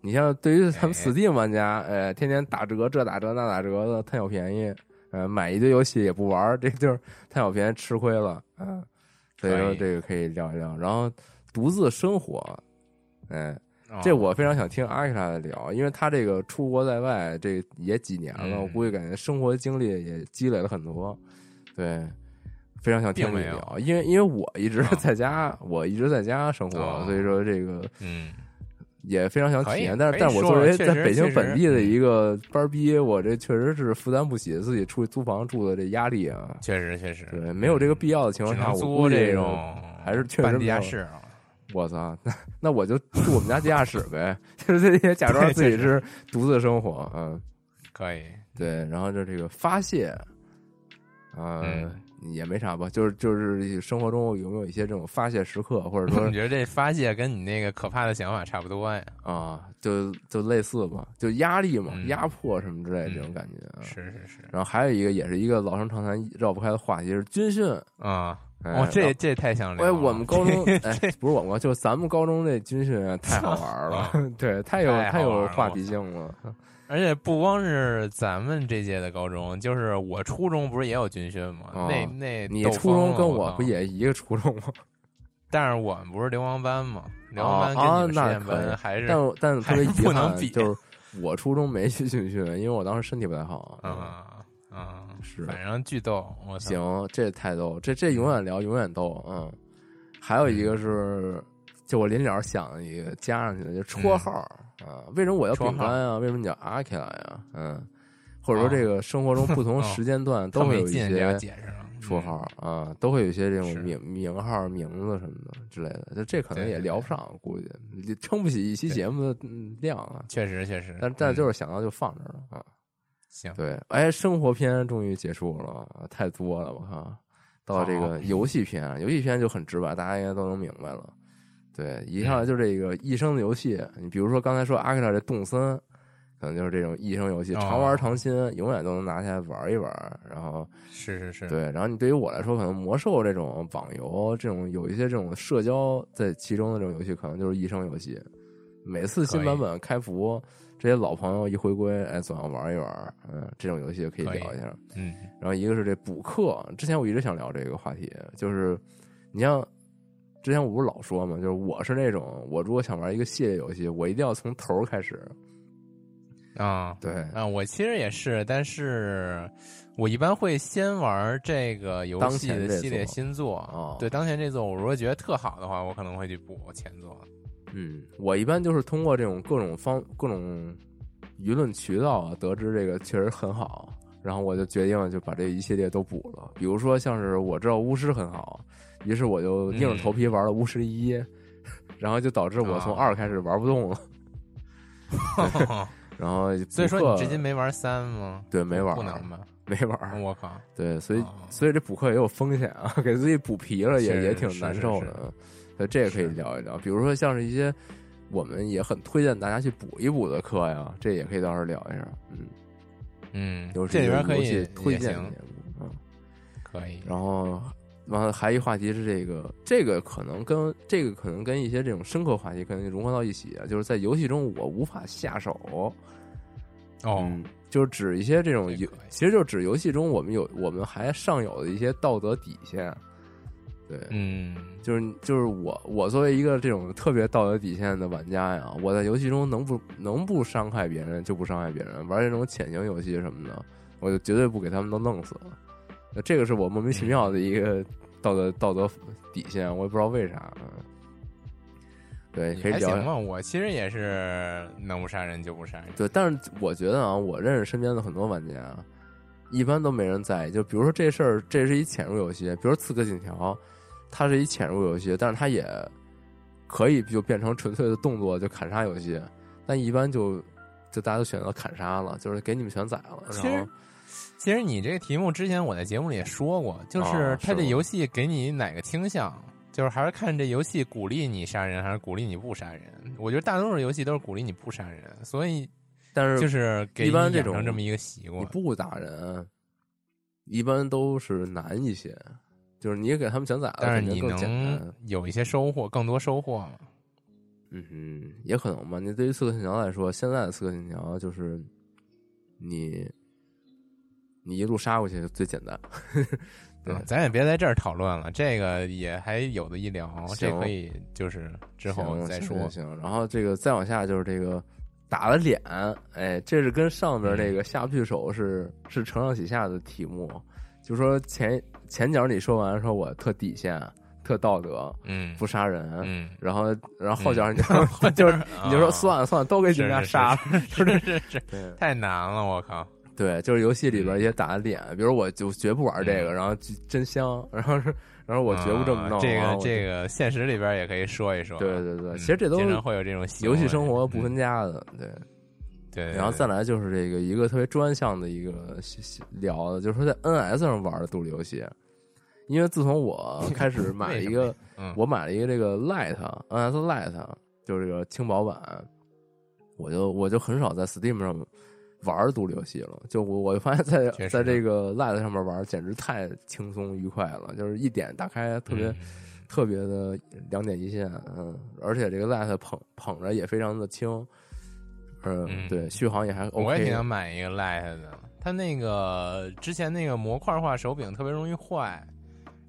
Speaker 1: 你像对于咱们
Speaker 2: 哎
Speaker 1: Steam 玩家，呃，天天打折，这打折那打折的，贪小便宜，呃，买一堆游戏也不玩儿，这就是贪小便宜吃亏了，嗯、所以
Speaker 2: 可
Speaker 1: 说
Speaker 2: 以
Speaker 1: 这个可以聊一聊。然后独自生活，哎，
Speaker 2: 哦
Speaker 1: 这我非常想听阿克拉的聊，因为他这个出国在外这也几年了，
Speaker 2: 嗯
Speaker 1: 我估计感觉生活经历也积累了很多，对，非常想听
Speaker 2: 并
Speaker 1: 你
Speaker 2: 没有
Speaker 1: 聊，因为因为我一直
Speaker 2: 啊
Speaker 1: 在家，我一直在家生活，
Speaker 2: 哦
Speaker 1: 所以说这个
Speaker 2: 嗯
Speaker 1: 也非常想
Speaker 2: 可以
Speaker 1: 体验，但
Speaker 2: 可
Speaker 1: 是
Speaker 2: 以
Speaker 1: 但是我
Speaker 2: 说
Speaker 1: 作为
Speaker 2: 确
Speaker 1: 在
Speaker 2: 实嗯
Speaker 1: 北京
Speaker 2: 确
Speaker 1: 本地
Speaker 2: 实
Speaker 1: 的一个班儿逼，我这确实是负担不起自己出去租房住的这压力啊，
Speaker 2: 确实确实
Speaker 1: 对，没有这个必要的情
Speaker 2: 只
Speaker 1: 况下，
Speaker 2: 能
Speaker 1: 我
Speaker 2: 租
Speaker 1: 估计
Speaker 2: 这种
Speaker 1: 还是确实
Speaker 2: 半
Speaker 1: 没
Speaker 2: 地下
Speaker 1: 有
Speaker 2: 室啊，
Speaker 1: 我操，那那我就住我们家地下室呗， 就是也假装
Speaker 2: 对
Speaker 1: 自己是独自生活，嗯，
Speaker 2: 可以
Speaker 1: 对，然后就这个发泄，呃、
Speaker 2: 嗯
Speaker 1: 也没啥吧，就是就是生活中有没有一些这种发泄时刻，或者
Speaker 2: 我
Speaker 1: 说
Speaker 2: 觉得这发泄跟你那个可怕的想法差不多呀，
Speaker 1: 啊，就就类似吧，就压力嘛、
Speaker 2: 嗯
Speaker 1: 压迫什么之类的这种感觉。啊
Speaker 2: 是是是
Speaker 1: 然后还有一个也是一个老生常谈绕不开的话题是军训，
Speaker 2: 啊，
Speaker 1: 哎
Speaker 2: 哇，这这太想聊
Speaker 1: 哎，
Speaker 2: 了，
Speaker 1: 我们高中哎，不是我们高，就咱们高中这军训啊太好玩了， 对，太有
Speaker 2: 太好
Speaker 1: 太
Speaker 2: 玩
Speaker 1: 有
Speaker 2: 了
Speaker 1: 话
Speaker 2: 我
Speaker 1: 题性了。
Speaker 2: 啊而且不光是咱们这届的高中，就是我初中不是也有军训吗？
Speaker 1: 哦
Speaker 2: 那那
Speaker 1: 你
Speaker 2: 斗
Speaker 1: 初
Speaker 2: 疯
Speaker 1: 中
Speaker 2: 了
Speaker 1: 跟
Speaker 2: 我
Speaker 1: 我
Speaker 2: 靠
Speaker 1: 不，也一个初 中吗？
Speaker 2: 但是我们不是流氓班吗？流氓班
Speaker 1: 哦
Speaker 2: 跟你们
Speaker 1: 啊
Speaker 2: 实验
Speaker 1: 那可以
Speaker 2: 班还是
Speaker 1: 但我但特别
Speaker 2: 还是
Speaker 1: 遗
Speaker 2: 不能
Speaker 1: 憾，
Speaker 2: 比
Speaker 1: 就是我初中没去军训，因为我当时身体不太好。嗯，
Speaker 2: 啊啊，
Speaker 1: 是
Speaker 2: 反正巨逗，我操，
Speaker 1: 行，这太逗，这这永远聊，永远逗。嗯，还有一个是，就我临了想了一个加上去的，就
Speaker 2: 嗯
Speaker 1: 绰号啊。为什么我叫饼干啊？为什么你叫阿 K 拉呀？嗯，或者
Speaker 2: 哦
Speaker 1: 说这个生活中不同
Speaker 2: 哦
Speaker 1: 时间段
Speaker 2: 特
Speaker 1: 都会
Speaker 2: 没
Speaker 1: 有一
Speaker 2: 劲，这个
Speaker 1: 些
Speaker 2: 解释了
Speaker 1: 绰号啊，都会有一些这种
Speaker 2: 嗯是
Speaker 1: 名名号、名字什么的之类的。就这可能
Speaker 2: 对
Speaker 1: 也
Speaker 2: 对
Speaker 1: 聊
Speaker 2: 对
Speaker 1: 不上，估计你撑不起一期
Speaker 2: 对嗯
Speaker 1: 节目的嗯量啊。
Speaker 2: 确实确实，
Speaker 1: 但但就是是想到就放这儿了啊。
Speaker 2: 行，
Speaker 1: 对，哎，生活篇终于结束了，啊太多了，我靠！到这
Speaker 2: 好
Speaker 1: 个游戏篇啊，游戏篇就很直白，大家应该都能明白了。对，一上来就这个一生的游戏，你比如说刚才说阿克拉这动森，可能就是这种一生游戏，
Speaker 2: 哦
Speaker 1: 常玩常新，永远都能拿下来玩一玩。然后
Speaker 2: 是是是，
Speaker 1: 对，然后你对于我来说，可能魔兽这种网游，这种有一些这种社交在其中的这种游戏，可能就是一生游戏。每次新版本开服，这些老朋友一回归，哎，总要玩一玩。嗯，这种游戏可以
Speaker 2: 可以
Speaker 1: 聊一下。
Speaker 2: 嗯
Speaker 1: 然后一个是这补课，之前我一直想聊这个话题，就是你像之前我不是老说嘛，就是我是那种我如果想玩一个系列游戏，我一定要从头儿开始。
Speaker 2: 啊
Speaker 1: 对，
Speaker 2: 啊，我其实也是，但是我一般会先玩这个游
Speaker 1: 当
Speaker 2: 戏
Speaker 1: 前
Speaker 2: 的
Speaker 1: 这
Speaker 2: 系列
Speaker 1: 座
Speaker 2: 新作，
Speaker 1: 哦
Speaker 2: 对，当前这座我如果觉得特好的话，我可能会去补前作。
Speaker 1: 嗯，我一般就是通过这种各种方各种舆论渠道啊，得知这个确实很好，然后我就决定就把这一系列都补了。比如说像是我知道巫师很好，于是我就硬着头皮玩了巫师一、 然后就导致我从
Speaker 2: 嗯啊
Speaker 1: 二开始玩不动了。然后
Speaker 2: 所以说你至
Speaker 1: 直接
Speaker 2: 今没玩三吗？
Speaker 1: 对没玩
Speaker 2: 不能吧？嗯
Speaker 1: 没玩儿。
Speaker 2: 我靠，
Speaker 1: 对，所以、
Speaker 2: 哦
Speaker 1: 所以这补课也有风险啊， 给自己补皮了也
Speaker 2: 是
Speaker 1: 也挺
Speaker 2: 是
Speaker 1: 难
Speaker 2: 是
Speaker 1: 受
Speaker 2: 是
Speaker 1: 的。嗯所以这个可以
Speaker 2: 是
Speaker 1: 聊一聊，比如说像是一些我们也很推荐大家去补一补的课呀，这也可以到时候聊一下。嗯，
Speaker 2: 嗯
Speaker 1: 有，
Speaker 2: 这里边可
Speaker 1: 游
Speaker 2: 以
Speaker 1: 戏推
Speaker 2: 也
Speaker 1: 荐
Speaker 2: 行
Speaker 1: 节目啊。
Speaker 2: 可以，
Speaker 1: 然后，然后还一话题是这个，这个可能跟这个可能跟一些这种深刻话题可能融合到一起啊，就是在游戏中我无法下手，
Speaker 2: 哦，
Speaker 1: 嗯，就是指一些这种
Speaker 2: 这
Speaker 1: 游
Speaker 2: 可以，
Speaker 1: 其实就指游戏中我们有我们还尚有的一些道德底线，对，
Speaker 2: 嗯，
Speaker 1: 就是就是我我作为一个这种特别道德底线的玩家呀，我在游戏中能不能不伤害别人就不伤害别人，玩这种潜行游戏什么的，我就绝对不给他们都弄死了。那这个是我莫名其
Speaker 2: 嗯
Speaker 1: 妙的一个道德道德底线，我也不知道为啥。嗯对，
Speaker 2: 也
Speaker 1: 可以
Speaker 2: 嗯还
Speaker 1: 聊
Speaker 2: 行
Speaker 1: 聊。
Speaker 2: 吧。我其实也是能不杀人就不杀人，
Speaker 1: 对，但是我觉得啊，我认识身边的很多玩家，一般都没人在意。就比如说这事儿，这是一潜入游戏，比如说《刺客信条》，它是一潜入游戏，但是它也可以就变成纯粹的动作就砍杀游戏，但一般就就大家都选择砍杀了，就是给你们全宰了。
Speaker 2: 其
Speaker 1: 然
Speaker 2: 实
Speaker 1: 后，
Speaker 2: 其实你这个题目之前我在节目里也说过，就
Speaker 1: 哦
Speaker 2: 是
Speaker 1: 是
Speaker 2: 它这
Speaker 1: 吗
Speaker 2: 游戏给你哪个倾向，就是还是看这游戏鼓励你杀人还是鼓励你不杀人。我觉得大多数游戏都是鼓励你不杀人，所以
Speaker 1: 但是
Speaker 2: 就是给
Speaker 1: 一
Speaker 2: 你
Speaker 1: 般
Speaker 2: 养
Speaker 1: 这
Speaker 2: 成
Speaker 1: 种
Speaker 2: 这么一个习
Speaker 1: 你
Speaker 2: 惯。
Speaker 1: 不打人，一般都是难一些，就是你给他们全宰了，
Speaker 2: 但是
Speaker 1: 肯定
Speaker 2: 你
Speaker 1: 更简单
Speaker 2: 能有一些收获，更多收获嘛？
Speaker 1: 嗯哼，也可能吧。你对于《刺客信条》来说，现在的《刺客信条》就是你你一路杀过去就最简单。对
Speaker 2: 嗯咱也别在这儿讨论了，这个也还有的一聊，这
Speaker 1: 行
Speaker 2: 可以就是之后
Speaker 1: 行
Speaker 2: 再
Speaker 1: 行
Speaker 2: 说。
Speaker 1: 行行然后这个再往下就是这个打了脸，哎，这是跟上边
Speaker 2: 嗯
Speaker 1: 那个下不去手是、是承上启下的题目。就说前前脚你说完说我特底线、特道德，
Speaker 2: 嗯，
Speaker 1: 不杀人。
Speaker 2: 嗯，
Speaker 1: 然后，然后后脚你就、 就是你就说
Speaker 2: 啊
Speaker 1: 算了算了，都给你们家
Speaker 2: 是是
Speaker 1: 杀了，
Speaker 2: 是是是，
Speaker 1: 对。
Speaker 2: 太难了，我靠！
Speaker 1: 对，就是游戏里边也打脸，比如我就绝不玩这个，
Speaker 2: 嗯
Speaker 1: 然后就真香，然后是，然后我绝不这么弄。
Speaker 2: 啊这
Speaker 1: 然后
Speaker 2: 个
Speaker 1: 我
Speaker 2: 这个现实里边也可以说一说。
Speaker 1: 对对对，
Speaker 2: 嗯
Speaker 1: 其实这都
Speaker 2: 经常
Speaker 1: 是
Speaker 2: 会有这种行
Speaker 1: 游
Speaker 2: 为
Speaker 1: 戏生活不分家的，对。
Speaker 2: 对，嗯对
Speaker 1: 然后
Speaker 2: 对
Speaker 1: 再来就是这个一个特别专项的一个聊的，就是说在 NS 上玩的独立游戏，因为自从我开始买了 一
Speaker 2: 为什么
Speaker 1: 个
Speaker 2: 呀，嗯
Speaker 1: 我买了一个这个 Lite NS Lite，就是这个轻薄版，我就我就很少在 Steam 上玩独立游戏了。就我我就发现在，
Speaker 2: 确
Speaker 1: 在
Speaker 2: 实
Speaker 1: 这个 Lite 上面玩，简直太轻松愉快了，就是一点打开，特别、
Speaker 2: 嗯
Speaker 1: 特别的两点一线，嗯，而且这个 Lite 捧捧着也非常的轻，嗯，
Speaker 2: 嗯
Speaker 1: 对，续航也还 OK，
Speaker 2: 我也挺想买一个 Lite 的，它那个之前那个模块化手柄特别容易坏，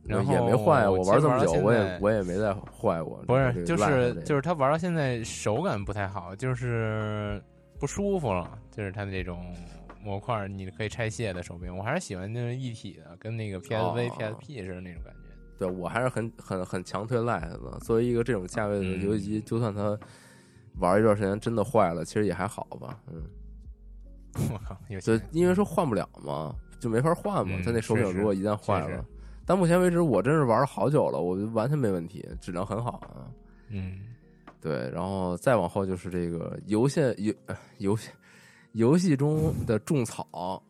Speaker 2: 然后
Speaker 1: 也没坏啊，
Speaker 2: 我
Speaker 1: 我
Speaker 2: 记得
Speaker 1: 玩这么
Speaker 2: 到
Speaker 1: 久，
Speaker 2: 现
Speaker 1: 我也
Speaker 2: 在
Speaker 1: 我也没再坏过，
Speaker 2: 不
Speaker 1: 这
Speaker 2: 是
Speaker 1: 个
Speaker 2: 就
Speaker 1: Lite
Speaker 2: 是
Speaker 1: 这个
Speaker 2: 就是它玩到现在手感不太好，就是不舒服了，就是它的这种。模块儿你可以拆卸的手柄，我还是喜欢就是一体的，跟那个 PSV、
Speaker 1: 哦
Speaker 2: PSP 似的那种感觉。
Speaker 1: 对我还是很很很强推 Lite 的。作为一个这种价位的
Speaker 2: 嗯
Speaker 1: 游戏机，就算它玩一段时间真的坏了，其实也还好吧。嗯，
Speaker 2: 我靠，有
Speaker 1: 就
Speaker 2: 些
Speaker 1: 因为说换不了嘛，就没法换嘛。
Speaker 2: 嗯
Speaker 1: 它那手柄
Speaker 2: 确实
Speaker 1: 如果一旦坏
Speaker 2: 确实
Speaker 1: 了，但目前为止我真是玩了好久了，我就完全没问题，质量很好啊。
Speaker 2: 嗯，
Speaker 1: 对，然后再往后就是这个游戏游呃游戏游戏中的种草，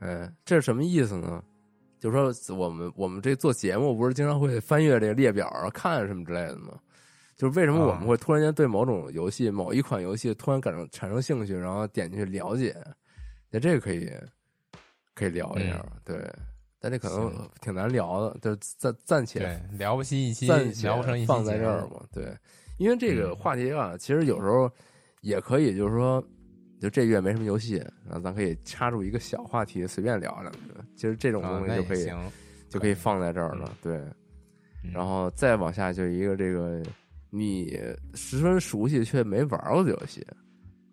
Speaker 1: 嗯，这是什么意思呢？就是说我们我们这做节目不是经常会翻阅这个列表啊，看什么之类的吗？就是为什么我们
Speaker 2: 啊
Speaker 1: 会突然间对某种游戏、某一款游戏突然感生产生兴趣，然后点进去了解？那这个可以可以聊一下，对，但这可能
Speaker 2: 嗯行
Speaker 1: 挺难聊的，就暂暂且
Speaker 2: 对，聊不起一期，
Speaker 1: 暂且
Speaker 2: 聊不成一期
Speaker 1: 放在
Speaker 2: 节
Speaker 1: 这儿
Speaker 2: 目
Speaker 1: 嘛。对，因为这个
Speaker 2: 嗯
Speaker 1: 话题啊，其实有时候也可以，就是说，就这月没什么游戏，然后咱可以插入一个小话题，随便聊两句。其实这种
Speaker 2: 啊
Speaker 1: 东，西
Speaker 2: 那
Speaker 1: 就
Speaker 2: 也
Speaker 1: 可以、
Speaker 2: 行。嗯
Speaker 1: 就可以放在这儿了。对，然后再往下就一个这个你十分熟悉却没玩过的游戏，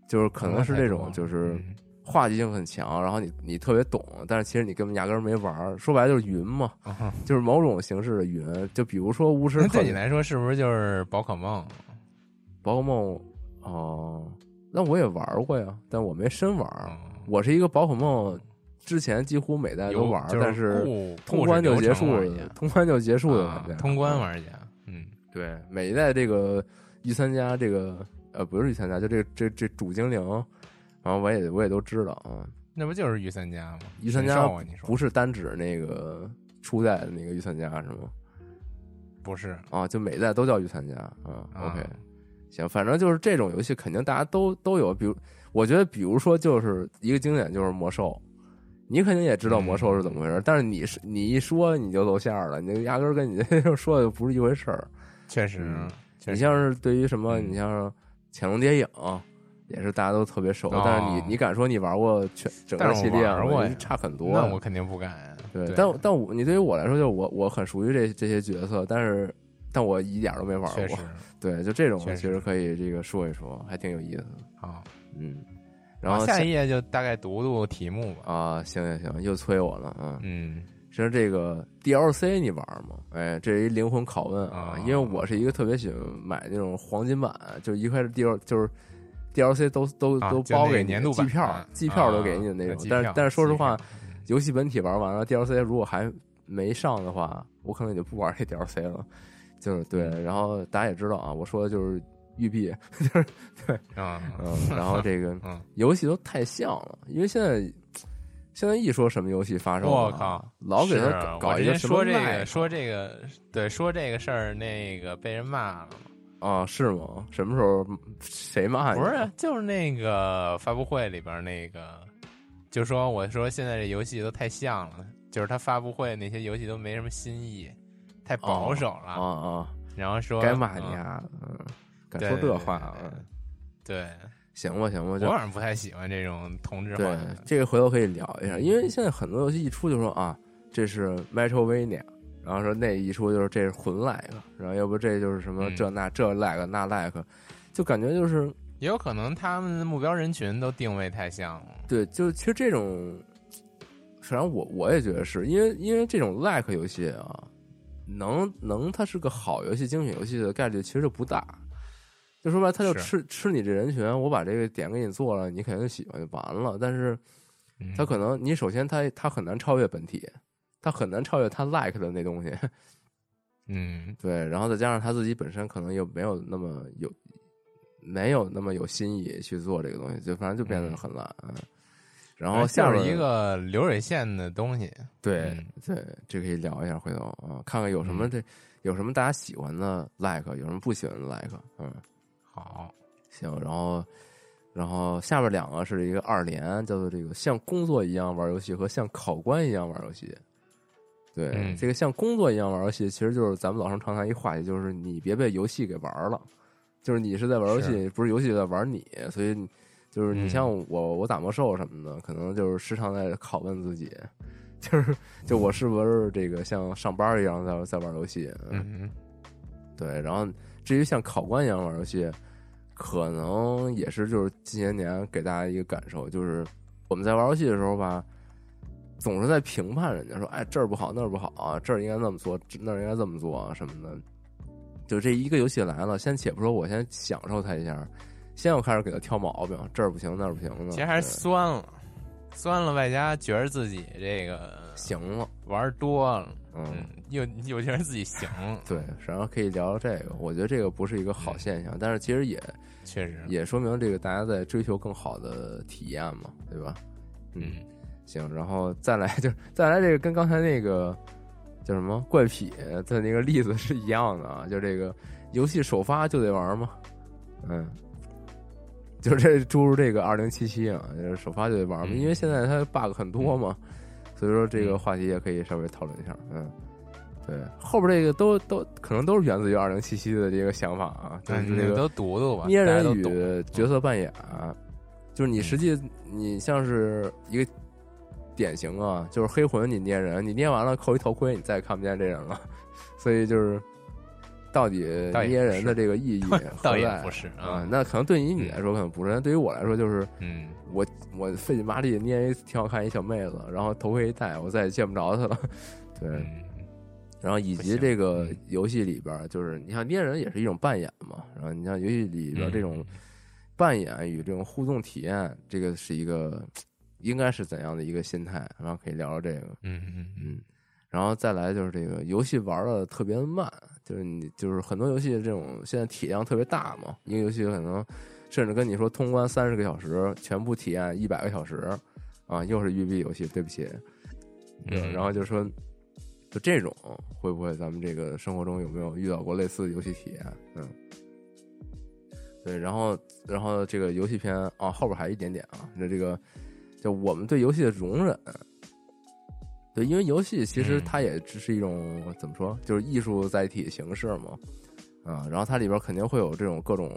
Speaker 1: 就是可能是这种就是
Speaker 2: 嗯
Speaker 1: 话题性很强，然后你你特别懂，但是其实你根本压根儿没玩儿，说白了就是云嘛，
Speaker 2: 啊哈
Speaker 1: 就是某种形式的云。就比如说巫师
Speaker 2: 哎那
Speaker 1: 克
Speaker 2: 对
Speaker 1: 里
Speaker 2: 你来说是不是就是宝可梦？
Speaker 1: 宝可梦哦，那我也玩过呀，但我没深玩儿。
Speaker 2: 嗯
Speaker 1: 我是一个宝可梦，之前几乎每代都
Speaker 2: 有
Speaker 1: 玩儿，
Speaker 2: 就
Speaker 1: 但
Speaker 2: 是
Speaker 1: 是
Speaker 2: 故
Speaker 1: 通
Speaker 2: 故事
Speaker 1: 关就
Speaker 2: 流
Speaker 1: 结
Speaker 2: 程
Speaker 1: 束
Speaker 2: 玩家
Speaker 1: 了，通关就结束了
Speaker 2: 啊
Speaker 1: 玩家，
Speaker 2: 通关
Speaker 1: 嗯
Speaker 2: 玩家，嗯，
Speaker 1: 对，每一代这个御三家这个呃不是御三家，就这个这这主精灵，然后我也我也都知道啊。
Speaker 2: 那不就是御三家吗？
Speaker 1: 御三家
Speaker 2: 神兽啊，你说
Speaker 1: 不是单指那个初代的那个御三家是吗？
Speaker 2: 不是？
Speaker 1: 啊，就每代都叫御三家啊。
Speaker 2: 啊
Speaker 1: OK，行，反正就是这种游戏肯定大家都都有，比如我觉得，比如说就是一个经典就是魔兽。你肯定也知道
Speaker 2: 嗯
Speaker 1: 魔兽是怎么回事，但是你是你一说你就露馅儿了，你就压根儿跟你这 说的不是一回事儿。
Speaker 2: 确实
Speaker 1: 嗯，
Speaker 2: 确
Speaker 1: 你
Speaker 2: 实
Speaker 1: 像是对于什么，
Speaker 2: 嗯
Speaker 1: 你像是《潜龙谍影》，也是大家都特别熟，
Speaker 2: 哦
Speaker 1: 但是你你敢说你玩过全整
Speaker 2: 但
Speaker 1: 个
Speaker 2: 是我
Speaker 1: 系列吗，
Speaker 2: 玩过
Speaker 1: 你
Speaker 2: 呀
Speaker 1: 差很多。
Speaker 2: 那我肯定不敢。
Speaker 1: 对，
Speaker 2: 对
Speaker 1: 但但我你对于我来说，就是我我很熟悉这这些角色，但是但我一点儿都没玩
Speaker 2: 确
Speaker 1: 过
Speaker 2: 实。
Speaker 1: 对，就这种
Speaker 2: 确
Speaker 1: 其
Speaker 2: 实
Speaker 1: 实可以这个说一说，还挺有意思的。
Speaker 2: 好，
Speaker 1: 嗯，然后
Speaker 2: 啊下一页就大概读读题目吧。
Speaker 1: 啊，行行行，又催我了嗯。
Speaker 2: 嗯，
Speaker 1: 其实这个 DLC 你玩吗？哎，这是一灵魂拷问啊
Speaker 2: 啊，
Speaker 1: 因为我是一个特别喜欢买那种黄金版，就是一开始 D L 就是 DLC 都都
Speaker 2: 啊
Speaker 1: 都
Speaker 2: 就那
Speaker 1: 包
Speaker 2: 个
Speaker 1: 给你
Speaker 2: 年度
Speaker 1: 机
Speaker 2: 版
Speaker 1: 票
Speaker 2: 啊，
Speaker 1: 机票都给你的那
Speaker 2: 啊
Speaker 1: 种
Speaker 2: 机。
Speaker 1: 但是
Speaker 2: 票
Speaker 1: 但是说实
Speaker 2: 机票嗯
Speaker 1: 话，游戏本体玩完了，DLC 如果还没上的话，我可能就不玩这 DLC 了。就是对，
Speaker 2: 嗯
Speaker 1: 然后大家也知道啊，我说的就是育碧，
Speaker 2: 啊，
Speaker 1: 嗯， 然后这个
Speaker 2: 嗯
Speaker 1: 游戏都太像了，因为现在现在一说什么游戏发售啊，
Speaker 2: 我靠
Speaker 1: 老给
Speaker 2: 是
Speaker 1: 他搞搞
Speaker 2: 我
Speaker 1: 一
Speaker 2: 之
Speaker 1: 个
Speaker 2: 前
Speaker 1: 什么
Speaker 2: 说这
Speaker 1: 赖
Speaker 2: 个说这个对说这个事儿，那个被人骂了嘛。
Speaker 1: 啊，是吗？什么时候谁骂你？
Speaker 2: 不是，就是那个发布会里边那个，就说我说现在这游戏都太像了，就是他发布会那些游戏都没什么新意，太保守了。
Speaker 1: 啊啊，
Speaker 2: 然后说
Speaker 1: 该骂你
Speaker 2: 嗯
Speaker 1: 啊，嗯，敢
Speaker 2: 对
Speaker 1: 说
Speaker 2: 对
Speaker 1: 这
Speaker 2: 对
Speaker 1: 话
Speaker 2: 对
Speaker 1: 啊，
Speaker 2: 对
Speaker 1: 嗯
Speaker 2: 对
Speaker 1: 行吧行吧，
Speaker 2: 我
Speaker 1: 就
Speaker 2: 反正不太喜欢这种同质化
Speaker 1: 对
Speaker 2: 的。
Speaker 1: 这个回头可以聊一下，因为现在很多游戏一出就说啊，这是 Metrovania。然后说那一出就是这是混 lag，然后要不这就是什么
Speaker 2: 嗯
Speaker 1: 这那这 lag 那 lag，就感觉就是
Speaker 2: 也有可能他们的目标人群都定位太像了。
Speaker 1: 对，就其实这种，反正我我也觉得是因为因为这种 like 游戏啊，能能它是个好游戏、精品游戏的概率其实就不大。就说白了，他就是吃吃你这人群，我把这个点给你做了，你肯定喜欢就完了。但是
Speaker 2: 嗯
Speaker 1: 他可能你首先他他很难超越本体，他很难超越他 like 的那东西。
Speaker 2: 嗯，
Speaker 1: 对，然后再加上他自己本身可能又没有那么有，没有那么有新意去做这个东西，就反正就变得
Speaker 2: 嗯哎
Speaker 1: 很烂。嗯然后下
Speaker 2: 就
Speaker 1: 边
Speaker 2: 是一个流水线的东西。
Speaker 1: 对
Speaker 2: 嗯
Speaker 1: 对，这可以聊一下，回头啊，看看有什么
Speaker 2: 嗯
Speaker 1: 这有什么大家喜欢的 like，有什么不喜欢的 like，嗯，
Speaker 2: 好，
Speaker 1: 行，然后然后下边两个是一个二连，叫做这个像工作一样玩游戏和像考官一样玩游戏。对，
Speaker 2: 嗯
Speaker 1: 这个像工作一样玩游戏，其实就是咱们老生常谈一话题，就是你别被游戏给玩了，就是你是在玩游戏，不是游戏在玩你，所以你就是你
Speaker 2: 嗯
Speaker 1: 像我，我打魔兽什么的，可能就是时常在拷问自己， 就是就我是不是这个像上班一样在在玩游戏？
Speaker 2: 嗯，
Speaker 1: 对，然后至于像考官一样玩游戏，可能也是就是近些年给大家一个感受，就是我们在玩游戏的时候吧，总是在评判人家说，哎，这儿不好，那儿不好啊，这儿应该那么做，这那儿应该这么做啊什么的。就这一个游戏来了，先且不说我先享受它一下，先要开始给它挑毛病，这儿不行，那儿不行的，
Speaker 2: 其实还是
Speaker 1: 嗯对
Speaker 2: 酸了，酸了，外加觉得自己这个
Speaker 1: 行了，
Speaker 2: 玩多了，
Speaker 1: 嗯
Speaker 2: 嗯，又又觉得自己行了，
Speaker 1: 对，然后可以聊聊这个，我觉得这个不是一个好现象，但是其实也
Speaker 2: 确实，
Speaker 1: 也说明这个大家在追求更好的体验嘛，对吧？
Speaker 2: 嗯，
Speaker 1: 行，然后再来就是再来这个跟刚才那个叫什么怪癖的那个例子是一样的啊，就这个游戏首发就得玩嘛，嗯，就是这诸如这个二零七七啊，就是首发就得玩嘛，
Speaker 2: 嗯
Speaker 1: 因为现在它 bug 很多嘛，所以说这个
Speaker 2: 嗯
Speaker 1: 话题也可以稍微讨论一下，嗯。对，后边这个都都可能都是源自于二零七七的这个想法啊，就
Speaker 2: 那
Speaker 1: 是
Speaker 2: 你
Speaker 1: 这
Speaker 2: 们
Speaker 1: 个
Speaker 2: 都读读吧，
Speaker 1: 捏
Speaker 2: 大家
Speaker 1: 人
Speaker 2: 都懂嗯
Speaker 1: 与角色扮演，啊就是你实际你像是一个典型啊，就是黑魂你捏人，你捏完了扣一头盔，你再也看不见这人了， 所以就是到底
Speaker 2: 倒也
Speaker 1: 捏
Speaker 2: 不
Speaker 1: 人的这个意义
Speaker 2: 倒
Speaker 1: 何
Speaker 2: 也
Speaker 1: 在
Speaker 2: 不是
Speaker 1: 啊
Speaker 2: 啊，，
Speaker 1: 那可能对于
Speaker 2: 嗯
Speaker 1: 你来说可能不是，但对于我来说就是
Speaker 2: 嗯，
Speaker 1: 我我费劲巴力捏一挺好看一小妹子，然后头盔一戴，我再也见不着她了， 对，
Speaker 2: 嗯
Speaker 1: 然后以
Speaker 2: 不
Speaker 1: 及
Speaker 2: 行
Speaker 1: 这个
Speaker 2: 嗯
Speaker 1: 游戏里边儿，就是你像捏人也是一种扮演嘛，然后你像游戏里边儿这种
Speaker 2: 嗯
Speaker 1: 扮演与这种互动体验，这个是一个应该是怎样的一个心态？然后可以聊聊这个，
Speaker 2: 嗯嗯嗯，
Speaker 1: 嗯，然后再来就是这个游戏玩的特别慢，就是你就是很多游戏这种现在体量特别大嘛，一个游戏可能甚至跟你说通关三十个小时，全部体验一百个小时，啊，又是育碧游戏，对不起。
Speaker 2: 嗯
Speaker 1: 然后就说，就这种会不会咱们这个生活中有没有遇到过类似的游戏体验？嗯，对，然后然后这个游戏篇啊，后边还一点点啊，那这个就我们对游戏的容忍，对，因为游戏其实
Speaker 2: 嗯
Speaker 1: 它也只是一种、怎么说，就是艺术载体形式嘛，啊，然后它里边肯定会有这种各种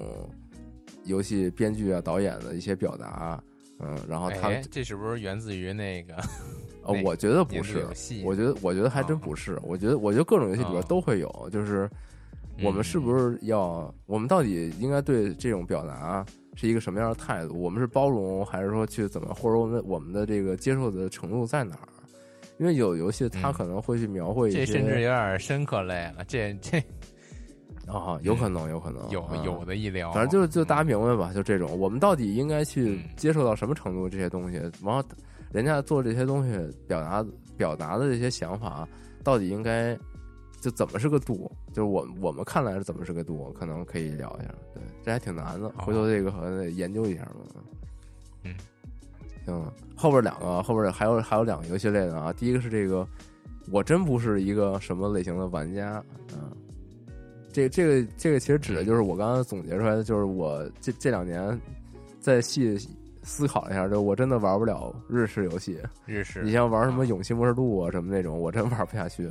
Speaker 1: 游戏编剧啊、导演的一些表达，嗯，然后他们
Speaker 2: 哎，这是不是源自于那个
Speaker 1: 呃
Speaker 2: 那，
Speaker 1: 我觉得
Speaker 2: 年度
Speaker 1: 不是
Speaker 2: 游，戏
Speaker 1: 我觉得我觉得还真
Speaker 2: 啊
Speaker 1: 不是，我觉得我觉得各种游戏里边
Speaker 2: 啊
Speaker 1: 都会有，就是
Speaker 2: 嗯
Speaker 1: 我们是不是要，我们到底应该对这种表达是一个什么样的态度？我们是包容，还是说去怎么，或者我们我们的这个接受的程度在哪儿？因为有游戏它
Speaker 2: 嗯
Speaker 1: 可能会去描绘一些，
Speaker 2: 这甚至有点深刻类了？这这
Speaker 1: 啊，有可能，有可能
Speaker 2: 嗯有
Speaker 1: 啊
Speaker 2: 有的一聊，
Speaker 1: 反正就就大家
Speaker 2: 嗯
Speaker 1: 明白吧，就这种，我们到底应该去
Speaker 2: 嗯
Speaker 1: 接受到什么程度这些东西，然后人家做这些东西表达表达的这些想法，到底应该就怎么是个度？就是我我们看来是怎么是个度，可能可以聊一下。对，这还挺难的，
Speaker 2: 好
Speaker 1: 回头这个和研究一下吧。
Speaker 2: 嗯，
Speaker 1: 行，后边两个后边还有还有两个游戏类的啊，第一个是这个，我真不是一个什么类型的玩家，嗯。这这个这个其实指的就是我刚刚总结出来的，就是我这这两年再细思考了一下，就我真的玩不了日式游戏。
Speaker 2: 日式，
Speaker 1: 你像玩什么《
Speaker 2: 啊
Speaker 1: 勇气模式录》啊什么那种，我真玩不下去。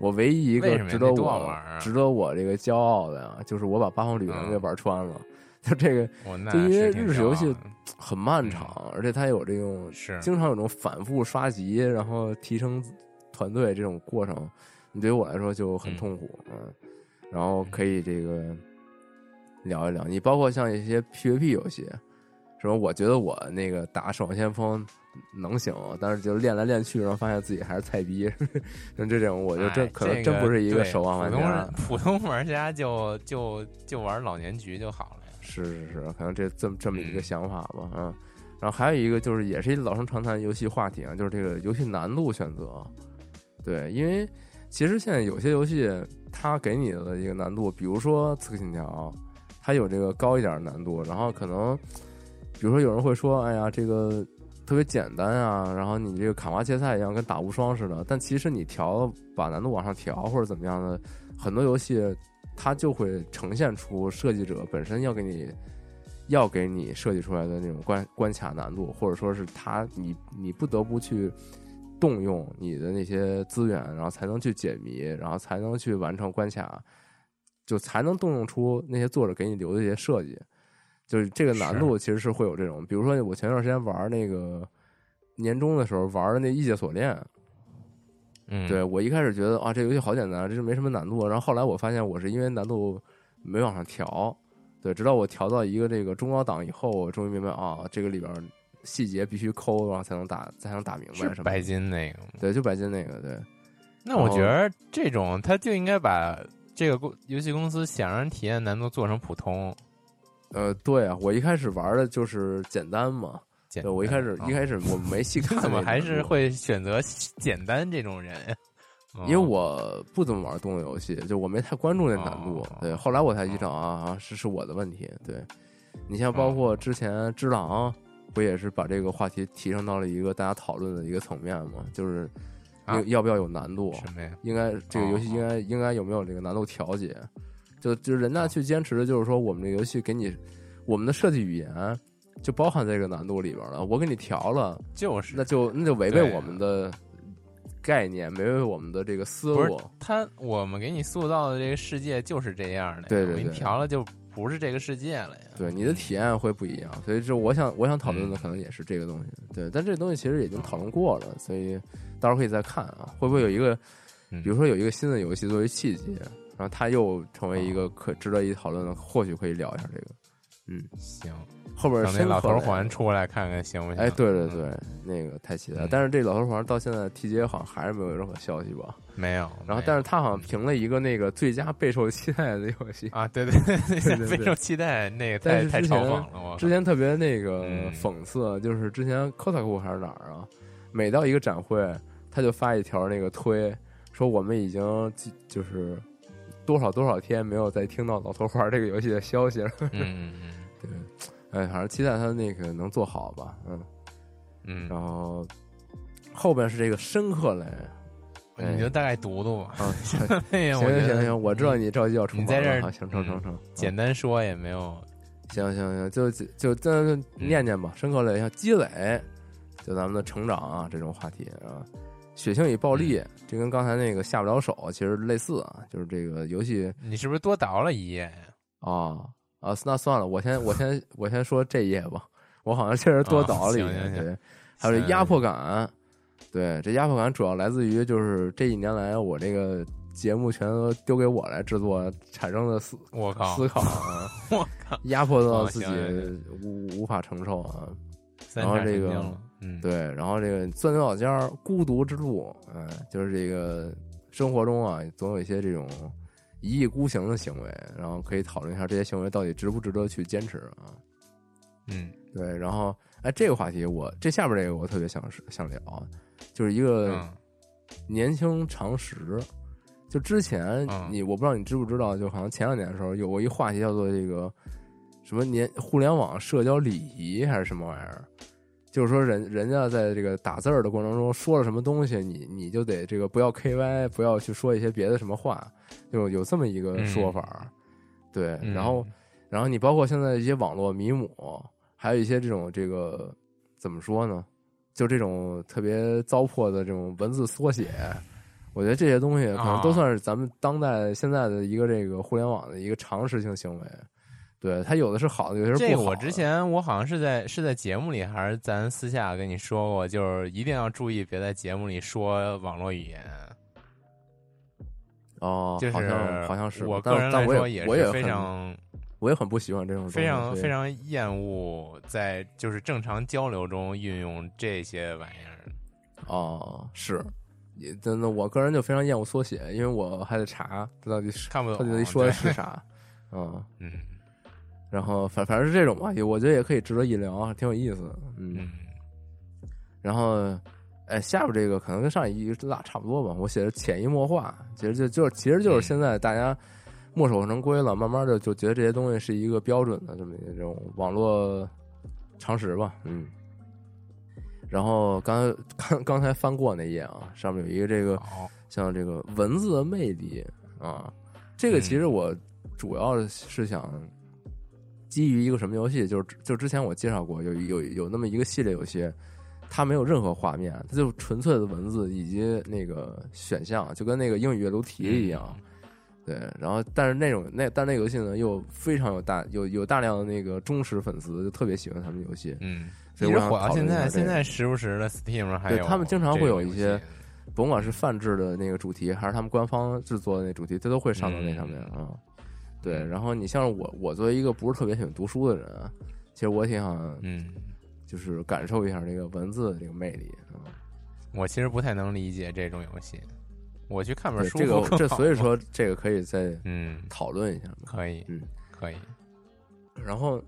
Speaker 1: 我唯一一
Speaker 2: 为
Speaker 1: 个
Speaker 2: 什么呀
Speaker 1: 值得
Speaker 2: 那多好
Speaker 1: 我
Speaker 2: 玩啊嗯
Speaker 1: 值得我这个骄傲的啊，就是我把《八方旅人》给玩穿了。就这个
Speaker 2: 我那
Speaker 1: 就因为
Speaker 2: 是挺
Speaker 1: 日式游戏
Speaker 2: 骄傲的
Speaker 1: 很漫
Speaker 2: 嗯
Speaker 1: 长，而且它有这种
Speaker 2: 是
Speaker 1: 经常有这种反复刷级，然后提升团队这种过程，你对于我来说就很痛苦，嗯，然后可以这个聊一聊，你包括像一些 PVP 游戏，什么我觉得我那个打守望先锋能行，但是就练来练去，然后发现自己还是菜逼， 像这种我就真、
Speaker 2: 哎
Speaker 1: 可能
Speaker 2: 这
Speaker 1: 真不是一个
Speaker 2: 对
Speaker 1: 守望玩家，
Speaker 2: 普通人普通玩家就就就玩老年局就好了呀。
Speaker 1: 是是是，可能这这么这么一个
Speaker 2: 嗯
Speaker 1: 想法吧，嗯。然后还有一个就是，也是一老生常谈的游戏话题啊，就是这个游戏难度选择。对，因为其实现在有些游戏它给你的一个难度，比如说《刺客信条》，它有这个高一点的难度，然后可能比如说有人会说，哎呀，这个特别简单啊，然后你这个砍瓜切菜一样，跟打无双似的。但其实你调把难度往上调或者怎么样的，很多游戏它就会呈现出设计者本身要给你要给你设计出来的那种关关卡难度，或者说是它你你不得不去动用你的那些资源，然后才能去解谜，然后才能去完成关卡，就才能动用出那些作者给你留的一些设计。就是这个难度其实是会有这种，比如说我前段时间玩那个年终的时候玩的那《异界锁链》，
Speaker 2: 嗯，
Speaker 1: 对我一开始觉得啊，这游戏好简单，这是没什么难度。然后后来我发现我是因为难度没往上调，对，直到我调到一个这个中高档以后，我终于明白啊，这个里边儿细节必须抠，然后才能打才能打明白
Speaker 2: 是
Speaker 1: 什么
Speaker 2: 白
Speaker 1: 的。
Speaker 2: 金那个吗？
Speaker 1: 对，就白金那个，对，
Speaker 2: 那我
Speaker 1: 然后
Speaker 2: 觉得这种他就应该把这个公游戏公司想让人体验难度做成普通。
Speaker 1: 呃，对啊，我一开始玩的就是简单嘛，
Speaker 2: 简
Speaker 1: 对我一开始、
Speaker 2: 单
Speaker 1: 一开始我没细看
Speaker 2: 啊
Speaker 1: 那
Speaker 2: 怎么
Speaker 1: 个
Speaker 2: 还
Speaker 1: 难
Speaker 2: 是
Speaker 1: 度
Speaker 2: 会选择简单这种人呀？啊哦
Speaker 1: 因为我不怎么玩动作游戏，就我没太关注那难度。
Speaker 2: 哦
Speaker 1: 对，后来我才意识到啊，啊是是我的问题。对，你像包括之前《只狼》，不也是把这个话题提升到了一个大家讨论的一个层面吗？就是
Speaker 2: 啊
Speaker 1: 要要不要有难度
Speaker 2: 哦？什么呀？
Speaker 1: 应该这个游戏
Speaker 2: 哦
Speaker 1: 应该应该有没有这个难度调节？就就人家
Speaker 2: 哦
Speaker 1: 去坚持的就是说，我们这个游戏给你我们的设计语言就包含在这个难度里边了，我给你调了，
Speaker 2: 就是
Speaker 1: 那就那就违背
Speaker 2: 对
Speaker 1: 我们的概念，违背我们的这个思
Speaker 2: 不是
Speaker 1: 路。
Speaker 2: 他，我们给你塑造的这个世界就是这样的呀，
Speaker 1: 对对
Speaker 2: 我给你
Speaker 1: 对
Speaker 2: 调了就不是这个世界了呀。
Speaker 1: 对你的体验会不一样，所以这我想我想讨
Speaker 2: 嗯
Speaker 1: 论的可能也是这个东西，对，但这个东西其实已经讨论过了，所以到时候可以再看啊，会不会有一个，
Speaker 2: 嗯
Speaker 1: 比如说有一个新的游戏作为契机，然后它又成为一个可值得一讨论的，或许可以聊一下这个
Speaker 2: 行，
Speaker 1: 后边
Speaker 2: 等那
Speaker 1: 深
Speaker 2: 老
Speaker 1: 刻
Speaker 2: 头
Speaker 1: 的
Speaker 2: 环出来看看行不行？
Speaker 1: 哎，对对对，那个太期待了，
Speaker 2: 嗯
Speaker 1: 但是这老头环到现在 TGA 好像还是没有任何消息吧，
Speaker 2: 没有。
Speaker 1: 然
Speaker 2: 没
Speaker 1: 后
Speaker 2: 有
Speaker 1: 但是他好像评了一个那个最佳备受期待的游戏，
Speaker 2: 啊，对对对，
Speaker 1: 对对
Speaker 2: 备受期待，那个
Speaker 1: 但
Speaker 2: 太
Speaker 1: 是
Speaker 2: 太嘲
Speaker 1: 之前
Speaker 2: 讽了。我靠
Speaker 1: 之前特别那个
Speaker 2: 啊嗯
Speaker 1: 讽刺，就是之前科萨库还是哪儿啊，每到一个展会，他就发一条那个推，说我们已经记就是多少多少天没有再听到老头环这个游戏的消息了。
Speaker 2: 嗯嗯嗯，
Speaker 1: 哎，反正期待他那个能做好吧，嗯。
Speaker 2: 嗯，
Speaker 1: 然后后边是这个深刻类哎
Speaker 2: 你就大概读读 吧。
Speaker 1: 啊，行行
Speaker 2: 哎呀，我
Speaker 1: 行
Speaker 2: 觉
Speaker 1: 行
Speaker 2: 得
Speaker 1: 行，我知道你着急要出
Speaker 2: 你
Speaker 1: 门
Speaker 2: 在这儿嗯
Speaker 1: 了，好行成成成，
Speaker 2: 简单说也没有，
Speaker 1: 行行行，就就就
Speaker 2: 嗯
Speaker 1: 念念吧，深刻了一下积累，就咱们的成长啊这种话题啊，血腥与暴力，
Speaker 2: 嗯
Speaker 1: 这跟刚才那个下不了手其实类似啊，就是这个游戏
Speaker 2: 你是不是多倒了一页呀？
Speaker 1: 啊啊，那算了，我先我先我先说这一页吧，我好像确实多
Speaker 2: 啊
Speaker 1: 倒了一
Speaker 2: 行
Speaker 1: 页，
Speaker 2: 行行
Speaker 1: 对，还有这
Speaker 2: 行
Speaker 1: 压迫感，对，这压迫感主要来自于就是这一年来我这个节目全都丢给我来制作产生的思
Speaker 2: 我靠，
Speaker 1: 思考啊，
Speaker 2: 我
Speaker 1: 靠，压迫到
Speaker 2: 啊嗯
Speaker 1: 自己
Speaker 2: 行行
Speaker 1: 无无法承受啊。
Speaker 2: 三
Speaker 1: 然后
Speaker 2: 下
Speaker 1: 这
Speaker 2: 神
Speaker 1: 个
Speaker 2: 经了，嗯，
Speaker 1: 对，然后这个钻牛角尖儿、孤独之路，嗯、就是这个生活中啊，总有一些这种一意孤行的行为，然后可以讨论一下这些行为到底值不值得去坚持啊。
Speaker 2: 嗯
Speaker 1: 对，然后哎，这个话题我这下边这个我特别想想聊，啊就是一个
Speaker 2: 嗯
Speaker 1: 年轻常识。就之前
Speaker 2: 嗯
Speaker 1: 你，我不知道你知不知道，就好像前两年的时候有过一话题叫做这个什么年互联网社交礼仪还是什么玩意儿，就是说人人家在这个打字儿的过程中说了什么东西，你你就得这个不要 KY，不要去说一些别的什么话，就有这么一个说法儿。对，
Speaker 2: 嗯
Speaker 1: 然后然后你包括现在一些网络迷母，还有一些这种这个怎么说呢？就这种特别糟粕的这种文字缩写，我觉得这些东西可能都
Speaker 2: 啊
Speaker 1: 算是咱们当代现在的一个这个互联网的一个常识性行为。对，它有的是好的，有的是
Speaker 2: 这
Speaker 1: 不
Speaker 2: 个
Speaker 1: 好的。
Speaker 2: 我之前我好像是在是在节目里还是咱私下跟你说过，就是一定要注意别在节目里说网络语言。
Speaker 1: 哦，
Speaker 2: 就是
Speaker 1: 啊好像好像是，
Speaker 2: 我
Speaker 1: 但
Speaker 2: 个人来
Speaker 1: 但我
Speaker 2: 说
Speaker 1: 也我也
Speaker 2: 是非
Speaker 1: 很
Speaker 2: 常
Speaker 1: 我也很不喜欢这种东西
Speaker 2: 非常
Speaker 1: 所以
Speaker 2: 非常厌恶在就是正常交流中运用这些玩意儿。
Speaker 1: 哦是。也真的，我个人就非常厌恶缩写，因为我还得查这到底是
Speaker 2: 看不懂
Speaker 1: 到底一说的
Speaker 2: 哦对
Speaker 1: 是啥，嗯，
Speaker 2: 嗯
Speaker 1: 然后反反正是这种吧，也我觉得也可以值得一聊，啊，挺有意思的。嗯，
Speaker 2: 嗯
Speaker 1: 然后，哎，下边这个可能跟上一个拉差不多吧。我写的潜移默化，其实就就是其实就是现在大家墨守成规了，慢慢的就觉得这些东西是一个标准的这么一种网络常识吧。嗯。然后刚才刚刚才翻过那页啊，上面有一个这个
Speaker 2: 嗯好，
Speaker 1: 像这个文字的魅力啊，这个其实我主要是想基于一个什么游戏，就是就之前我介绍过有有有那么一个系列游戏，它没有任何画面，它就纯粹的文字以及那个选项，就跟那个英语阅读题一样。对，然后但是那种那但那个游戏呢又非常有大有有大量的那个忠实粉丝，就特别喜欢他们游戏。
Speaker 2: 嗯，
Speaker 1: 所以
Speaker 2: 一直
Speaker 1: 我想
Speaker 2: 火到
Speaker 1: 讨
Speaker 2: 现
Speaker 1: 论一下
Speaker 2: 在，
Speaker 1: 这个
Speaker 2: 现在时不时的 Steam 上还
Speaker 1: 对
Speaker 2: 有
Speaker 1: 他们经常
Speaker 2: 这
Speaker 1: 会
Speaker 2: 种
Speaker 1: 有一
Speaker 2: 游
Speaker 1: 些
Speaker 2: 戏
Speaker 1: 甭管是泛制的那个主题，还是他们官方制作的那主题，它都会上到那上面
Speaker 2: 嗯
Speaker 1: 啊、对，然后你像我，我作为一个不是特别喜欢读书的人啊，其实我挺想
Speaker 2: 嗯。
Speaker 1: 就是感受一下这个文字的这个魅力啊。
Speaker 2: 我其实不太能理解这种游戏，我去看本
Speaker 1: 对，
Speaker 2: 书
Speaker 1: 这
Speaker 2: 更好。
Speaker 1: 个这所以说这个可以再
Speaker 2: 嗯，
Speaker 1: 讨论一下嘛。
Speaker 2: 可以，
Speaker 1: 嗯
Speaker 2: 可以，
Speaker 1: 然后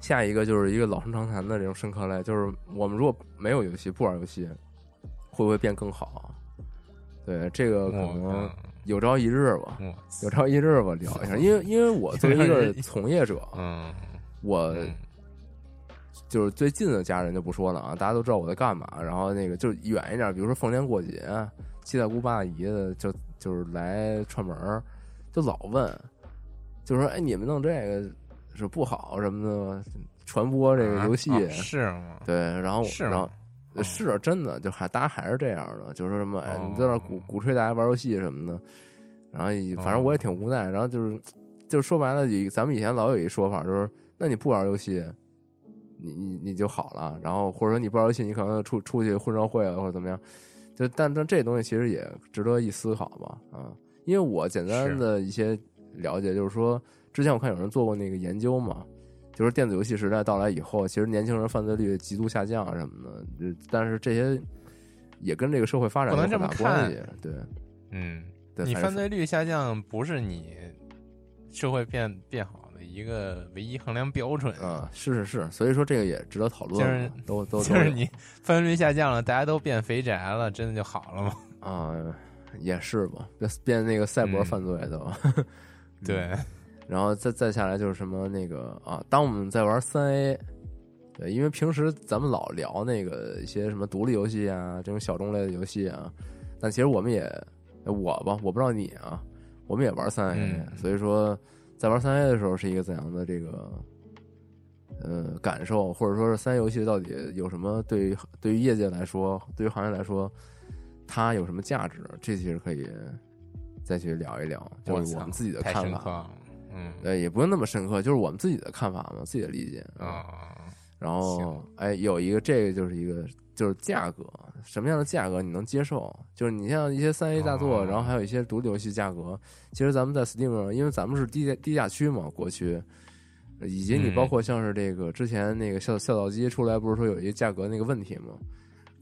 Speaker 1: 下一个就是一个老生常谈的这种深刻类，就是我们如果没有游戏，不玩游戏，会不会变更好？啊对，这个
Speaker 2: 我
Speaker 1: 可能
Speaker 2: 嗯
Speaker 1: 有朝一日吧。
Speaker 2: 我
Speaker 1: 有朝一日吧聊一下，因为因为我作为一个从业者，
Speaker 2: 嗯
Speaker 1: 我
Speaker 2: 嗯
Speaker 1: 就是最近的家人就不说了啊，大家都知道我在干嘛。然后那个就是远一点，比如说逢年过节，七大姑八大姨的就就是来串门儿，就老问，就说哎你们弄这个是不好什么的吗，传播这个游戏，
Speaker 2: 啊哦是吗？
Speaker 1: 对，然后
Speaker 2: 是吗
Speaker 1: 然后。
Speaker 2: 哦
Speaker 1: 呃是啊真的，就还大家还是这样的，就是说什么，哎，
Speaker 2: 哦哦
Speaker 1: 你在那儿鼓鼓吹大家玩游戏什么的，然后也反正我也挺无奈，然后就是，就是说白了，以咱们以前老有一说法，就是那你不玩游戏，你你你就好了，然后或者说你不玩游戏，你可能出出去混社会啊了或者怎么样，就但但这东西其实也值得一思考吧，啊，因为我简单
Speaker 2: 是
Speaker 1: 的一些了解就是说，之前我看有人做过那个研究嘛，就是电子游戏时代到来以后，其实年轻人犯罪率极度下降啊什么的，呃但是这些也跟这个社会发展
Speaker 2: 不
Speaker 1: 有
Speaker 2: 能
Speaker 1: 很
Speaker 2: 这么
Speaker 1: 大关系，对
Speaker 2: 嗯，
Speaker 1: 对，
Speaker 2: 你
Speaker 1: 反正
Speaker 2: 犯罪率下降不是你社会变变好的一个唯一衡量标准，
Speaker 1: 啊，是是是，所以说这个也值得讨论
Speaker 2: 就是
Speaker 1: 嘛，都都
Speaker 2: 就
Speaker 1: 都
Speaker 2: 是
Speaker 1: 有
Speaker 2: 你犯罪率下降了，大家都变肥宅了，真的就好了吗？
Speaker 1: 啊、也是吧，变变那个赛博
Speaker 2: 嗯
Speaker 1: 犯罪都。
Speaker 2: 对，
Speaker 1: 嗯 然后再再下来就是什么那个啊，当我们在玩三 A，对，因为平时咱们老聊那个一些什么独立游戏啊，这种小众类的游戏啊，但其实我们也哎我吧，我不知道你啊，我们也玩三 A，、
Speaker 2: 嗯
Speaker 1: 所以说在玩三 A 的时候是一个怎样的这个呃感受，或者说是三 A 游戏到底有什么对于对于业界来说，对于行业来说，它有什么价值？这其实可以再去聊一聊，就是
Speaker 2: 我操
Speaker 1: 我们自己的
Speaker 2: 太
Speaker 1: 看哎
Speaker 2: 深刻
Speaker 1: 法。
Speaker 2: 了，嗯
Speaker 1: 对，呃也不用那么深刻，就是我们自己的看法嘛，自己的理解嗯
Speaker 2: 啊。
Speaker 1: 然后
Speaker 2: 行，
Speaker 1: 哎，有一个这个就是一个就是价格，什么样的价格你能接受？就是你像一些三 A 大作，
Speaker 2: 哦
Speaker 1: 然后还有一些独立游戏价格，其实咱们在 Steam 上，因为咱们是低价低价区嘛，国区，以及你
Speaker 2: 嗯
Speaker 1: 包括像是这个之前那个校校导机出来，不是说有一个价格那个问题吗？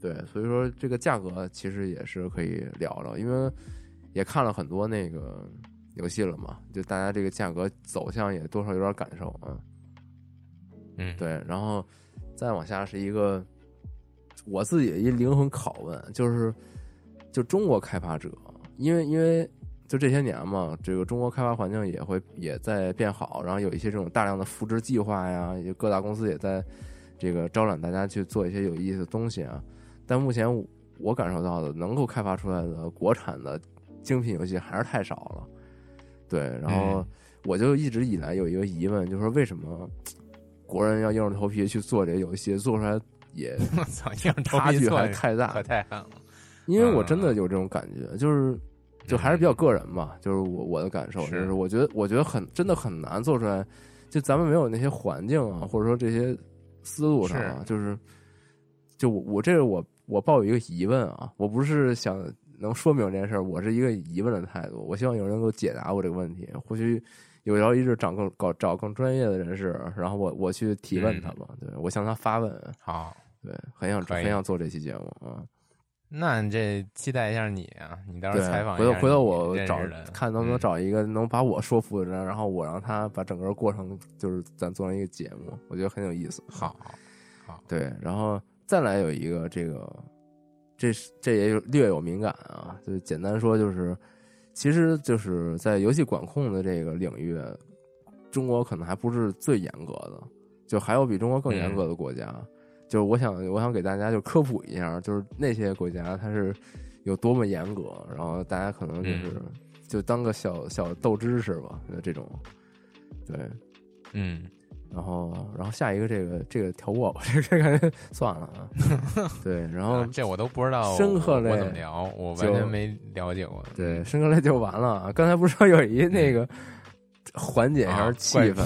Speaker 1: 对，所以说这个价格其实也是可以聊聊，因为也看了很多那个游戏了嘛，就大家这个价格走向也多少有点感受啊。嗯
Speaker 2: 嗯，
Speaker 1: 对，然后再往下是一个我自己的一灵魂拷问，就是就中国开发者，因为因为就这些年嘛，这个中国开发环境也会也在变好，然后有一些这种大量的扶植计划呀，也各大公司也在这个招揽大家去做一些有意思的东西啊。但目前我我感受到的，能够开发出来的国产的精品游戏还是太少了。对，然后
Speaker 2: 嗯
Speaker 1: 我就一直以来有一个疑问，就是说为什么国人要硬着头皮去做这个游戏，做出来 也
Speaker 2: 我操，一样
Speaker 1: 差距还太大
Speaker 2: 可太狠了，
Speaker 1: 因为我
Speaker 2: 嗯
Speaker 1: 真的有这种感觉，就是就还是比较个人吧，就是我我的感受，
Speaker 2: 是
Speaker 1: 就是我觉得我觉得很真的很难做出来，就咱们没有那些环境啊，或者说这些思路上啊，就是就我我这是我我抱有一个疑问啊，我不是想能说明这件事儿，我是一个疑问的态度，我希望有人能够解答我这个问题，或许。有朝一日找更搞找更专业的人士，然后我我去提问他吧，对我向他发问，
Speaker 2: 好。
Speaker 1: 对，很想
Speaker 2: 嗯可以
Speaker 1: 很想做这期节目啊。
Speaker 2: 那你这期待一下你啊，你到时
Speaker 1: 对，
Speaker 2: 候采访一
Speaker 1: 回
Speaker 2: 下
Speaker 1: 头
Speaker 2: 你
Speaker 1: 回头我
Speaker 2: 认识
Speaker 1: 找
Speaker 2: 的
Speaker 1: 看能不能
Speaker 2: 嗯
Speaker 1: 找一个能把我说服的人，然后我让他把整个过程就是咱做成一个节目，我觉得很有意思。
Speaker 2: 好，
Speaker 1: 对，然后再来有一个这个，这是这也有略有敏感啊，就是简单说就是，其实就是在游戏管控的这个领域，中国可能还不是最严格的，就还有比中国更严格的国家。就是我想我想给大家就科普一下，就是那些国家它是有多么严格，然后大家可能就是、就当个小小斗知识吧，就这种，对。
Speaker 2: 嗯，
Speaker 1: 然后，然后下一个这个这个调我吧， 这个感觉算了 啊。对，然后
Speaker 2: 啊这我都不知道
Speaker 1: 深刻
Speaker 2: 我我
Speaker 1: 嘞
Speaker 2: 怎么聊，我完
Speaker 1: 就
Speaker 2: 全没了解过。
Speaker 1: 对，申哥来就完了啊。刚才不是说有一那个缓解一下
Speaker 2: 嗯啊
Speaker 1: 气氛，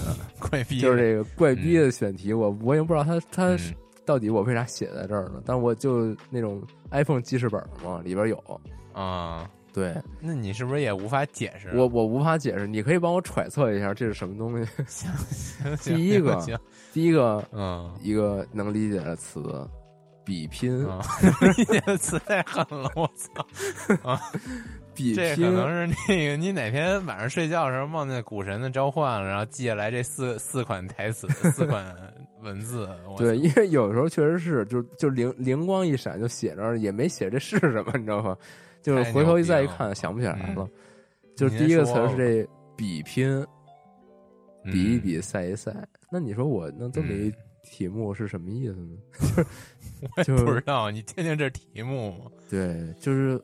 Speaker 2: 怪逼
Speaker 1: 就是
Speaker 2: 的
Speaker 1: 这个怪逼的选题，我我也不知道他他
Speaker 2: 嗯
Speaker 1: 到底我为啥写在这儿呢？但我就那种 iPhone 记事本嘛，里边有。
Speaker 2: 啊，
Speaker 1: 对
Speaker 2: 那你是不是也无法解释？
Speaker 1: 我我无法解释，你可以帮我揣测一下这是什么东西。
Speaker 2: 行
Speaker 1: 第一个
Speaker 2: 行
Speaker 1: 第一个
Speaker 2: 嗯，
Speaker 1: 一个能理解的词，比拼，
Speaker 2: 啊，你这词太狠了，我操！
Speaker 1: 比
Speaker 2: 这可
Speaker 1: 拼。
Speaker 2: 能是那个你哪天晚上睡觉的时候梦见股神的召唤了，然后记下来这四四款台词、四款文字。我
Speaker 1: 对，因为有时候确实是，就就灵灵光一闪就写着，也没写这是什么，你知道吗？就是
Speaker 2: 太
Speaker 1: 回头
Speaker 2: 牛
Speaker 1: 一
Speaker 2: 逼
Speaker 1: 再一
Speaker 2: 了
Speaker 1: 看，想不起来
Speaker 2: 嗯
Speaker 1: 了。就是
Speaker 2: 你
Speaker 1: 第一个
Speaker 2: 先
Speaker 1: 词儿
Speaker 2: 说
Speaker 1: 是这比拼，
Speaker 2: 嗯
Speaker 1: 比一比，赛一赛。那你说我弄这么一题目是什么意思呢？ 就
Speaker 2: 不
Speaker 1: 是
Speaker 2: 知道你听听这题目吗？
Speaker 1: 对，就是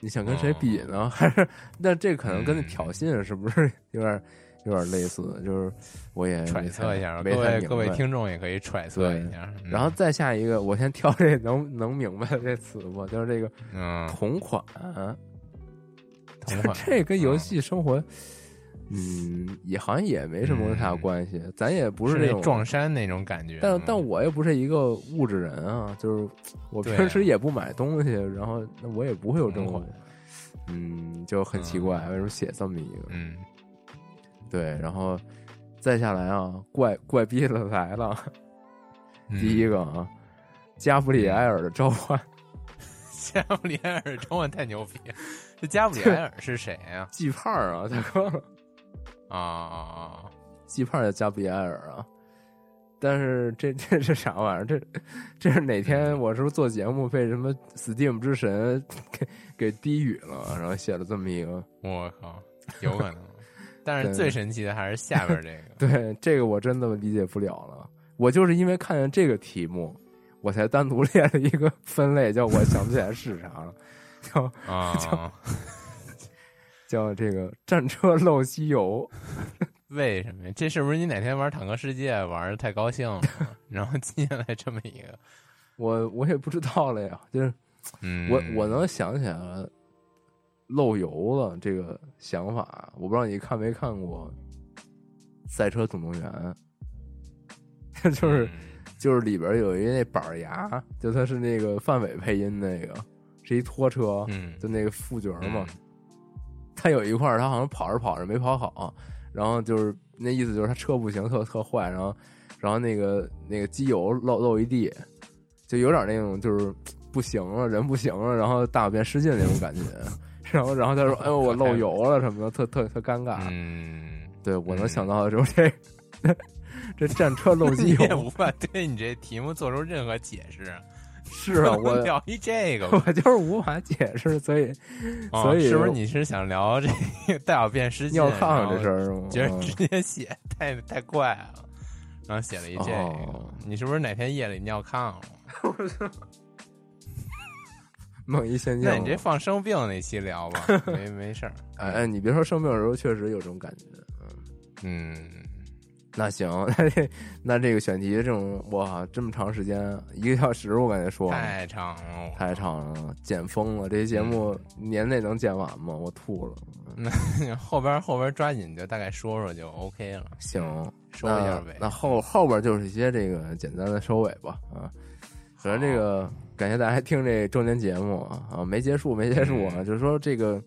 Speaker 1: 你想跟谁比呢？ 还是那这可能跟
Speaker 2: 哦嗯
Speaker 1: 挑衅是不是有点有点类似？就是我也
Speaker 2: 揣
Speaker 1: 哎没
Speaker 2: 测
Speaker 1: 太
Speaker 2: 一下，
Speaker 1: 没
Speaker 2: 各
Speaker 1: 太
Speaker 2: 位
Speaker 1: 明
Speaker 2: 各位
Speaker 1: 白
Speaker 2: 听众也可以揣测一下。嗯
Speaker 1: 然后再下一个，我先挑这能能明白的这词吧，就是这个
Speaker 2: 嗯，
Speaker 1: 同款，
Speaker 2: 同款
Speaker 1: 这跟游戏生活，嗯，也好像也没什么太大关系，咱也不
Speaker 2: 嗯是
Speaker 1: 那
Speaker 2: 那
Speaker 1: 种
Speaker 2: 撞衫那种感觉。
Speaker 1: 但
Speaker 2: 嗯
Speaker 1: 但我也不是一个物质人啊，就是我
Speaker 2: 对啊
Speaker 1: 平时也不买东西，然后那我也不会有这
Speaker 2: 同
Speaker 1: 种
Speaker 2: 款，
Speaker 1: 嗯，就很奇怪，为什么写这么一个？
Speaker 2: 嗯，
Speaker 1: 对，然后再下来啊，怪怪逼的来了，
Speaker 2: 嗯
Speaker 1: 第一个啊，加布里埃尔的召唤，
Speaker 2: 加布里埃尔召唤太牛逼了。这加布里埃尔是谁呀？
Speaker 1: 季胖儿啊，大哥。
Speaker 2: 啊啊
Speaker 1: 季胖叫加布里埃尔啊。但是这这是啥玩意儿？这这是哪天我是不是做节目被什么 Steam 之神给给低语了，然后写了这么一个？
Speaker 2: 啊！我靠，有 可能。但是
Speaker 1: 对
Speaker 2: 最神奇的还是下边这个。
Speaker 1: 对，这个我真的理解不了了。我就是因为看见这个题目，我才单独 列了一个分类，叫我想不起来是啥了，叫
Speaker 2: 啊，
Speaker 1: 叫这个战车漏机油。
Speaker 2: 为什么呀？这是不是你哪天玩坦克世界玩的太高兴了，然后接下来这么一个？
Speaker 1: 我我也不知道了呀，就是
Speaker 2: 嗯，
Speaker 1: 我我能想起来了漏油了这个想法，我不知道你看没看过《赛车总动员》，就是
Speaker 2: 嗯
Speaker 1: 就是里边有一那板儿牙，就他是那个范伟配音那个，是一拖车，
Speaker 2: 嗯，
Speaker 1: 就那个副角
Speaker 2: 嗯
Speaker 1: 嘛。他有一块儿，他好像跑着跑着没跑好，然后就是那意思就是他车不行，特特坏，然后然后那个那个机油漏漏一地，就有点那种就是不行了，人不行了，然后大便失禁那种感觉。 然后，然后他说：“哎呦，我漏油了什么的，特特特尴尬。
Speaker 2: 嗯，
Speaker 1: 对我能
Speaker 2: 嗯
Speaker 1: 想到的就是这 这战车漏机
Speaker 2: 你也
Speaker 1: 油。
Speaker 2: 无法对你这题目做出任何解释。
Speaker 1: 是啊，我
Speaker 2: 聊一这个吧，
Speaker 1: 我就是无法解释，所以
Speaker 2: 哦
Speaker 1: 所以
Speaker 2: 是不是你是想聊这个大小便失禁
Speaker 1: 尿炕啊这事，儿是吗？
Speaker 2: 觉得
Speaker 1: 嗯
Speaker 2: 直接写太太快了，然后写了一这个
Speaker 1: 哦，
Speaker 2: 你是不是哪天夜里尿炕了？
Speaker 1: 梦遗仙境
Speaker 2: 那
Speaker 1: 了。
Speaker 2: 你这放生病那期聊 吧，没没事儿。
Speaker 1: 哎哎，你别说生病的时候确实有这种感觉。
Speaker 2: 嗯，
Speaker 1: 那行， 那这那这个选题这种哇，这么长时间，一个小时，我感觉说
Speaker 2: 太嗯长了，
Speaker 1: 太长了，剪疯了。这期节目年内能剪完吗？我吐了。
Speaker 2: 我后边后边抓紧就大概说说就 OK 了，
Speaker 1: 行，
Speaker 2: 嗯收一下
Speaker 1: 那
Speaker 2: 尾。
Speaker 1: 那后后边就是一些这个简单的收尾吧。啊，反正这个感谢大家听这周年节目啊啊，没结束没结束
Speaker 2: 嗯
Speaker 1: 啊，就是说这个。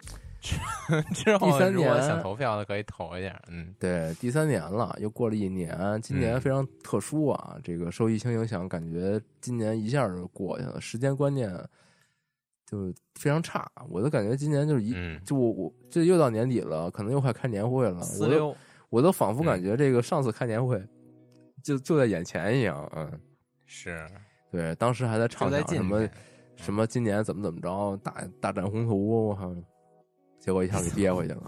Speaker 2: 之后
Speaker 1: 第三
Speaker 2: 如果
Speaker 1: 年
Speaker 2: 想投票的可以投一下，嗯
Speaker 1: 对，第三年了，又过了一年，今年非常特殊啊，这个受疫情影响，感觉今年一下就过去了，时间观念就非常差，我都感觉今年就是一。
Speaker 2: 嗯，
Speaker 1: 就我我这又到年底了，可能又快开年会了，
Speaker 2: 四
Speaker 1: 啊我都
Speaker 2: 六嗯
Speaker 1: 我都仿佛感觉这个上次开年会就就在眼前一样，嗯，
Speaker 2: 是
Speaker 1: 对，当时还在
Speaker 2: 就
Speaker 1: 畅
Speaker 2: 在
Speaker 1: 想
Speaker 2: 近
Speaker 1: 什么
Speaker 2: 年
Speaker 1: 什么今年怎么怎么着，大大展宏图，我靠，结果一 下给憋回去了，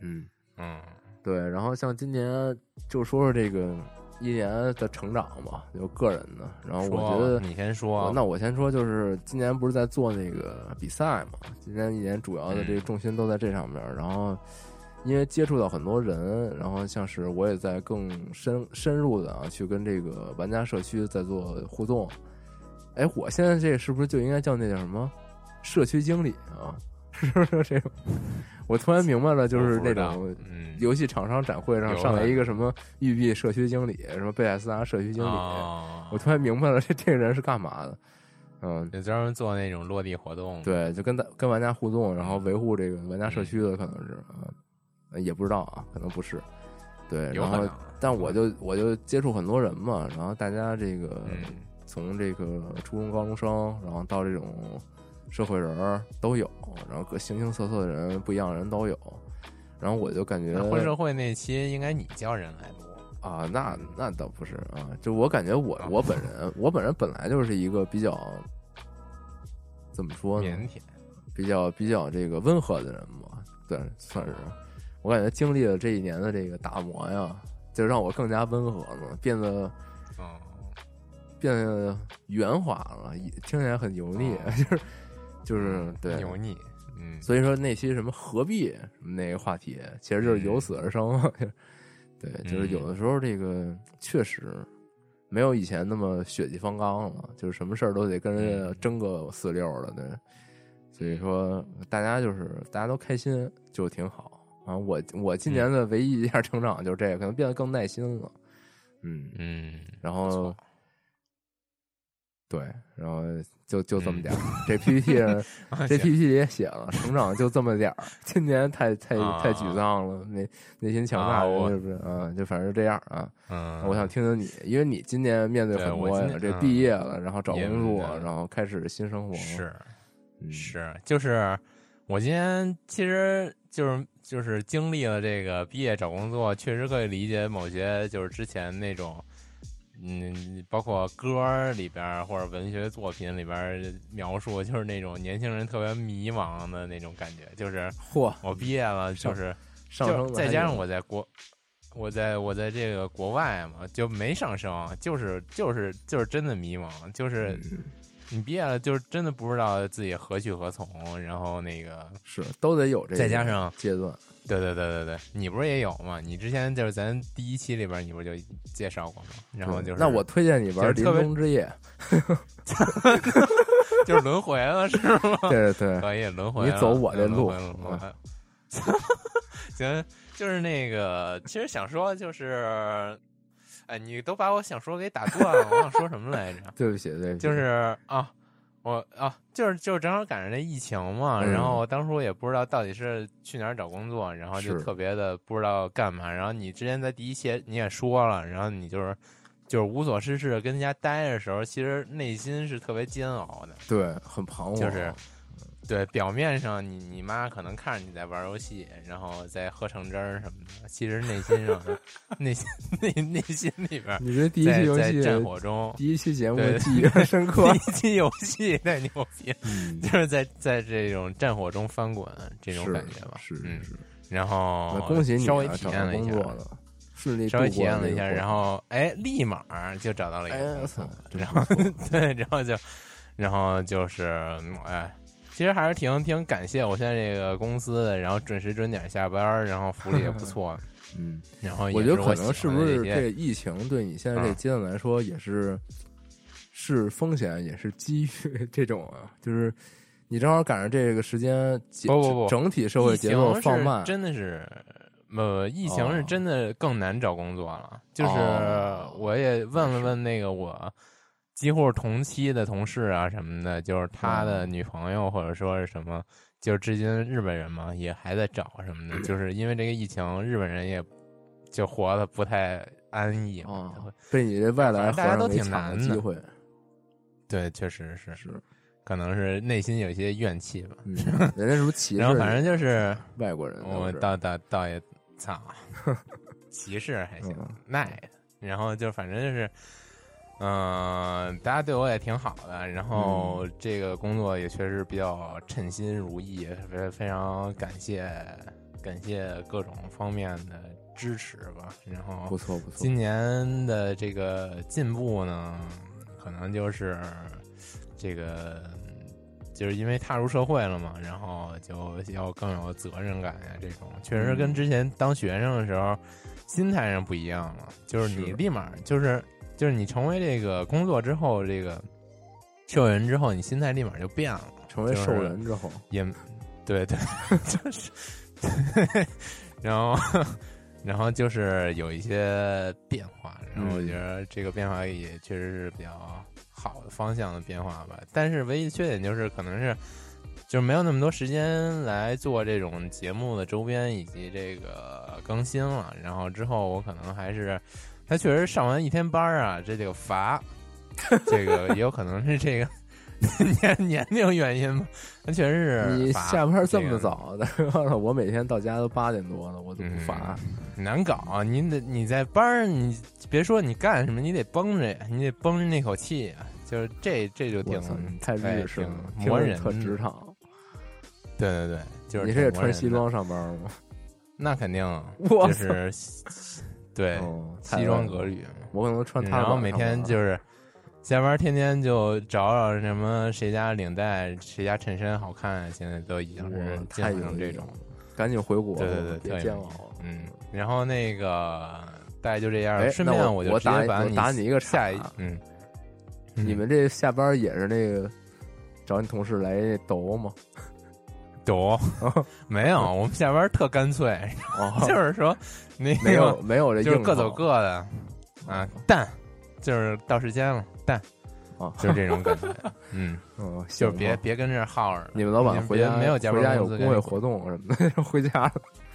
Speaker 1: 嗯。
Speaker 2: 嗯
Speaker 1: 对，然后像今年就说说这个一年的成长吧，就个人的。然后
Speaker 2: 说啊
Speaker 1: 我觉
Speaker 2: 吧
Speaker 1: 得，
Speaker 2: 你先说
Speaker 1: 我，那我先说，就是今年不是在做那个比赛嘛，今年一年主要的这个
Speaker 2: 嗯
Speaker 1: 重心都在这上面。然后因为接触到很多人，然后像是我也在更深深入的啊，去跟这个玩家社区在做互动。哎，我现在这是不是就应该叫那叫什么社区经理啊？ 是不是这种？我突然明白了，就是
Speaker 2: 我不
Speaker 1: 那
Speaker 2: 知道
Speaker 1: 种
Speaker 2: 嗯
Speaker 1: 游戏厂商展会上
Speaker 2: 有啊
Speaker 1: 上来
Speaker 2: 的
Speaker 1: 一个什么育碧社区经理，什么贝塞斯达社区经理，
Speaker 2: 哦
Speaker 1: 我突然明白了这这个人是干嘛的。嗯，
Speaker 2: 就专门做那种落地活动，，
Speaker 1: 对，就跟大跟玩家互动，然后维护这个玩家社区的可能是，嗯，也不知道啊，可能不是。对，
Speaker 2: 有
Speaker 1: 然
Speaker 2: 可
Speaker 1: 后
Speaker 2: 能。
Speaker 1: 但我就我就接触很多人嘛，然后大家这个
Speaker 2: 嗯
Speaker 1: 从这个初中高中生，然后到这种社会人儿都有，然后各形形色色的人不一样的人都有。然后我就感觉
Speaker 2: 那混社会那期应该你叫人来录，
Speaker 1: 啊，那那倒不是啊，就我感觉我
Speaker 2: 啊
Speaker 1: 我本人，我本人本来就是一个比较怎么说呢，
Speaker 2: 腼腆，
Speaker 1: 比较比较这个温和的人嘛，对，算是。我感觉经历了这一年的这个打磨呀，就让我更加温和了，变得
Speaker 2: 嗯，
Speaker 1: 变得圆滑了，也听起来很油腻， 就是就是对，
Speaker 2: 啊油腻，嗯，
Speaker 1: 所以说那期什么何必什么那个话题，其实就是由死而生。 对，就是有的时候这个确实没有以前那么血气方刚了，就是什么事儿都得跟人家争个四六了。对，所以说大家就是大家都开心就挺好啊。我我今年的唯一一下成长就是这个，可能变得更耐心了。嗯，
Speaker 2: 嗯，
Speaker 1: 然后对，然后就就这么点儿。这 PPT 上
Speaker 2: 啊
Speaker 1: 这 PPT 里也写了，成长就这么点儿， 今年太太
Speaker 2: 啊
Speaker 1: 太沮丧了，内内心强大
Speaker 2: 啊我
Speaker 1: 是不是？嗯，就反正就这样啊。
Speaker 2: 嗯，
Speaker 1: 我想听听你，因为你今年面对
Speaker 2: 对
Speaker 1: 很
Speaker 2: 我
Speaker 1: 多
Speaker 2: 今
Speaker 1: 呀，
Speaker 2: 年
Speaker 1: 这
Speaker 2: 嗯
Speaker 1: 毕业了，然后找
Speaker 2: 也
Speaker 1: 工作，
Speaker 2: 嗯
Speaker 1: 然后开始新生活，
Speaker 2: 是
Speaker 1: 嗯
Speaker 2: 是，就是我今天其实就是就是经历了这个毕业找工作，确实可以理解某些就是之前那种。嗯，包括歌儿里边儿或者文学作品里边儿描述，就是那种年轻人特别迷茫的那种感觉。就是
Speaker 1: 嚯，
Speaker 2: 我毕业了，就是
Speaker 1: 上升
Speaker 2: 就
Speaker 1: 了
Speaker 2: 再
Speaker 1: 还
Speaker 2: 加
Speaker 1: 有
Speaker 2: 上我在国，我在我在这个国外嘛，就没上升，就是就是就是真的迷茫，就是
Speaker 1: 嗯
Speaker 2: 你毕业了，就是真的不知道自己何去何从，然后那个
Speaker 1: 是都得有这个，
Speaker 2: 再加上
Speaker 1: 阶段，
Speaker 2: 对对对对对，你不是也有吗？你之前就是咱第一期里边你不就介绍过吗？然后就是
Speaker 1: 那我推荐你玩《
Speaker 2: 就是
Speaker 1: 临
Speaker 2: 特别
Speaker 1: 终之夜
Speaker 2: 就是轮回了是吗》，？
Speaker 1: 对 对对，
Speaker 2: 可以轮回了，哎
Speaker 1: 你走我这路
Speaker 2: 轮回轮回 行，就是那个，其实想说就是，哎，你都把我想说给打断了，我想说什么来 着？
Speaker 1: 对不起对不起，
Speaker 2: 就是啊，我啊，就是就是正好赶上这疫情嘛，
Speaker 1: 嗯
Speaker 2: 然后我当初也不知道到底是去哪儿找工作，然后就是特别的不知道干嘛。然后你之前在第一期你也说了，然后你就是就是无所事事地跟家待着的时候，其实内心是特别煎熬的。
Speaker 1: 对很彷徨，
Speaker 2: 就是对，表面上你你妈可能看着你在玩游戏，然后在喝橙汁儿什么的，其实内心上内心内内心里边儿
Speaker 1: 你这第一期
Speaker 2: 在
Speaker 1: 游
Speaker 2: 在
Speaker 1: 戏
Speaker 2: 战火中。
Speaker 1: 第一期节目
Speaker 2: 对
Speaker 1: 记忆很 深刻，嗯
Speaker 2: 第一期游戏太牛逼了，就是在在这种战火中翻滚这种
Speaker 1: 是
Speaker 2: 感觉吧，
Speaker 1: 是
Speaker 2: 嗯
Speaker 1: 是，是，
Speaker 2: 然后
Speaker 1: 那恭喜你
Speaker 2: 哦稍微
Speaker 1: 啊，
Speaker 2: 体
Speaker 1: 找
Speaker 2: 验
Speaker 1: 到
Speaker 2: 了一
Speaker 1: 工
Speaker 2: 下
Speaker 1: 作，了，顺利
Speaker 2: 稍微
Speaker 1: 度
Speaker 2: 体
Speaker 1: 过
Speaker 2: 验了
Speaker 1: 那
Speaker 2: 一
Speaker 1: 个
Speaker 2: 下，
Speaker 1: 过
Speaker 2: 然后哎，立马儿就找到了一个
Speaker 1: 哎
Speaker 2: 工
Speaker 1: 我
Speaker 2: 作
Speaker 1: 操，，
Speaker 2: 然后
Speaker 1: 后
Speaker 2: 对，然后就，然后就是嗯哎。其实还是挺挺感谢我现在这个公司的，然后准时准点下班儿，然后福利也 不错，
Speaker 1: 嗯，
Speaker 2: 然后也
Speaker 1: 我觉得
Speaker 2: 是
Speaker 1: 可能
Speaker 2: 喜
Speaker 1: 是
Speaker 2: 欢
Speaker 1: 不
Speaker 2: 的
Speaker 1: 是
Speaker 2: 这些
Speaker 1: 这疫情对你现在这
Speaker 2: 啊
Speaker 1: 阶段来说也是是风险也是机遇 这种啊，就是你正好赶上这个时间节，
Speaker 2: 不不不
Speaker 1: 整体社会
Speaker 2: 疫
Speaker 1: 节
Speaker 2: 情
Speaker 1: 奏
Speaker 2: 是
Speaker 1: 放慢，
Speaker 2: 真的是，呃，疫情是
Speaker 1: 哦
Speaker 2: 真的更难找工作了。就是
Speaker 1: 哦
Speaker 2: 我也问了问那个我几乎同期的同事啊什么的，就是他
Speaker 1: 哦
Speaker 2: 的女朋友或者说是什么，就是至今日本人嘛也还在找什么的，就是因为这个疫情，日本人也就活得不太安逸嘛。
Speaker 1: 哦被你这外
Speaker 2: 反正
Speaker 1: 来和
Speaker 2: 大家都
Speaker 1: 尚给
Speaker 2: 挺
Speaker 1: 抢了
Speaker 2: 难的
Speaker 1: 机会，
Speaker 2: 对，确实是，
Speaker 1: 是，
Speaker 2: 可能是内心有一些怨气吧。
Speaker 1: 嗯，人家是不是歧视
Speaker 2: 然后反正就是。
Speaker 1: 外国人，
Speaker 2: 我
Speaker 1: 倒
Speaker 2: 倒倒倒也操， 歧视还行
Speaker 1: 嗯，
Speaker 2: 那、然后就反正就是，嗯、大家对我也挺好的，然后这个工作也确实比较称心如意，非非常感谢感谢各种方面的支持吧。然
Speaker 1: 不
Speaker 2: 后
Speaker 1: 错不错，
Speaker 2: 今年的这个进步呢，可能就是这个。嗯就是因为踏入社会了嘛，然后就要更有责任感呀、这种确实跟之前当学生的时候心态上不一样了。就是你
Speaker 1: 是
Speaker 2: 立马就是就是你成为这个工作之后，这个社会人之后，你心态立马就变了，
Speaker 1: 成为
Speaker 2: 就是
Speaker 1: 兽人之后，
Speaker 2: 也对 对，就是，然后然后就是有一些变化，然后我
Speaker 1: 嗯
Speaker 2: 觉得这个变化也确实是比较好的方向的变化吧。但是唯一缺点就是可能是就没有那么多时间来做这种节目的周边以及这个更新了。然后之后我可能还是，他确实上完一天班儿啊，这这个 乏，这个也有可能是这个 年年龄原因吧。他确实是
Speaker 1: 你
Speaker 2: 乏
Speaker 1: 下班这
Speaker 2: 个
Speaker 1: 么早， 我每天到家都八点多了，我都
Speaker 2: 嗯
Speaker 1: 不乏。
Speaker 2: 难搞，你得你在班儿，你别说你干什么，你得绷着呀，你得绷着那口气呀，就是这这就
Speaker 1: 我
Speaker 2: 挺
Speaker 1: 操，你太
Speaker 2: 哎
Speaker 1: 日式
Speaker 2: 挺
Speaker 1: 了，
Speaker 2: 磨人
Speaker 1: 听着特职
Speaker 2: 的
Speaker 1: 场。
Speaker 2: 对对对，就是
Speaker 1: 你是也
Speaker 2: 挺磨人
Speaker 1: 穿西
Speaker 2: 的，
Speaker 1: 装上班吗？
Speaker 2: 那肯定，
Speaker 1: 我
Speaker 2: 就
Speaker 1: 操
Speaker 2: 是对
Speaker 1: 哦太
Speaker 2: 西装
Speaker 1: 恶
Speaker 2: 革
Speaker 1: 了
Speaker 2: 履嘛，
Speaker 1: 我可能穿
Speaker 2: 嗯
Speaker 1: 他。
Speaker 2: 然后每天就是下班，天天就找找什么谁家领带、谁家衬衫好看，现在都已经是
Speaker 1: 哇
Speaker 2: 进
Speaker 1: 太
Speaker 2: 化成
Speaker 1: 有
Speaker 2: 这
Speaker 1: 意
Speaker 2: 种
Speaker 1: 思。赶紧回国，
Speaker 2: 对对对，特
Speaker 1: 别
Speaker 2: 有
Speaker 1: 煎
Speaker 2: 意
Speaker 1: 熬
Speaker 2: 思。嗯，然后那个大概就这样，
Speaker 1: 哎
Speaker 2: 顺
Speaker 1: 那
Speaker 2: 便
Speaker 1: 我
Speaker 2: 就
Speaker 1: 我
Speaker 2: 直
Speaker 1: 打
Speaker 2: 接
Speaker 1: 你
Speaker 2: 把
Speaker 1: 我打你
Speaker 2: 你
Speaker 1: 一个
Speaker 2: 下一
Speaker 1: 岔
Speaker 2: 嗯，嗯
Speaker 1: 你们这下班也是那个找你同事来斗吗？
Speaker 2: 懂没有？我们下班特干脆，
Speaker 1: 哦，
Speaker 2: 就是说那
Speaker 1: 没
Speaker 2: 个
Speaker 1: 有没有这
Speaker 2: 就是
Speaker 1: 硬
Speaker 2: 各走
Speaker 1: 套
Speaker 2: 各的啊，淡就是到时间了，淡
Speaker 1: 哦
Speaker 2: 就是这种感觉。 嗯，
Speaker 1: 嗯，
Speaker 2: 就
Speaker 1: 行
Speaker 2: 是别
Speaker 1: 吧
Speaker 2: 别跟这儿耗着了。
Speaker 1: 你们老
Speaker 2: 你
Speaker 1: 板
Speaker 2: 们
Speaker 1: 回
Speaker 2: 别
Speaker 1: 家
Speaker 2: 没有加
Speaker 1: 回
Speaker 2: 班
Speaker 1: 家
Speaker 2: 工
Speaker 1: 有
Speaker 2: 资
Speaker 1: 工
Speaker 2: 给
Speaker 1: 会
Speaker 2: 你
Speaker 1: 活动什么的， 回家了。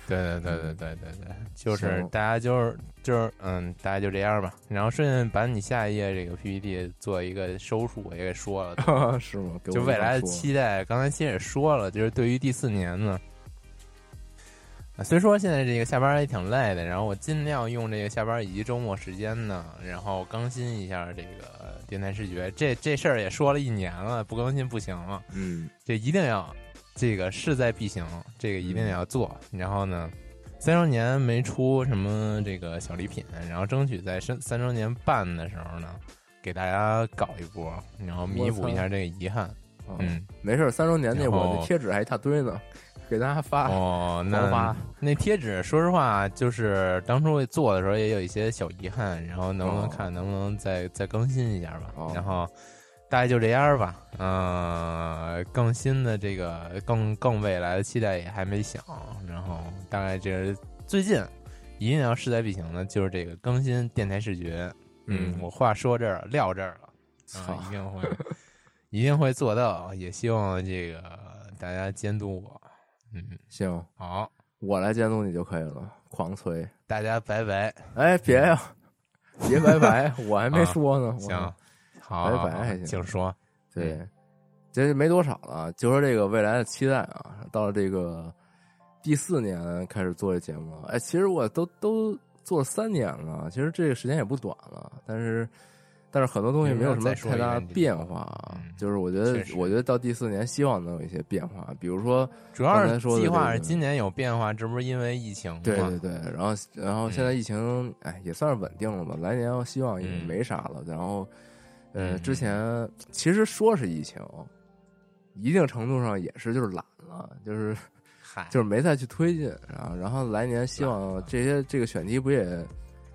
Speaker 2: 对对对对对对对，就是
Speaker 1: 行
Speaker 2: 大家就是就是嗯，大家就这样吧。然后顺便把你下一页这个 PPT 做一个收束，我也给说了。
Speaker 1: 是吗？给
Speaker 2: 就
Speaker 1: 我
Speaker 2: 未
Speaker 1: 一块
Speaker 2: 来的
Speaker 1: 说
Speaker 2: 期待，刚才其实也说了，就是对于第四年呢，啊虽说现在这个下班也挺累的，然后我尽量用这个下班以及周末时间呢，然后更新一下这个电台视觉。这这事儿也说了一年了，不更新不行了。
Speaker 1: 嗯，
Speaker 2: 这一定要这个势在必行，这个一定要做。然后呢，三周年没出什么这个小礼品，然后争取在三三周年办的时候呢，给大家搞一波，然后弥补一下这个遗憾。
Speaker 1: 啊
Speaker 2: 嗯，
Speaker 1: 没事儿，三周年那
Speaker 2: 然
Speaker 1: 我
Speaker 2: 后
Speaker 1: 那贴纸还一大堆呢，给大家发。
Speaker 2: 哦，
Speaker 1: 狂
Speaker 2: 那
Speaker 1: 发
Speaker 2: 那贴纸，说实话，就是当初做的时候也有一些小遗憾，然后能不能
Speaker 1: 哦
Speaker 2: 看，能不能再再更新一下吧。
Speaker 1: 哦
Speaker 2: 然后大概就这样吧。嗯、更新的这个更更未来的期待也还没想，然后大概这是最近一定要势在必行的，就是这个更新电台视觉。嗯，
Speaker 1: 嗯
Speaker 2: 我话说这儿了，撂这儿了。
Speaker 1: 操
Speaker 2: 啊，一定会，一定会做到，也希望这个大家监督我。嗯，
Speaker 1: 行，
Speaker 2: 好，
Speaker 1: 我来监督你就可以了，狂催。
Speaker 2: 大家拜拜。
Speaker 1: 哎，别呀、 别拜拜，我还没说呢。我
Speaker 2: 啊行，好，
Speaker 1: 拜
Speaker 2: 好
Speaker 1: 拜
Speaker 2: 好
Speaker 1: 还行
Speaker 2: 请说。
Speaker 1: 对，哎这没多少了，就说这个未来的期待啊，到了这个第四年开始做这节目了，哎，其实我都都做了三年了，其实这个时间也不短了，但是但是很多东西没有什么太大的变化啊
Speaker 2: 嗯，
Speaker 1: 就是我觉得
Speaker 2: 确实
Speaker 1: 我觉得到第四年希望能有一些变化，比如说
Speaker 2: 主要
Speaker 1: 刚才
Speaker 2: 是
Speaker 1: 说的
Speaker 2: 计划
Speaker 1: 这
Speaker 2: 是
Speaker 1: 个
Speaker 2: 今年有变化，这不是因为疫情吗？
Speaker 1: 对对对，然后然后现在疫情、哎也算是稳定了吧，来年希望也
Speaker 2: 嗯
Speaker 1: 没啥了。然后呃，
Speaker 2: 嗯
Speaker 1: 之前其实说是疫情，一定程度上也是就是懒了，就是
Speaker 2: 嗨，
Speaker 1: 就是没再去推进啊。然后来年希望这些这个选题不也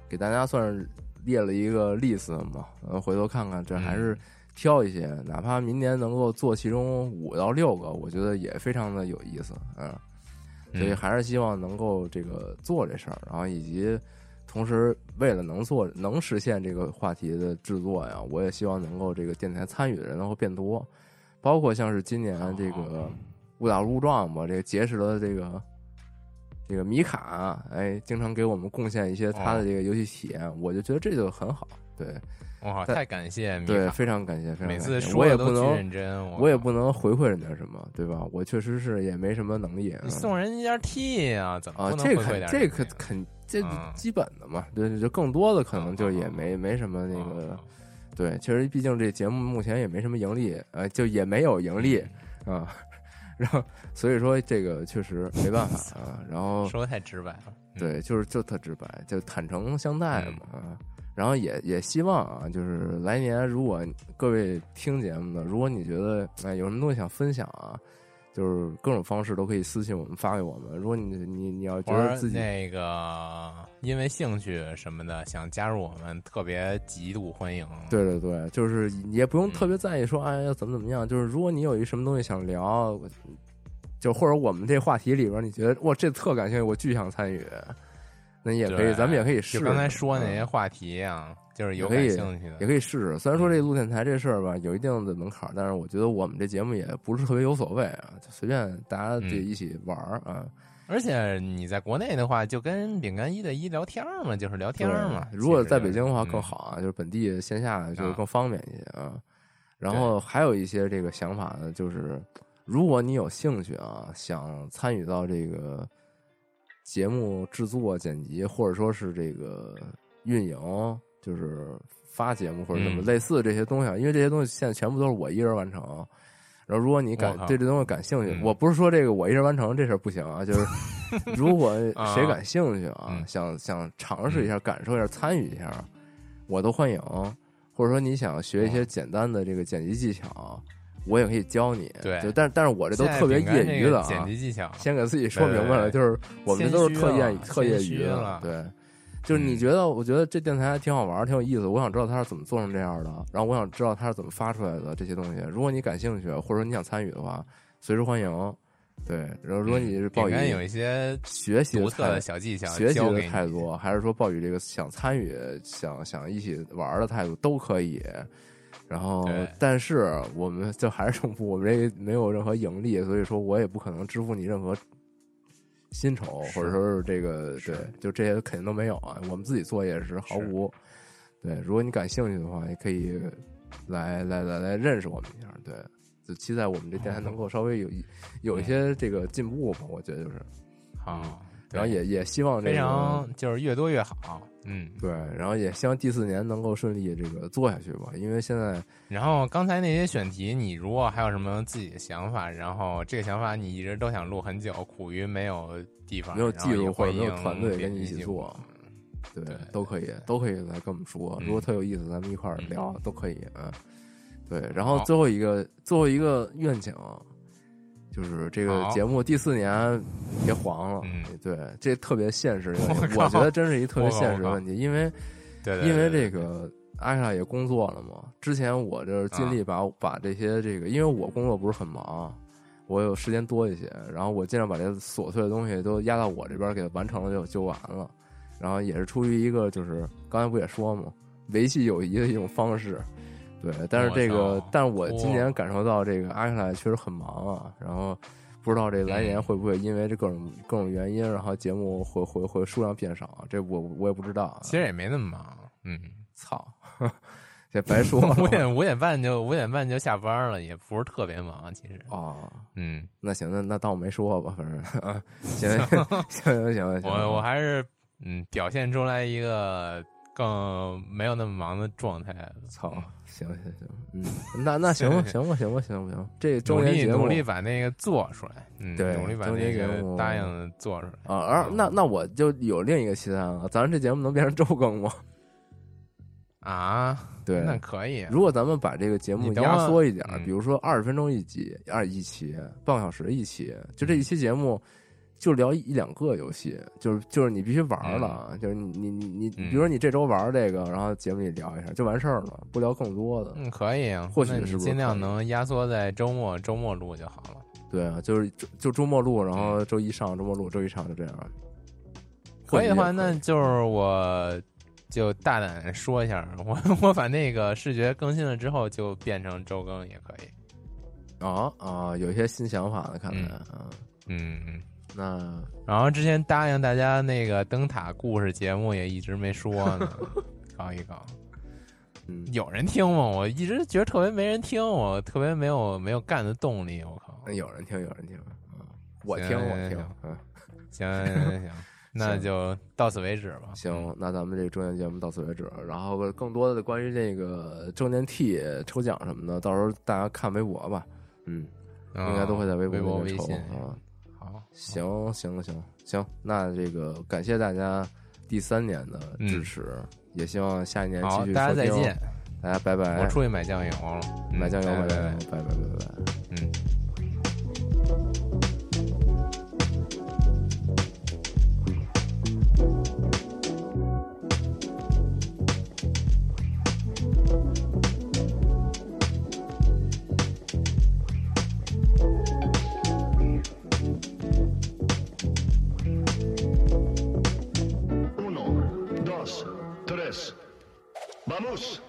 Speaker 1: 给大家算是列了一个 list 嘛？呃，回头看看，这还是
Speaker 2: 嗯
Speaker 1: 挑一些，哪怕明年能够做其中五到六个，我觉得也非常的有意思啊。
Speaker 2: 嗯
Speaker 1: 所以还是希望能够这个做这事儿，然后以及同时为了能做能实现这个话题的制作呀，我也希望能够这个电台参与的人能够变多，包括像是今年这个
Speaker 2: 嗯
Speaker 1: 误打误撞吧，这个结识了这个这个米卡，哎，经常给我们贡献一些他
Speaker 2: 哦
Speaker 1: 的这个游戏体验，我就觉得这就很好，对
Speaker 2: 哇，
Speaker 1: 但
Speaker 2: 太感谢米
Speaker 1: 对，
Speaker 2: 卡，
Speaker 1: 非常感谢，非常
Speaker 2: 每
Speaker 1: 感
Speaker 2: 次
Speaker 1: 谢，
Speaker 2: 说
Speaker 1: 我也
Speaker 2: 的
Speaker 1: 不
Speaker 2: 都巨
Speaker 1: 能
Speaker 2: 认真，
Speaker 1: 我也
Speaker 2: 靠
Speaker 1: 不能回馈人家什么，对吧？我确实是也没什么能力，
Speaker 2: 你
Speaker 1: 嗯
Speaker 2: 送人家 T 啊，怎么
Speaker 1: 啊，
Speaker 2: 不能
Speaker 1: 这
Speaker 2: 回馈
Speaker 1: 肯
Speaker 2: 点
Speaker 1: 这
Speaker 2: 人
Speaker 1: 肯
Speaker 2: 家
Speaker 1: 肯这
Speaker 2: 嗯
Speaker 1: 基本的嘛，对，就更多的可能就也
Speaker 2: 嗯嗯嗯
Speaker 1: 没没什么那
Speaker 2: 嗯
Speaker 1: 个，对，其实毕竟这节目目前也没什么盈利，呃，就也没有盈利
Speaker 2: 嗯
Speaker 1: 啊， 然后所以说这个确实没 办法啊，然后
Speaker 2: 说的太直白了。嗯，
Speaker 1: 对，就是就特直白，就坦诚相待嘛。啊然后也也希望啊，就是来年如果各位听节目的，如果你觉得哎有什么东西想分享啊，就是各种方式都可以私信我们发给我们。如果你你你要觉
Speaker 2: 或
Speaker 1: 得
Speaker 2: 者
Speaker 1: 自己
Speaker 2: 那个因为兴趣什么的想加入我们，特别极度欢迎。
Speaker 1: 对对对，就是也不用
Speaker 2: 嗯
Speaker 1: 特别在意说哎呀怎么怎么样，就是如果你有一什么东西想聊，就或者我们这话题里边你觉得哇这特感兴趣，我巨想参与，那也可以，
Speaker 2: 对
Speaker 1: 咱们也可以试
Speaker 2: 就
Speaker 1: 试。
Speaker 2: 刚才说那
Speaker 1: 嗯
Speaker 2: 些话题啊，就是有
Speaker 1: 也可
Speaker 2: 感
Speaker 1: 以
Speaker 2: 兴趣
Speaker 1: 也
Speaker 2: 的，
Speaker 1: 可以试试。虽然说这
Speaker 2: 嗯
Speaker 1: 录电台这事儿吧有一定的门槛儿，但是我觉得我们这节目也不是特别有所谓啊，就随便大家得
Speaker 2: 嗯
Speaker 1: 一起玩儿啊。
Speaker 2: 而且你在国内的话，就跟饼干一对一聊天儿嘛，就是聊天
Speaker 1: 对
Speaker 2: 儿嘛。
Speaker 1: 如
Speaker 2: 其
Speaker 1: 果
Speaker 2: 实
Speaker 1: 在
Speaker 2: 就是
Speaker 1: 北京的话更
Speaker 2: 嗯
Speaker 1: 好啊，就是本地线下就是
Speaker 2: 啊
Speaker 1: 更方便一些啊。然后还有一些这个想法呢，就是如果你有兴趣啊，想参与到这个节目制作、剪辑，或者说是这个运营，就是发节目或者什么
Speaker 2: 嗯
Speaker 1: 类似这些东西啊，因为这些东西现在全部都是我一人完成。然后，如果你感
Speaker 2: 我靠
Speaker 1: 对这东西感兴趣
Speaker 2: 嗯，
Speaker 1: 我不是说这个我一人完成这事儿不行啊，就是 如果谁感兴趣啊
Speaker 2: 嗯，
Speaker 1: 想想尝试一下、感受一下、参与一下，我都欢迎。或者说你想学一
Speaker 2: 嗯
Speaker 1: 些简单的这个剪辑技巧，我也可以教你。
Speaker 2: 对
Speaker 1: 就但但是我这都
Speaker 2: 现在
Speaker 1: 特别
Speaker 2: 饼干
Speaker 1: 业
Speaker 2: 这
Speaker 1: 余
Speaker 2: 个
Speaker 1: 的啊，
Speaker 2: 剪辑技巧。
Speaker 1: 先给自己说明白了，
Speaker 2: 对
Speaker 1: 就是我们这都是特业
Speaker 2: 谦虚了
Speaker 1: 特业
Speaker 2: 谦虚
Speaker 1: 余的
Speaker 2: 了，嗯
Speaker 1: 对。就是你觉得，我觉得这电台挺好玩儿，挺有意思。我想知道它是怎么做成这样的，然后我想知道它是怎么发出来的这些东西。如果你感兴趣，或者说你想参与的话，随时欢迎。对，然后如果你是
Speaker 2: 嗯
Speaker 1: 抱
Speaker 2: 饼
Speaker 1: 以
Speaker 2: 干有一些
Speaker 1: 学习
Speaker 2: 独
Speaker 1: 的
Speaker 2: 特
Speaker 1: 态
Speaker 2: 的小技巧，
Speaker 1: 学习
Speaker 2: 教
Speaker 1: 的
Speaker 2: 给你
Speaker 1: 态度，还是说抱以这个想参与、想想一起玩儿的态度都可以。然后
Speaker 2: 对，
Speaker 1: 但是我们就还是重复，我们这个没有任何盈利，所以说我也不可能支付你任何薪酬，
Speaker 2: 是
Speaker 1: 或者说是这个
Speaker 2: 是
Speaker 1: 对，就这些肯定都没有啊。我们自己做也是毫无。对，如果你感兴趣的话，也可以来来来来认识我们一下。对，就
Speaker 2: 哦嗯
Speaker 1: 期待我们这电台能够稍微有一有一些这个进步吧，我觉得就是。
Speaker 2: 好。啊对
Speaker 1: 嗯然后也也希望这
Speaker 2: 非
Speaker 1: 个
Speaker 2: 常就是越多越好，嗯。
Speaker 1: 对，然后也希望第四年能够顺利这个做下去吧，因为现在
Speaker 2: 然后刚才那些选题，你如果还有什么自己的想法，然后这个想法你一直都想录很久，苦于没有地方，
Speaker 1: 没有技术或者没有
Speaker 2: 然后也欢迎
Speaker 1: 团队跟你一
Speaker 2: 别
Speaker 1: 起
Speaker 2: 人
Speaker 1: 做，对
Speaker 2: 对，
Speaker 1: 都可以，都可以来跟我们说。如果
Speaker 2: 嗯
Speaker 1: 特有意思，咱们一块儿
Speaker 2: 嗯
Speaker 1: 聊都可以。嗯，对。然后
Speaker 2: 好
Speaker 1: 最后一个最后一个愿景，就是这个
Speaker 2: 好
Speaker 1: 节目第四年别黄了
Speaker 2: 嗯。
Speaker 1: 对，这特别现实的 问题，
Speaker 2: 我靠
Speaker 1: 我觉得真是一特别
Speaker 2: 我靠
Speaker 1: 现实的
Speaker 2: 我靠
Speaker 1: 问题，因为
Speaker 2: 对对，啊
Speaker 1: 因为这
Speaker 2: 个
Speaker 1: 个艾莎也工作了嘛。之前我这尽力把、把这些这个，因为我工作不是很忙，我有时间多一些，然后我尽量把这琐碎的东西都压到我这边儿给它完成了就就完了。然后也是出于一个就是刚才不也说嘛，维系友谊的一种方式。对，但是这
Speaker 2: 我
Speaker 1: 个
Speaker 2: 操，
Speaker 1: 但是我今
Speaker 2: 哇
Speaker 1: 年感受到这个艾莎确实很忙啊，然后不知道这来年
Speaker 2: 嗯
Speaker 1: 会不会因为这各种各种原因，然后节目会会会数量变少，啊这我我也不知道啊。
Speaker 2: 其实也没那么忙，嗯，
Speaker 1: 操，这白说了
Speaker 2: 五点五点半就五点半就下班了，也不是特别忙，啊其实，
Speaker 1: 哦。
Speaker 2: 嗯，
Speaker 1: 那行，那那当我没说吧，反正啊行行行行行，
Speaker 2: 我我还是嗯表现出来一个更没有那么忙的状态，
Speaker 1: 操，行行行，嗯，那 那行吧，行吧，行吧，行吧，行吧，这周
Speaker 2: 努
Speaker 1: 年
Speaker 2: 力
Speaker 1: 节目
Speaker 2: 努力把那个做出来，嗯，
Speaker 1: 对
Speaker 2: 努力把
Speaker 1: 中
Speaker 2: 那
Speaker 1: 间节
Speaker 2: 个
Speaker 1: 目
Speaker 2: 答应的做出来。
Speaker 1: 啊，而那那我就有另一个期待了，咱这节目能变成周更吗？
Speaker 2: 啊，
Speaker 1: 对，
Speaker 2: 那可以啊，
Speaker 1: 如果咱们把这个节目
Speaker 2: 你等
Speaker 1: 压
Speaker 2: 会儿
Speaker 1: 缩一点，
Speaker 2: 嗯
Speaker 1: 比如说二十分钟一集，二一期，半个小时一期，就
Speaker 2: 嗯
Speaker 1: 这一期节目就聊一两个游戏，就是就是你必须玩了啊，就是你你你你，
Speaker 2: 嗯
Speaker 1: 比如说你这周玩这个，然后节目里聊一下就完事儿了，不聊更多的。
Speaker 2: 嗯，可以啊，
Speaker 1: 或许
Speaker 2: 那
Speaker 1: 是
Speaker 2: 你
Speaker 1: 不是
Speaker 2: 尽
Speaker 1: 可
Speaker 2: 量
Speaker 1: 以
Speaker 2: 能压缩在周末周末录就好了。
Speaker 1: 对啊，就是就就周末录，然后周一上，周末录，周一上就这样。
Speaker 2: 嗯可以的话，
Speaker 1: 也
Speaker 2: 那就是我就大胆说一下，我 我把那个视觉更新了之后，就变成周更也可以。
Speaker 1: 啊啊，有一些新想法了，看来啊，
Speaker 2: 嗯，嗯。
Speaker 1: 那
Speaker 2: 然后之前答应大家那个灯塔故事节目也一直没说 呢，搞一搞。
Speaker 1: 嗯，
Speaker 2: 有人听吗？我一直觉得特别没人听，我特别没有没有干的动力。我靠！
Speaker 1: 有人听，有人听，嗯我
Speaker 2: 行
Speaker 1: 听，我
Speaker 2: 行
Speaker 1: 听
Speaker 2: 行，
Speaker 1: 嗯。
Speaker 2: 行行行 行，那就到此为止吧。
Speaker 1: 行，那咱们这周年节目到此为止。然后更多的关于这个周年 T 抽奖什么的，到时候大家看微博吧。嗯，
Speaker 2: 嗯，
Speaker 1: 应该都会在微
Speaker 2: 微博、
Speaker 1: 博
Speaker 2: 微
Speaker 1: 那边抽
Speaker 2: 信。
Speaker 1: 啊。
Speaker 2: 好，
Speaker 1: 行行行行，那这个感谢大家第三年的支持，也希望下一年继
Speaker 2: 嗯好，
Speaker 1: 续
Speaker 2: 大家
Speaker 1: 收
Speaker 2: 再
Speaker 1: 听哦
Speaker 2: 见。
Speaker 1: 大家拜拜。
Speaker 2: 我出去买酱油了，嗯
Speaker 1: 买酱油，
Speaker 2: 拜
Speaker 1: 买酱
Speaker 2: 拜
Speaker 1: 油。，拜拜拜拜。
Speaker 2: 嗯。
Speaker 3: Uno, dos, tres. ¡Vamos!